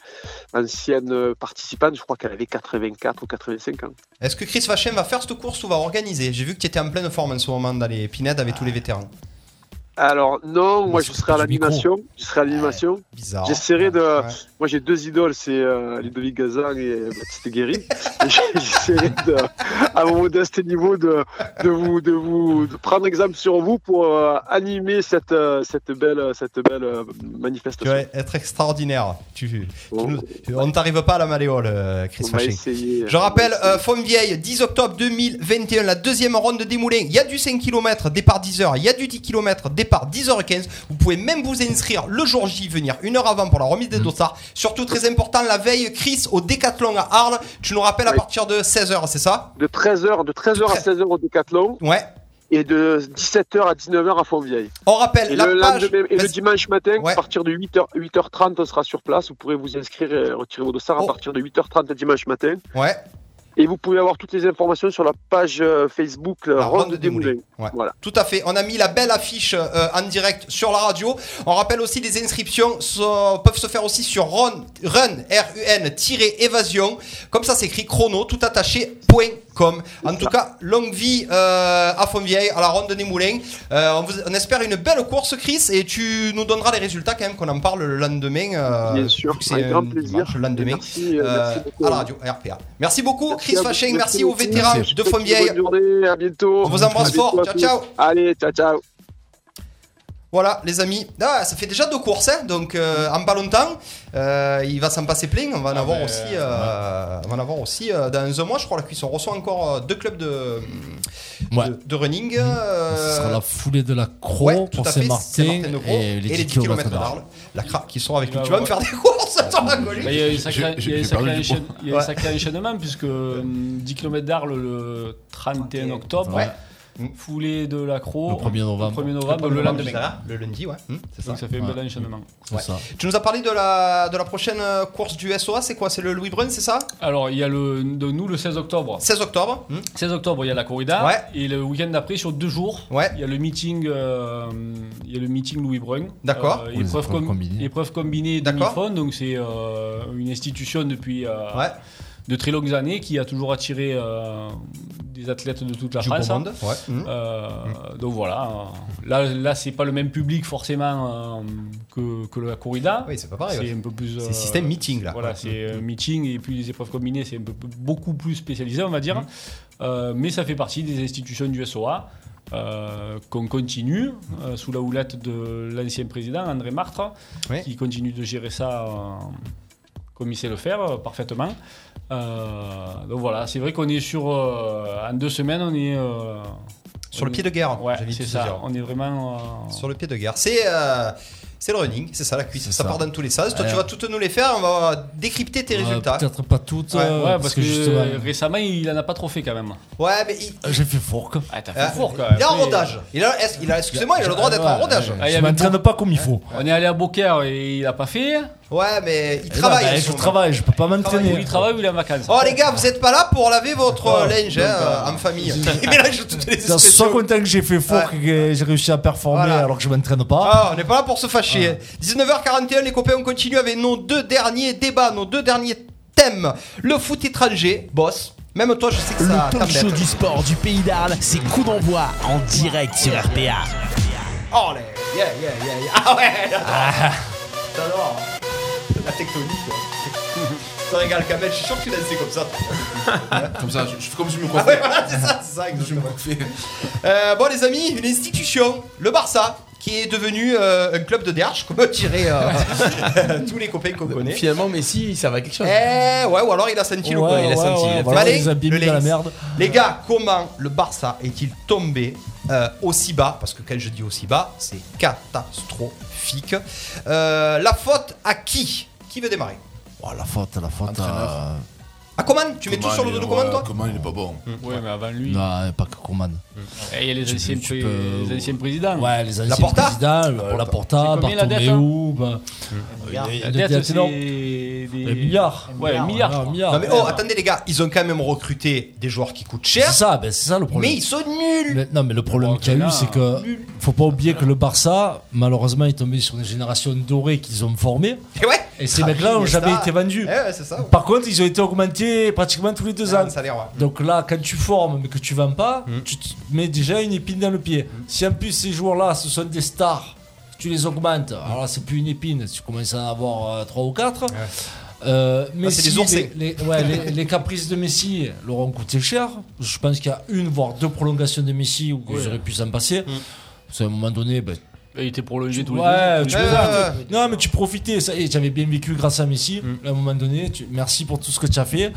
ancienne euh, participante, je crois qu'elle avait 84 ou 85 ans.
Est-ce que Chris Fachem va faire cette course ou va organiser J'ai vu que tu étais en pleine forme en ce moment dans les pinades avec tous les vétérans.
Alors, non, moi, je serai à
Ah, du micro.
l'animation. Je serai à l'animation.
bizarre.
J'essaierai de. Moi, j'ai deux idoles, c'est euh, Ludovic Gazan et euh, Baptiste Guéry. Et J'essaierai de, à mon modeste niveau de, de vous, de vous de prendre exemple sur vous pour euh, animer cette, euh, cette belle, cette belle euh, manifestation.
Tu vas être extraordinaire. Tu, tu nous- on ne t'arrive pas à la malléole, euh, Chris
On va
Fachem.
essayer.
Je rappelle, euh, Fontvieille, 10 octobre 2021, la deuxième ronde des Moulins. Il y a du 5 km, départ 10h. Il y a du 10 km, départ 10h15. Vous pouvez même vous inscrire le jour J, venir une heure avant pour la remise des dossards. Surtout très important, la veille, Chris, au Décathlon à Arles. Tu nous rappelles à partir de 16h, c'est ça
De 13h, de 13h à 16h au Décathlon.
Ouais.
Et de 17h à 19h à Fontvieille.
On rappelle
et
la
le,
page-
lendemain- et le dimanche matin, à partir de 8h, 8h30, on sera sur place. Vous pourrez vous inscrire et retirer vos dossards à partir de 8h30 dimanche matin.
Oh. Ouais.
Et vous pouvez avoir toutes les informations sur la page euh, Facebook euh, Ronde, des Moulins. Voilà.
Tout à fait. On a mis la belle affiche euh, en direct sur la radio. On rappelle aussi les inscriptions sont- peuvent se faire aussi sur run, run, run évasion. Comme ça s'écrit chrono, tout attaché, point com. En tout cas, longue vie euh, à Fontvieille, à la ronde des Moulins. Euh, on, vous- on espère une belle course, Chris, et tu nous donneras les résultats quand même, qu'on en parle le lendemain. euh,
Bien sûr,
vu que c'est
avec grand
un
plaisir.
dimanche, le lendemain,
Merci, euh,
euh,
merci beaucoup.
à la radio RPA. Merci beaucoup,
Merci
Chris
à vous,
Fachin. Merci, aux
beaucoup.
vétérans de
Bonne
Fontvieille.
journée, à bientôt.
On vous embrasse
À bientôt
fort.
à
Ciao,
tous.
ciao.
Allez, ciao, ciao.
Voilà, les amis. Ah, ça fait déjà deux courses, hein, donc euh, en pas longtemps, euh, il va s'en passer plein. On va en
Ah,
avoir aussi, euh, on va en avoir aussi euh, dans un mois, je crois, la cuisse. On reçoit encore euh, deux clubs de,
Ouais. Mhm.
de, de running. euh,
Ce sera la foulée de la Croix
ouais, tout
pour
à fait,
Saint-Martin
Saint-Martin-de-Croix
et les 10 km d'Arles.
La craque qui sort avec
nous.
Tu vas me faire des courses, attends, la
Bah, Il y a eu sacré- il y a eu sacré enchaî- il y a eu
Ouais.
sacré enchaînement, puisque euh, 10 km d'Arles le 31 octobre,
Ouais.
foulée de l'accro,
Le 1er novembre.
le, 1er
Le
novembre,
1er
le
novembre,
lendemain.
c'est
hein.
ça, le lundi, ouais. c'est ça.
Donc ça fait un
Ouais.
bel enchaînement.
C'est Ouais. ça. Hmm. Tu nous as parlé de la, de la prochaine euh, course du SOA, c'est quoi C'est le Louis Brun, c'est ça
Alors, il y a le, de nous le 16 octobre.
16 octobre. Hmm.
16 octobre, il y a la corrida.
Ouais.
Et le week-end d'après, sur deux jours, il y a le meeting, euh, il y a le meeting Louis Brun.
D'accord.
Euh,
Ou les
épreuve,
épreuves
com-
combinées.
épreuve combinée demi-fond. Donc c'est euh, une institution depuis euh,
Ah.
de très longues années qui a toujours attiré euh, des athlètes de toute la
Du
France. hein.
beau monde, ouais. Mhm.
Euh, Donc voilà. euh, Là, là, c'est pas le même public forcément euh, que, que la corrida.
Oui, c'est pas pareil, Ah, ouais.
C'est un peu plus. euh,
C'est système meeting, là. Mm.
Voilà,
Ouais.
c'est euh, meeting et puis les épreuves combinées, c'est un peu, beaucoup plus spécialisé, on va
Mm.
dire. Euh, mais ça fait partie des institutions du SOA euh, qu'on continue euh, sous la houlette de l'ancien président André Martre,
Ouais.
qui continue de gérer ça euh, comme il sait le faire euh, parfaitement. Euh, donc voilà, c'est vrai qu'on est sur euh, en deux semaines, on est euh,
Sur le
on est-
pied de guerre,
Ouais,
j'ai envie de
c'est
te
ça.
dire.
On est vraiment euh,
Sur le pied de guerre. C'est euh, c'est le running, c'est ça la cuisse. Ça,
ça.
part dans tous les sens. Toi,
Ouais.
tu vas toutes nous les faire. On va décrypter tes
Ouais,
résultats.
peut-être pas toutes,
Ouais,
euh,
Ouais, parce, que,
justement,
euh, récemment, il en a pas trop fait quand même.
Ouais, mais il,
euh, j'ai fait fourque.
Ah, t'as fait
euh,
fort, quand même.
il est en
Après,
rodage. Il a, est-ce- il a- excusez-moi, il a le droit d'être en rodage.
Ah, il y
je
avait
m'entraîne pas comme il faut.
On est allé à Beaucaire et il a pas fait.
Ouais, mais il
Eh ben,
travaille.
bah,
en
il
ce
faut
moment.
Travail, je peux pas
Ou
m'entraîner.
il travaille ou il est en vacances.
Oh les gars, vous êtes pas là pour laver votre euh,
Ouais,
linge
donc,
hein,
euh,
euh, en famille. Il mélange toutes les
Putain, Sois
expressions.
content que j'ai fait fourque et que j'ai réussi à performer alors que je m'entraîne pas.
Ah, on n'est pas là pour se fâcher. 19h41, les copains, on continue avec nos deux derniers débats, nos deux derniers thèmes. Le foot étranger, boss. Même toi, je sais que ça
Le talk
t'embête.
show du sport du pays d'Arles, c'est coup d'envoi en direct sur RPA.
Oh les yeah, yeah, yeah, yeah. Ah ouais j'adore. J'adore La tectonique Ça régale Kamel, je suis sûr que tu l'as laissé comme ça
Comme ça, je, je fais comme si je me
Ah
coiffais.
ouais voilà c'est ça, c'est ça exactement Euh, Bon les amis, une institution, le Barça qui est devenu euh, un club de derche, comme dirait euh, tous les copains qu'on connaît.
Ah, Finalement, Messi, ça va quelque chose.
Eh ouais, ou alors il a senti le
Ouais,
coup.
ouais, Il a senti, il a
voilà,
Allez,
il les a bien
le
mis dans la
Lens.
merde.
Les gars, comment le Barça est-il tombé euh, aussi bas Parce que quand je dis aussi bas, c'est catastrophique. Euh, la faute à qui Qui veut démarrer
Oh, la faute, la faute. euh,
Ah, Coman Tu mets tout
Coman,
sur le dos
il-
de Coman,
ouais,
toi
Coman, il est pas bon.
Ouais, mais avant lui.
Non, pas que Coman.
Et il y a les
Tu
anciens,
peux- tu
pré-
peux-
les anciens présidents.
Ouais, les anciens
Laporta
présidents, euh, Laporta,
C'est combien la dette,
Bartomeu, bah,
La
une
dette,
dette
c'est
énorme.
des...
Des milliards.
Ouais, un milliard. je crois.
Non, mais oh, attendez, les gars, ils ont quand même recruté des joueurs qui coûtent cher.
C'est ça, ben, c'est ça le problème.
Mais ils sont nuls.
Le- non, mais le problème
Oh,
qu'il y a eu, c'est que faut pas oublier que le Barça, malheureusement, est tombé sur une génération dorée qu'ils ont formée.
Et, Eh ouais,
ces mecs-là ont
Iniesta.
jamais été vendus.
Eh ouais, c'est ça.
Par contre, ils ont été augmentés pratiquement tous les deux
Ouais,
ans.
le salaire, ouais.
Donc là, quand tu formes mais que tu vends pas,
Mm.
tu te mets déjà une épine dans le pied. Si en plus ces joueurs-là, ce sont des stars, tu les augmentes.
Mm.
Alors là, c'est plus une épine, tu commences à en avoir 3 ou 4. mais
c'est des
si
oursins.
les, les- ouais, les- les caprices de Messi leur ont coûté cher. Je pense qu'il y a une voire deux prolongations de Messi où
Ouais.
ils auraient pu s'en
Mm.
passer. Parce qu'à un moment donné, ben,
Il était prolongé tous
Ouais,
les deux.
tu
Euh,
profites. Non, mais tu profitais. Ça, et j'avais bien vécu grâce à Messi.
Mm.
À un moment donné, tu- merci pour tout ce que tu as fait.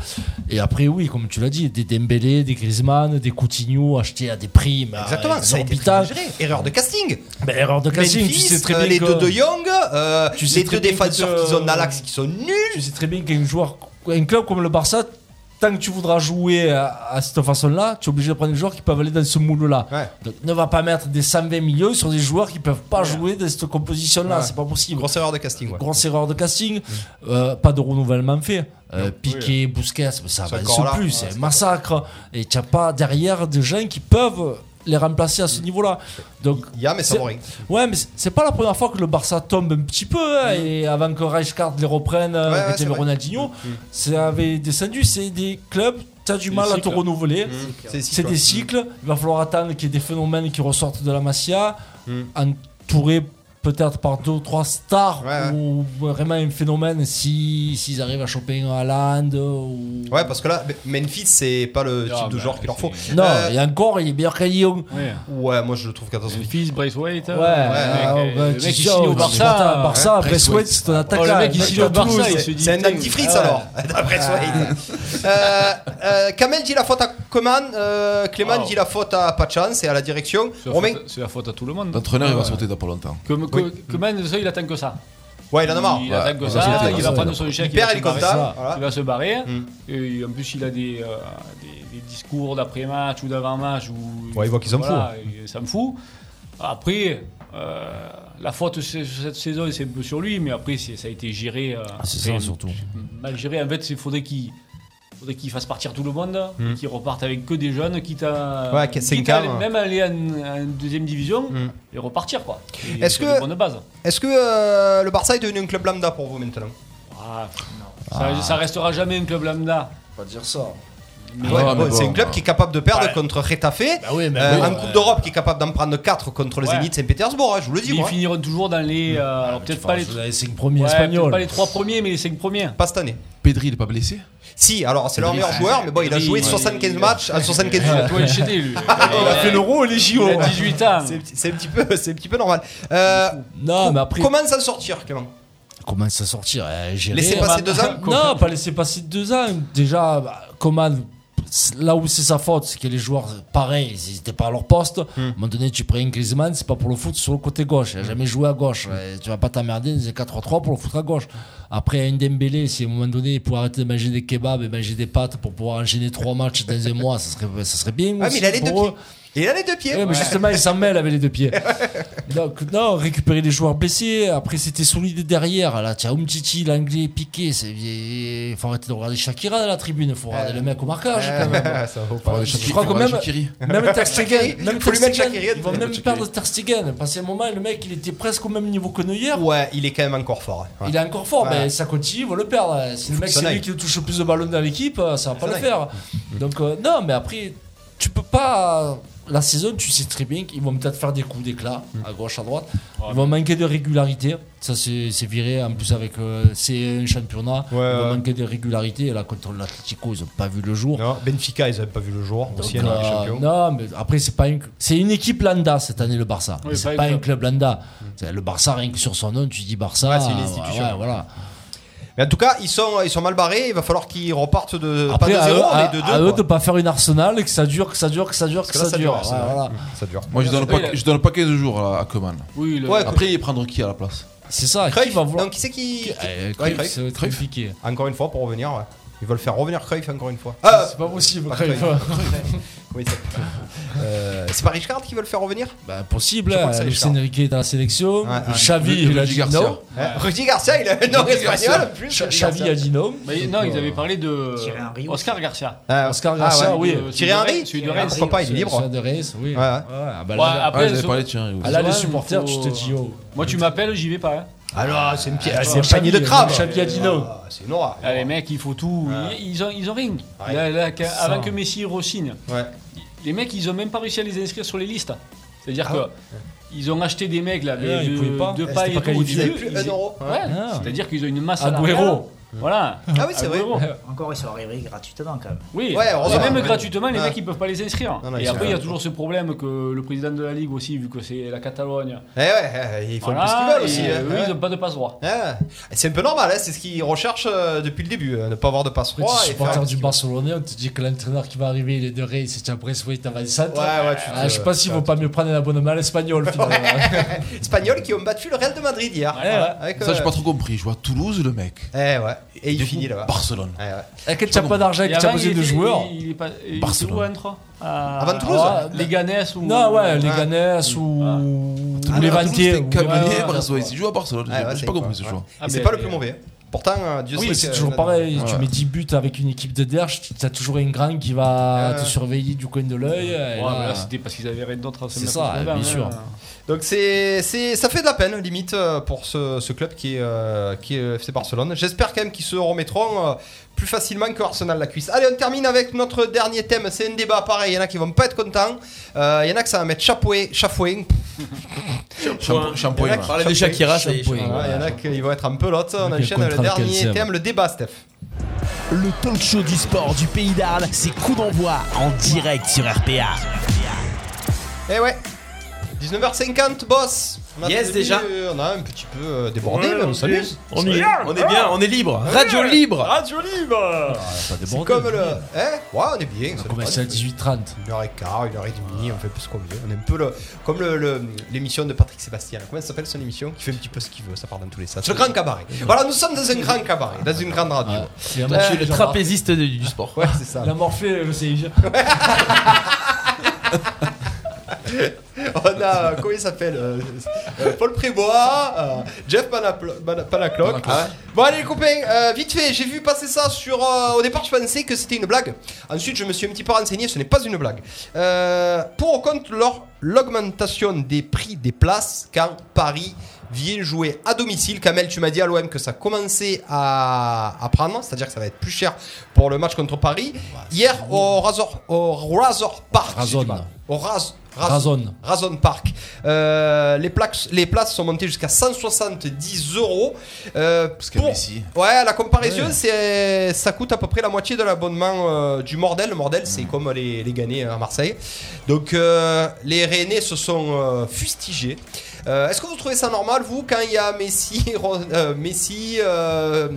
Et après, oui, comme tu l'as dit, des Dembélé, des Griezmann, des Coutinho achetés à des prix mais,
Exactement,
Ah,
ça a été
exorbitants.
très bien géré. Erreur de casting.
Ben, erreur de casting,
Memphis,
tu sais très
euh,
bien
les
que-
deux de Young, euh,
Tu sais
les
très
deux
bien que euh,
défenseurs
te-
qu'ils ont à l'axe qui sont nuls.
Tu sais très bien qu'un joueur, un club comme le Barça, tant que tu voudras jouer à, à cette façon-là, tu es obligé de prendre des joueurs qui peuvent aller dans ce moule-là. Donc ne va pas mettre des 120 millions sur des joueurs qui peuvent pas jouer dans cette composition-là.
Ouais.
C'est pas possible.
Grosse erreur de casting. Ouais.
Grosse erreur de casting, euh, pas de renouvellement fait. Euh, Piqué, Bousquet, ça
C'est
avance
encore là.
plus,
Ouais,
c'est un massacre. Et tu n'as pas derrière des gens qui peuvent les remplacer à ce niveau-là. Donc,
Il y a, mais ça
c'est-
boring.
Ouais, mais c'est- c'est pas la première fois que le Barça tombe un petit peu. hein, Et avant que Rijkaard les reprenne,
Mm.
euh,
Ouais, ouais,
avec
c'est
les
vrai. Mm.
Ronaldinho, ça avait descendu. C'est des clubs, tu as du
Des
mal à te
cycles.
renouveler.
Mmh. C'est des cycles,
C'est
ouais.
des cycles. Il va falloir attendre qu'il y ait des phénomènes qui ressortent de la Masia, entourés peut-être par deux ou trois stars ou vraiment un phénomène si s'ils arrivent à choper un Haaland ou
Ouais, bah, parce que là, Memphis, c'est pas le type de joueur qu'il leur faut.
Ah, bah, non
Euh,
et encore il est meilleur qu'à Lyon
ouais, moi je le trouve catastrophique.
Fils, Braithwaite.
ouais,
euh, le mec, euh, le mec, il signe au Barça.
Barça
Ouais.
après Sweat c'est ton attaquant
Oh, le mec, il
Mec,
signe au
à Toulouse.
Barça, il se
C'est-
dit.
C'est un
putain,
antifritz
ah ouais.
alors, d'après
Ah
Swain. Euh, euh, Kamel dit la faute à Coman, euh, Clément
Oh.
dit la faute à Pachans et à la direction.
C'est la
Romain,
faute- C'est la faute à tout le monde.
L'entraîneur, il va
Ouais.
sauter dans pas longtemps.
Comme, que que Man, ça, il attend que ça.
Ouais, il en a marre.
Il
Ouais,
attend
il
que
va
ça,
sauter, il
il
va
va
sauter.
prendre son échec.
Il perd,
va
il est
se barrer,
content, voilà.
Il va se barrer. Et en plus, il a des, euh, des, des discours d'après-match ou d'avant-match. où-
Ouais, il voit qu'il s'en
voilà, il s'en fout. Après, euh, la faute c'est- cette saison, c'est un peu sur lui, mais après, c'est- ça a été géré. euh,
c'est ça,
très-
surtout.
Mal géré. En fait, il faudrait qu'il. faudrait qu'il fasse partir tout le monde,
Mm.
qu'il reparte avec que des jeunes, quitte à,
Ouais, qu'à
quitte
5
à
ans,
aller-
hein.
même aller en, en deuxième division et repartir quoi. Et
Est-ce
sur
que-
de bonnes bases.
est-ce que euh, le Barça est devenu un club lambda pour vous maintenant
Ah, pff, non. Ça, ça restera jamais un club lambda.
Pas dire ça.
Mais
Ouais,
ouais,
bon, c'est un club qui est capable de perdre
Ouais.
contre Retafe,
Bah oui, mais
euh,
bon,
en
ouais.
Coupe d'Europe qui est capable d'en prendre 4 contre le
Ouais.
Zénith Saint-Pétersbourg, hein, je vous le dis.
ils
moi.
finiront toujours dans les. euh, alors peut-être pas les.
les cinq premiers
ouais,
espagnols
peut-être pas les trois premiers, mais les cinq premiers.
Pas cette année.
Pedri, il est pas blessé
Si, alors c'est leur
Pedri,
meilleur
ouais.
joueur, mais bon, il a
Pedri,
joué
ouais.
75 matchs à 75
Il a tout
jours.
enchaîné, lui.
Oh,
Il a fait l'euro et les JO.
Il a 18 ans.
C'est c'est un petit peu, c'est un petit peu normal. Euh,
non Ah, mais après
Comment s'en sortir, Clément
Comment ça sortir Eh, gérer.
Laisser passer deux ans
Non, pas laisser passer deux ans. Déjà, bah, Coman, c'est- là où c'est sa faute, c'est que les joueurs, pareil, ils n'étaient pas à leur poste. À un
Hmm.
moment donné, tu prends un Griezmann, c'est pas pour le foot, c'est sur le côté gauche. Il a jamais joué à gauche.
Hmm.
Et tu vas pas t'emmerder dans un 4-3-3 pour le foutre à gauche. Après, un Dembélé, si à un moment donné, il pouvait arrêter de manger des kebabs et manger des pâtes pour pouvoir enchaîner trois matchs dans un mois, ça serait, ça serait bien.
Ah, mais
aussi
il a les deux
pour eux.
pieds. Il a les deux pieds.
Ouais, mais justement, il s'en mêle avec les deux pieds. Donc, non, récupérer les joueurs blessés. Après, c'était solide derrière. Là, tiens, Umtiti, l'anglais piqué. c'est- Il faut arrêter de regarder Shakira à la tribune. Il faut regarder le mec au marquage quand même.
Ça vaut
Faut
pas.
aller
Je
chercher-
crois que
faut aller
même,
chercher Shaqiri.
même Ter Stegen,
Shaqiri,
même
faut lui
Ter
mettre
Stegen,
Shaqiri à
ils vont même perdre Ter Stegen. Passé un moment, le mec, il était presque au même niveau que Neuer.
Ouais, il est quand même encore fort. hein. Ouais.
Il est encore fort,
Ouais.
mais ça continue, ils vont le perdre. Si le mec,
que ça
c'est
aille.
lui qui touche le plus de ballons dans l'équipe, euh, ça va pas
Ça
le
aille.
faire. Donc, euh, non, mais après, tu peux pas. La saison, tu sais très bien qu'ils vont peut-être faire des coups d'éclat, à gauche, à droite. Ils vont manquer de régularité. Ça, c'est c'est viré. En plus, avec euh, c'est un championnat, ils vont
ouais.
manquer de régularité. Et là, contre l'Atlético, ils n'ont pas vu le jour.
Non, Benfica, ils n'avaient pas vu le jour. Aussi,
Donc,
hein, dans les
euh,
champions.
non, mais après, c'est pas une, c'est une équipe lambda cette année, le Barça.
Oui,
c'est
pas
pas
une
un club lambda. C'est Le Barça, rien que sur son nom, tu dis Barça.
Mm. Ouais, c'est une institution.
ouais, voilà.
Mais en tout cas, ils sont, ils sont mal barrés. Il va falloir qu'ils repartent de
Après,
pas de
à,
zéro,
eux, à-
mais de
à eux
deux.
de
quoi.
pas faire une Arsenal et que ça dure, que ça dure, que ça dure, que,
Parce que là, ça
ça, dure.
dure,
Ouais,
Arsenal.
voilà.
Ça dure.
Moi, je donne,
Ah,
Ouais,
pas,
il a-
je donne pas 15 jours là, à Coman.
Oui, le-
Ouais,
Après, il prendra qui à la place
C'est ça. Qui
Cruyff.
va vouloir
Donc, qui c'est qui.
Eh,
Ouais,
Cruyff,
Cruyff.
ça va être compliqué.
Encore une fois, pour revenir, ouais. Ils veulent faire revenir Cruyff encore une fois.
Ah, c'est pas possible,
Pas
Cruyff.
Oui, c'est- Euh, c'est pas Richard qui veut le faire revenir
Bah, possible.
Je crois que c'est
Lucien Enrique est dans la sélection.
ouais.
Xavi,
Le-
il a
Luigi
dit
Garcia.
non.
Ouais. Hein Rudy Garcia, il a un nom
Rudy Garcia.
espagnol en plus.
Ch- Xavi a dit non.
Mais non, ils avaient parlé de Oscar Garcia.
Ah,
Oscar Garcia,
Ah ouais,
oui.
Thierry Henry
Celui
Celui
de
de
Reims.
Reims.
Pourquoi pas, il est
Celui-
libre.
celui de Reims, oui.
Ouais, ouais.
Ah, bah,
Ouais,
là,
après,
ouais,
ils
ils
ont-
avaient- Ah, là,
Ouais,
les supporters,
faut-
tu te dis, oh.
Moi, tu m'appelles, j'y vais pas. hein.
Alors, c'est une pierre-
Ah,
c'est un
Xavi,
panier de
euh,
crabe.
Xavi a dit non.
Ah, C'est une aura.
Ah, les mecs, il faut tout. Ils, ils ont, ils ont rien.
Ouais.
Là, là, que-
Ça.
avant que Messi re-signe,
Ouais.
les mecs, ils ont même pas réussi à les inscrire sur les listes. C'est-à-dire
Ah
que.
ouais.
Ils ont acheté des mecs là,
Eh non,
mais
ils pouvaient pas.
de, de
C'était pas
paille et tout. au
qualifié.
début,
Ils avaient plus
ils-
un euro.
Ouais.
Ah.
C'est-à-dire qu'ils ont une masse à
Agüero.
Voilà.
Ah oui, c'est vrai.
Agüero.
Encore, ils sont arrivés gratuitement quand même.
Oui,
Ouais, heureusement.
et même
Ouais.
gratuitement, les
Ouais.
mecs ils peuvent pas les inscrire.
Non, non,
et
ils
après,
sont-
il y a toujours ce problème que le président de la Ligue aussi, vu que c'est la Catalogne.
Eh ouais, euh, ils font le plus
Voilà,
qu'ils veulent aussi.
et
hein.
eux,
Ouais.
ils ont pas de passe droit.
Ah, c'est un peu normal, hein, c'est ce qu'ils recherchent euh, depuis le début, euh, ne pas avoir de passe
Après,
froid.
tu es
et
supporter
faire-
du Barcelonais, on te dit que l'entraîneur qui va arriver, il est de Reims, c'est un Brest-Ouest avant
Ouais, ouais, tu te-
Je sais pas s'il vaut pas mieux prendre un abonnement à l'espagnol finalement.
Espagnols qui ont battu le Real de Madrid hier.
ouais.
Avec,
Ça, j'ai
euh,
pas trop compris. Je vois Toulouse, le mec.
Eh ouais. Et il
Du
finit
coup,
là-bas.
Barcelone.
Eh ouais.
Et que t'as pas d'argent, que
Et
t'as
avant,
besoin
il
de
était-
joueurs.
Il, il est pas, il
Barcelone.
était où, entre À-
Avant Toulouse hein.
Ah, Les Ganes ou.
Non, ouais, les Ganès ou. ou les Vantiers. ou-
Cabinet,
Ouais, ouais,
Brest,
ouais.
il joue à Barcelone.
Ouais, ouais,
J'ai
c'est
pas
quoi.
compris ce choix.
Et c'est pas le plus mauvais. Pourtant, euh, Dieu
Oui,
sait
c'est
que-
toujours pareil.
Ouais.
Tu mets 10 buts avec une équipe de derche, tu- t'as toujours une grande qui va
Ouais.
te surveiller du coin de l'œil. et
Ouais,
là-
mais là, c'était parce qu'ils avaient rien d'autre hein, à se
C'est
mettre
ça,
sous la
bien
dent,
sûr.
hein.
Donc c'est, c'est, ça fait de la peine limite euh, pour ce, ce club qui est, euh, qui est le FC Barcelone. J'espère quand même qu'ils se remettront euh, plus facilement que Arsenal la cuisse. Allez, on termine avec notre dernier thème. C'est un débat pareil. Il y en a qui vont pas être contents. Euh, Il y en a que ça va mettre chapoué, chafouin.
Champo- Champoing, ouais.
Parler de Shakira, ça y est.
Ouais, Il y en a qui vont être un peu l'autre. On
Avec le
enchaîne le
contrat de
dernier
Kelsem.
thème, le débat, Steph.
Le talk show du sport du pays d'Arles, c'est coup d'envoi en direct sur RPA.
Eh ouais. 19h50, boss. On a
Yes,
tenu-
déjà.
On a un petit peu euh, débordé,
Ouais,
mais on
on
s'amuse.
est- on y est.
On est bien, on est libre. Radio libre.
Radio Libre
C'est comme le. Eh Ouais, on est bien. ça
On a
dépend.
commencé à 18h30.
1h15, 1h30, on fait plus qu'on veut. On est un peu le, comme le- le- l'émission de Patrick Sébastien. Comment ça s'appelle son émission Qui fait un petit peu ce qu'il veut, ça part dans tous les sens. Le grand cabaret. Voilà, nous sommes dans un grand cabaret, dans une grande radio.
Et on a
Toi, tu es
tué
le
les gens.
trapéziste de- du sport.
Ouais, c'est ça.
La morphée, le CIG.
On a, euh, comment il s'appelle euh, euh, Paul Prébois, euh, Jeff Panaplo- Pana- Panacloc. Ah ouais. Bon allez les copains, euh, vite fait, j'ai vu passer ça sur... euh, au départ je pensais que c'était une blague. Ensuite je me suis un petit peu renseigné, ce n'est pas une blague. Euh, pour au compte leur- l'augmentation des prix des places quand Paris vient jouer à domicile. Kamel, tu m'as dit à l'OM que ça commençait à, à prendre, c'est-à-dire que ça va être plus cher pour le match contre Paris. Hier au Razor, au Razor Park,
Razon.
au Raz-
Razon.
Razon Park. Euh, les, plaques, les places sont montées jusqu'à 170 euros. Euh,
qu'il y a
pour-
Messi.
Ouais, la comparaison,
Ouais.
c'est ça coûte à peu près la moitié de l'abonnement euh, du Mordel. Le Mordel, c'est comme les, les Ghanais à Marseille. Donc, euh, les Rennais se sont euh, fustigés. Euh, Est-ce que vous trouvez ça normal, vous, quand il y a Messi, Ron- euh, Messi euh,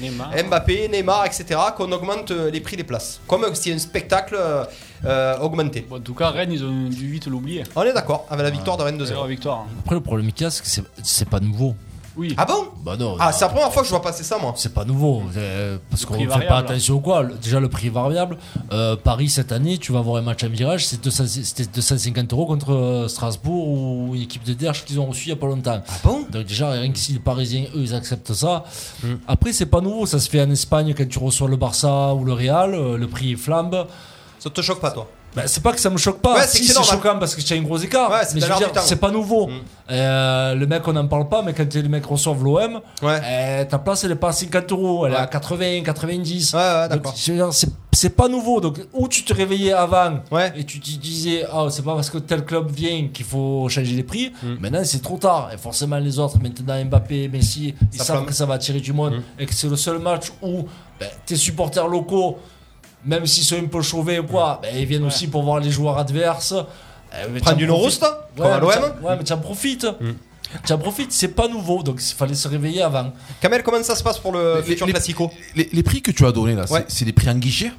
Neymar.
Mbappé, Neymar, etc., qu'on augmente euh, les prix des places Comme si un spectacle euh, euh, augmenté.
Bon, en tout cas, Rennes, ils ont dû vite l'oublier.
On est d'accord avec la victoire de Rennes 2-0.
Leur victoire. hein.
Après, le problème qu'il y a, c'est que c'est- c'est pas nouveau.
Oui.
Ah bon
Bah non.
Ah, c'est la première fois que je vois passer ça, moi.
C'est pas nouveau, euh, parce
Le
qu'on
prix
fait pas
variable.
attention au quoi. Le- Déjà le prix variable. Euh, Paris cette année, tu vas avoir un match à virage, c'est 200 c'était 250 euros contre euh, Strasbourg ou une équipe de Derche qu'ils ont reçu il y a pas longtemps.
Ah bon
Donc déjà rien que si les Parisiens eux ils acceptent ça.
Mm.
Après c'est pas nouveau, ça se fait en Espagne quand tu reçois le Barça ou le Real, euh, le prix flambe.
Ça te choque pas, toi
Bah, c'est pas que ça me choque pas,
Ouais, c'est
si
que c'est
c'est
normal.
choquant parce que tu as un gros écart,
Ouais, c'est
mais
de
je
l'air
veux dire,
du Mm. temps.
c'est pas nouveau. Euh, le mec, on n'en parle pas, mais quand les mecs reçoivent l'OM,
Ouais.
euh, ta place elle est pas à 50 euros, elle est
Ouais.
à 80, 90.
Ouais, ouais,
Donc,
d'accord.
je veux dire, c'est- c'est pas nouveau. Donc, où tu te réveillais avant
Ouais.
et tu te disais, ah c'est pas parce que tel club vient qu'il faut changer les prix.
Hmm.
Maintenant, c'est trop tard. Et forcément, les autres, maintenant Mbappé, Messi, ils
Ça
savent
flamme. Hmm.
que ça va attirer du monde et que c'est le seul match où ben, tes supporters locaux, même s'ils sont un peu chauvés ou quoi, ben, ils viennent aussi pour voir les joueurs adverses. Eh, mais
Prendre
t'en
une
profites.
rouste, comme
ouais,
à Hmm.
mais
l'OM.
t'en- Ouais, mais t'en profites. T'en profites, c'est pas nouveau, donc il fallait se réveiller avant.
Kamel, comment ça se passe pour le
Les-
futur
les-
classico
Les, les prix que tu as donnés là, c'est-
Ouais.
c'est des prix en guichet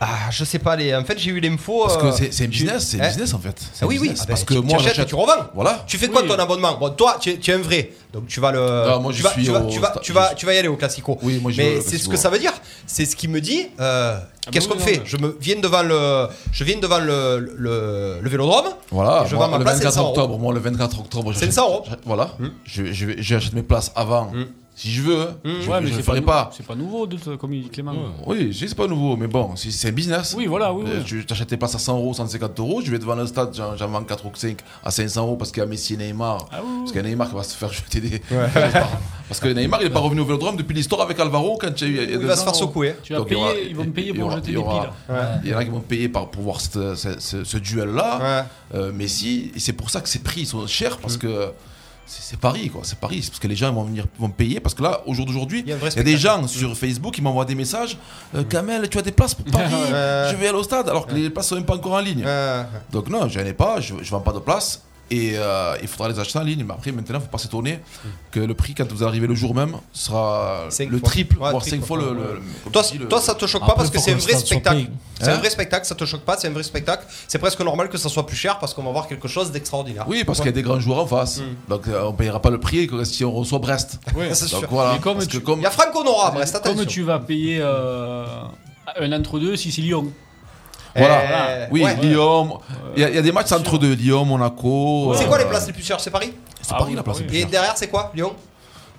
Ah, je sais pas, les... en fait, j'ai eu l'info.
Parce que
euh,
c'est c'est un
j'ai eu-
business, c'est
Eh.
un business en fait. C'est
Ah
un
oui, oui,
business.
Ah
Parce
bah,
que
tu
moi,
achètes et
j'achète.
tu revends.
Voilà.
Tu fais quoi de
Oui.
ton abonnement Bon, toi, tu es, tu es un vrai. Donc tu vas le.
Non, moi,
tu,
je
vas,
suis
tu, vas,
au
tu, vas,
sta-
tu, vas, tu vas y aller au classico.
Oui, moi, j'y vais
Mais
au
c'est ce
Classico.
que ça veut dire. c'est ce qui me dit euh, qu'est-ce
oui,
qu'on
non,
fait
mais-
Je me viens devant le, je viens devant le, le, le vélodrome.
Voilà,
et je
moi,
vends ma
le
place
24
500 euros.
octobre, moi le 24 octobre, j'achète-
500 euros.
j'achète- Voilà, je, je, vais- j'achète mes places avant, si je veux, hein. je,
Ouais,
je
mais
le
c'est
ferai
nou-
pas.
C'est pas nouveau, de, ce- comme il Clément.
Oui, je sais, c'est pas nouveau, mais bon, c'est- c'est un business. Oui, voilà, oui. Tu t'achètes tes places à 100 euros, 150 euros, je vais devant le stade, j'en j'en vends 4 ou 5 à 500 euros parce qu'il y a Messi et Neymar.
Ah,
Parce qu'il y a Neymar qui va se faire jeter des. parce que Neymar, il n'est pas revenu au vélodrome depuis l'histoire avec Alvaro quand il y a- il y a
Il
deux
va se
ans.
faire secouer. Tu vas
Donc,
payer, ils vont payer
il y
pour
aura- il
jeter
y
des
aura-
piles. Ouais.
Il y en a qui vont payer par- pour voir cette- ce, ce- ce duel-là. Euh, Messi, et c'est pour ça que ces prix ils sont chers
Mm.
parce que. euh, C'est c'est Paris, quoi. C'est Paris. C'est parce que les gens ils vont venir, vont payer. Parce que là, au jour d'aujourd'hui, il y, a des gens sur Facebook qui m'envoient des messages. Euh,
Mm.
Kamel, tu as des places pour Paris Je vais aller au stade. Alors que les places sont même pas encore en ligne. Donc non, je n'en ai pas. Je, je vends pas de places. Et euh, il faudra les acheter en ligne. Mais après, maintenant, il faut pas s'étonner que le prix, quand vous arrivez le jour même, sera Bah, le
fois.
triple,
Ouais,
voire
triple,
cinq fois
ouais.
le. le- le-
Toi,
le-
toi, ça te choque pas
Après,
parce que
faut
c'est un
le
vrai
stade soit
spectacle.
payé.
C'est un
Hein
vrai spectacle, ça te choque pas, c'est un vrai spectacle. C'est presque normal que ça soit plus cher parce qu'on va voir quelque chose d'extraordinaire.
Oui, parce qu'il y a des grands joueurs en face. Donc euh, on payera pas le prix que si on reçoit Brest.
Ouais, c'est
Donc
sûr.
voilà.
Mais comme
Parce que
tu-
comme-
Il y a Franco Nora, Brest, attention.
Comme tu vas payer euh, un entre-deux si c'est Lyon.
Voilà.
Euh,
Eh,
oui,
ouais.
Lyon. Il y, a- il y a des matchs entre deux. Lyon, Monaco.
C'est
euh,
quoi les places les plus chères C'est Paris
C'est
Ah
Paris,
bah
la place la plus
Et
chère.
derrière, c'est quoi Lyon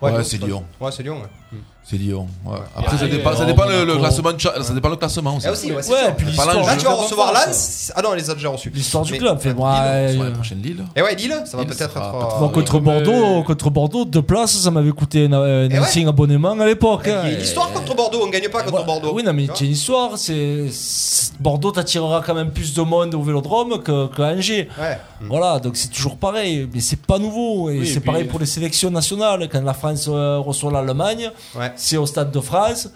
Ouais,
Lyon,
c'est
pas-
Lyon.
Ouais, c'est Lyon. ouais.
C'est Lyon. ouais.
Et
Après, ça
Paris,
dépend, ça
Lyon,
dépend le, le
Monaco.
classement. de cha- Ça dépend le classement aussi.
Eh aussi, ouais, c'est
Pas
sûr.
l'enjeu.
Là, tu vas recevoir
l'Anse.
Lens. Ah non, on les a déjà reçus.
L'histoire du
Mais-
club, fait ouais,
Sur
euh,
la prochaine Lille.
Et ouais, Lille, ça va peut-être être.
Moi,
euh,
contre, Bordeaux, contre Bordeaux, deux places, ça m'avait coûté un, un ancien abonnement à l'époque. hein.
Il y a une histoire contre Bordeaux, on gagne pas
bah,
contre Bordeaux.
Oui, non, mais
Tu vois
c'est une histoire. c'est- c'est- Bordeaux t'attirera quand même plus de monde au vélodrome que, que Angers. Voilà, donc c'est toujours pareil. Mais c'est pas nouveau. Et
Oui, et
c'est
puis-
pareil pour les sélections nationales. Quand la France euh, reçoit l'Allemagne, c'est au Stade de France,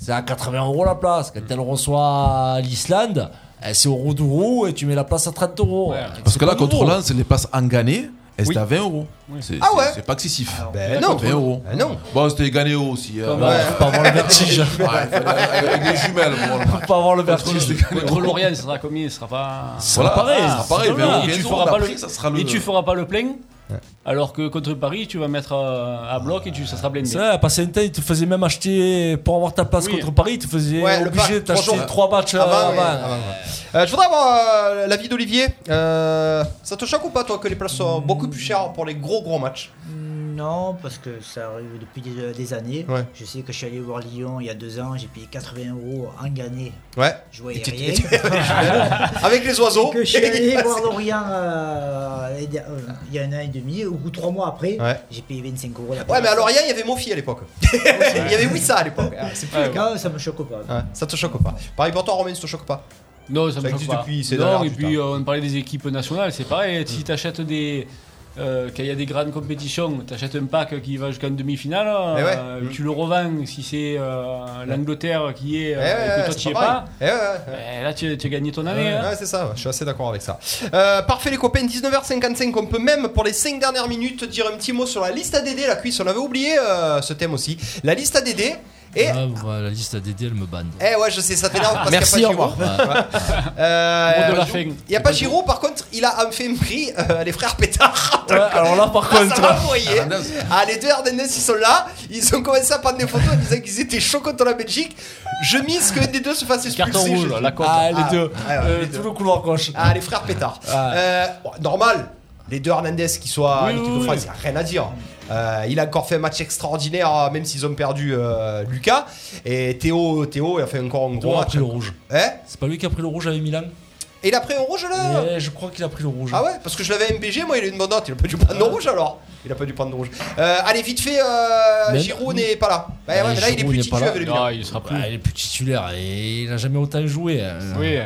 c'est à 80 euros la place. Quand elle reçoit l'Islande, eh, c'est au Roudourou et tu mets la place à 30 euros.
Parce que là, contre
l'Inde
Lens, les places en Gané, elles
Oui.
étaient à 20 euros. C'est
Ah
c'est-
ouais
c'est pas excessif.
Ben non.
20 euros.
Ben non.
Bon, c'était Gané aussi. hein.
Pas mal, faut pas avoir le vertige.
Ouais, avec les jumelles.
Faut pas avoir le vertige.
Contre Lorient, ça sera combien Ça sera pas.
Ça sera
Voilà.
pareil, ça sera pareil,
Voilà.
vingt ou
Et tu
quinze
feras
euros,
pas
après,
le-
ça sera le-
Et tu feras pas le plein. Alors que contre Paris, tu vas mettre euh, à bloc et tu, ça sera blindé.
C'est vrai, passé un temps, ils te faisaient même acheter pour avoir ta place
Oui.
contre Paris, ils te faisaient
Ouais, le pack,
obligé de
trois
t'acheter
jours.
trois matchs
Ah bah
avant.
oui, avant, Euh, je voudrais avoir euh, l'avis d'Olivier. Euh, ça te choque ou pas, toi, que les places soient beaucoup plus chères pour les gros gros matchs
Non, parce que ça arrive depuis des, des années.
Ouais.
Je sais que je suis allé voir Lyon il y a deux ans, j'ai payé 80 euros en gagné.
Ouais.
Je voyais
Et tu-
rien.
Avec les oiseaux.
Et que je suis allé voir Lorient euh, l'année der- euh, il y a un an et demi, au bout de trois mois après,
Ouais.
j'ai payé 25 euros. la
Ouais, mais à
place.
Lorient, il y avait Mofi à l'époque. il y avait Wissa à l'époque. Ah, c'est plus le cas.
Non, ça me choque pas.
Ouais, ça te choque pas. Pareil pour toi, Romain, ça te choque pas.
Non, ça,
Ça
me choque
existe
pas.
depuis ces
Non,
dernières
et
années,
puis euh, on parlait des équipes nationales, c'est pareil. Si t'achètes des. euh, quand il y a des grandes compétitions, t'achètes un pack qui va jusqu'en demi-finale,
Eh ouais.
euh, tu le revends si c'est euh, l'Angleterre qui est euh,
Eh ouais,
et que toi
c'est
tu y es
pareil.
pas.
Eh ouais, ouais,
eh, là tu, tu as gagné ton année.
Ouais,
hein.
ouais, c'est ça, ouais, je suis assez d'accord avec ça. Euh, parfait les copains, 19h55, on peut même pour les 5 dernières minutes dire un petit mot sur la liste ADD, la cuisse, on avait oublié euh, ce thème aussi. La liste ADD, et...
Ah, voilà, la liste à DD, elle me banne.
Eh ouais, je sais, ça t'énerve parce
Merci,
qu'il n'y a
au
pas Giro.
revoir.
Ouais. Euh,
Mot de
Giro-
la fin.
Il n'y a pas Giro, par contre, il a en fait un prix, euh, les frères Pétard.
Ouais, alors là, par
Ah,
contre.
ça va envoyer. Ah, les deux Hernandez, ils sont là. Ils ont commencé à prendre des photos en disant qu'ils étaient chauds contre la Belgique. Je mise que des deux se fasse expulser.
Carton rouge,
je-
la cote.
Ah, les deux. Euh,
deux.
tout le couloir gauche.
Ah, les frères Pétard.
Ah.
Euh, bon, normal, les deux Hernandez qui soient à
Oui,
l'équipe
oui,
de France,
oui.
y a rien à dire. Euh, il a encore fait un match extraordinaire, euh, même s'ils ont perdu euh, Lucas. Et Théo, Théo, il a fait encore un gros
Théo a
match.
pris le rouge.
Hein
C'est pas lui qui a pris le rouge avec Milan
Et il a pris un rouge là
Eh, Je crois qu'il a pris le rouge.
Ah ouais Parce que je l'avais MBG, moi il a une bonne note. Il a pas dû prendre de rouge alors. Il a pas dû prendre de rouge. Euh, allez, vite fait, euh,
Mais-
Giroud n'est pas là. Bah ouais, mais là il est
Giroud
plus
n'est pas
titulaire
là.
avec le
Non,
Milan.
il sera
plus.
Bah,
il est plus titulaire et il a jamais autant joué. hein.
Oui.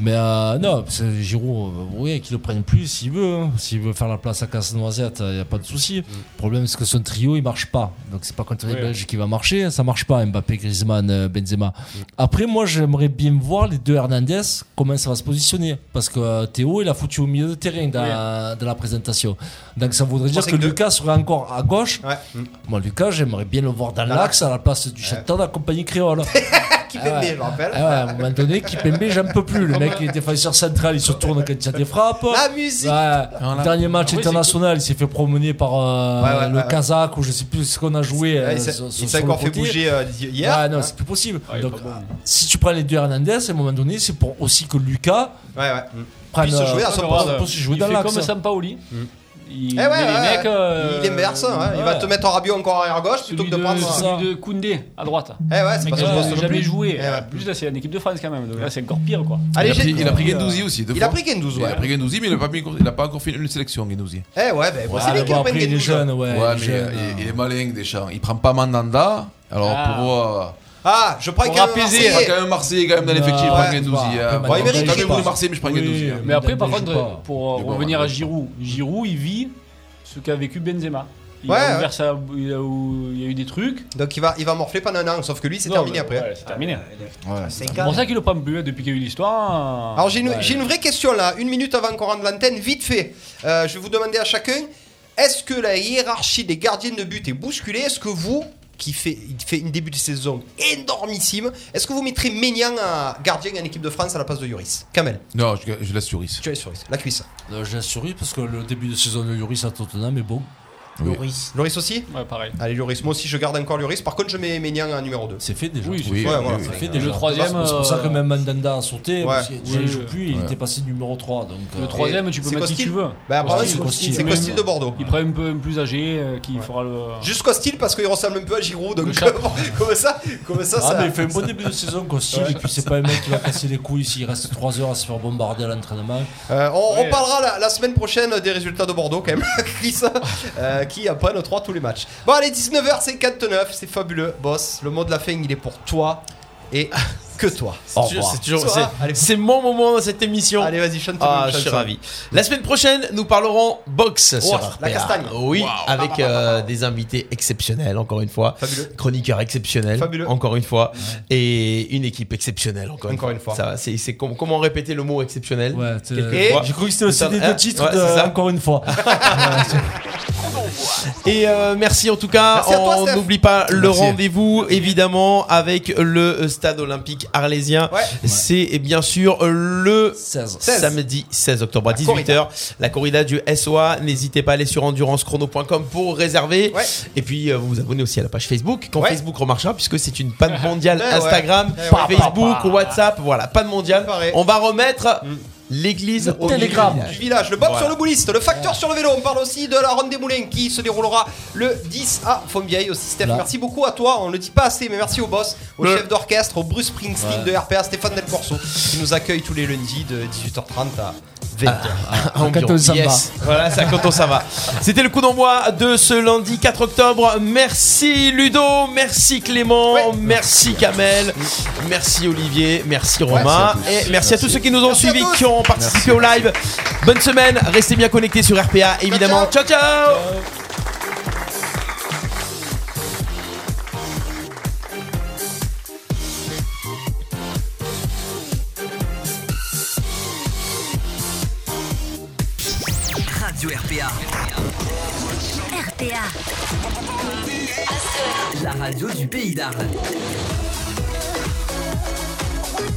Mais euh, non, parce que Giroud, euh, oui, qu'il le prenne plus s'il veut. hein. S'il veut faire la place à Casse-Noisette, il n'y a pas de souci. Le problème, c'est que son trio, il marche pas. Donc, c'est pas contre les
Oui.
Belges qui va marcher. hein. Ça marche pas, Mbappé, Griezmann, euh, Benzema. Après, moi, j'aimerais bien voir les deux Hernandez, comment ça va se positionner. Parce que euh, Théo, il a foutu au milieu de terrain dans, dans la présentation. Donc, ça voudrait dire
c'est
que
que deux.
Lucas serait encore à gauche.
Ouais.
Moi, Lucas, j'aimerais bien le voir dans l'axe à la place du Chantal d'accompagner Créole.
Kipembe, je me rappelle.
Ah ouais, à un moment donné, Kipembe, j'en peux plus. Le mec, il est défenseur central, il se tourne quand il y a des frappes.
La musique
Ah Le Dernier match international, il s'est fait promener par euh,
Ouais, ouais,
le
ouais, ouais.
Kazakh ou je sais plus ce qu'on a joué.
Ouais,
euh,
il s'est-
sur-
il
sur-
s'est
sur
encore
le
fait
côté.
bouger, euh, d'hi- hier,
Ouais, non,
hein.
c'est plus possible. Donc, si tu prends les deux Hernandez, à un moment donné, c'est pour aussi que Lucas.
Ouais, ouais.
prenne,
Puisse jouer à
euh,
son
puisse
poste.
jouer
Il
dans
fait
l'axe.
comme
Sampaoli.
Eh
Il
ouais,
met les
ouais,
mecs, euh,
il aime bien ça. hein. Il
ouais.
va te mettre en Rabiot encore arrière gauche plutôt que de, prendre.
Celui de Koundé à droite.
Eh ouais, c'est
Mais
pas
qui
son
a
poste non
jamais
plus. Eh
joué. Plus là, c'est une équipe de France quand même. Donc là, c'est encore pire quoi.
il, a pris, il a pris Guendouzi
Euh,
aussi. deux
il a
fois.
pris Guendouzi,
Il a
ouais.
pris Guendouzi, mais il n'a pas, mis- il a pas encore fait une sélection, Guendouzi.
Eh ouais, ben voici
mais
les
bon, après, il est jeune, ouais, il est
mais
euh,
euh,
jeune, hein.
il, il est malin déjà. Il prend pas Mandanda. Alors
Ah.
pour. euh,
Ah, je prends
Pour
quand même
apaiser.
Marseillais.
Je
hein.
prends quand même Marseillais, quand même, dans l'effectif, je prends
Ouais.
Guendouzi,
Bah,
hein.
après, Bon, il mérite,
J'avais
je
voulu
pense.
Marseille, mais je prends Guendouzi, hein.
Mais après, par
Je
contre,
sais pas.
pour euh,
Mais bon,
revenir à
après,
Giroud, Giroud, il vit ce qu'a vécu Benzema. Il
Ouais,
a
ouais.
ouvert sa- il a ou- il y a eu des trucs.
Donc il va, il va morfler pendant un an, sauf que lui c'est
Non,
terminé
mais-
après. Ah,
ouais, c'est terminé.
C'est
C'est
grave.
pour ça qu'il le prend plus hein, depuis qu'il y a eu l'histoire.
Alors j'ai une,
Ah, Ouais.
j'ai une vraie question là, une minute avant qu'on rende l'antenne, vite fait. Euh, je vais vous demander à chacun, est-ce que la hiérarchie des gardiens de but est bousculée Est-ce que vous, qui fait, il fait une début de saison énormissime, est-ce que vous mettrez Ménian à gardien en équipe de France à la place de Lloris Kamel,
Non, je, je laisse sur Rice.
tu es sur la cuisse.
Non, J'ai assuré parce que le début de saison de Lloris à Tottenham est bon.
Oui.
Lloris.
Lloris aussi
Ouais, pareil.
Allez Lloris, moi aussi je garde encore Lloris, par contre je mets Ménian en numéro 2.
C'est fait déjà.
Oui, c'est
Oui,
fait.
oui,
voilà,
oui,
c'est
oui.
fait
Le
déjà.
troisième,
C'est pour ça
euh,
que même Mandanda a sauté.
Ouais.
Parce qu'il
Oui,
ne joue
oui.
plus, il
Ouais.
était passé numéro 3. Donc,
Le
euh,
troisième, tu peux
c'est
mettre qui
Costil
tu veux.
Bah, apparemment,
Costil,
c'est Costil.
Costil.
C'est
Même-
Costil de Bordeaux.
Il prend un peu un plus âgé euh, qui fera le.
Jusqu'au style parce qu'il ressemble un peu à Giroud, donc
chapeau.
comme ça, comme ça,
Ah,
ça-
mais il fait un bon début de saison, Costil.
Ouais.
Et puis, c'est pas un mec qui va casser les couilles s'il reste 3 heures à se faire bombarder à l'entraînement.
Euh, on, on
Ouais.
parlera la, la semaine prochaine des résultats de Bordeaux quand même, qui, ça, euh, qui apprennent 3 tous les matchs. Bon allez, 19h59, c'est fabuleux, boss. Le mot de la fin, il est pour toi et que toi.
C'est toujours- c'est toujours-
Toi,
c'est-
allez,
c'est mon moment dans cette émission.
Allez, vas-y, chante-nous
Ah,
une
je suis
chanson.
ravi. La semaine prochaine, nous parlerons boxe
Oh,
sur
la
RPA.
castagne.
Oui,
Wow.
avec euh, des invités exceptionnels, encore une fois.
Fabuleux.
Chroniqueur exceptionnel,
Fabuleux.
encore une fois. Et une équipe exceptionnelle, encore,
Encore une fois.
Ça va, c'est- c'est com- comment répéter le mot exceptionnel quelques
Et-
fois.
J'ai cru que c'était aussi
Ça-
des
hein,
deux titres,
ouais,
de-
c'est ça.
encore une fois.
Et euh, merci en tout cas.
Merci à toi,
on
Steph.
n'oublie pas le
Merci.
rendez-vous évidemment avec le euh, stade olympique arlésien. C'est et bien sûr euh, le
16.
samedi 16 octobre à 18h. La corrida du SOA. N'hésitez pas à aller sur endurancechrono.com pour réserver. Et puis euh, vous vous abonnez aussi à la page Facebook quand
Ouais.
Facebook remarchera puisque c'est une panne mondiale
Eh ouais.
Instagram,
Eh ouais. Mm.
Facebook, WhatsApp. Voilà, panne mondiale. On va remettre l'église au
Télégramme
village.
du village, le Bob
Voilà.
sur le bouliste, le facteur sur le vélo. On parle aussi de la ronde des moulins qui se déroulera le 10 à Fontvieille aussi. Steph,
Là.
merci beaucoup à toi. On le dit pas assez, mais merci au boss, au
Le-
chef d'orchestre, au Bruce Springsteen
Ouais.
de RPA, Stéphane Del Corso, qui nous accueille tous les lundis de 18h30 à 20h.
Environ.
Quand on s'en
Ah, Yes. Voilà, ça quand on s'en va. C'était le coup d'envoi de ce lundi 4 octobre. Merci Ludo, merci Clément, merci Kamel, merci Olivier, merci
Merci à
Romain
tous.
et merci à tous ceux qui nous ont
Merci à
suivis,
tous.
qui ont
Merci.
participé au live. Bonne semaine, restez bien connectés sur RPA évidemment. ciao. ciao.
Radio RPA.
RPA.
La radio du pays d'Arles.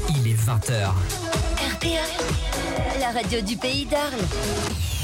Il est 20h.
RPA. La radio du pays d'Arles.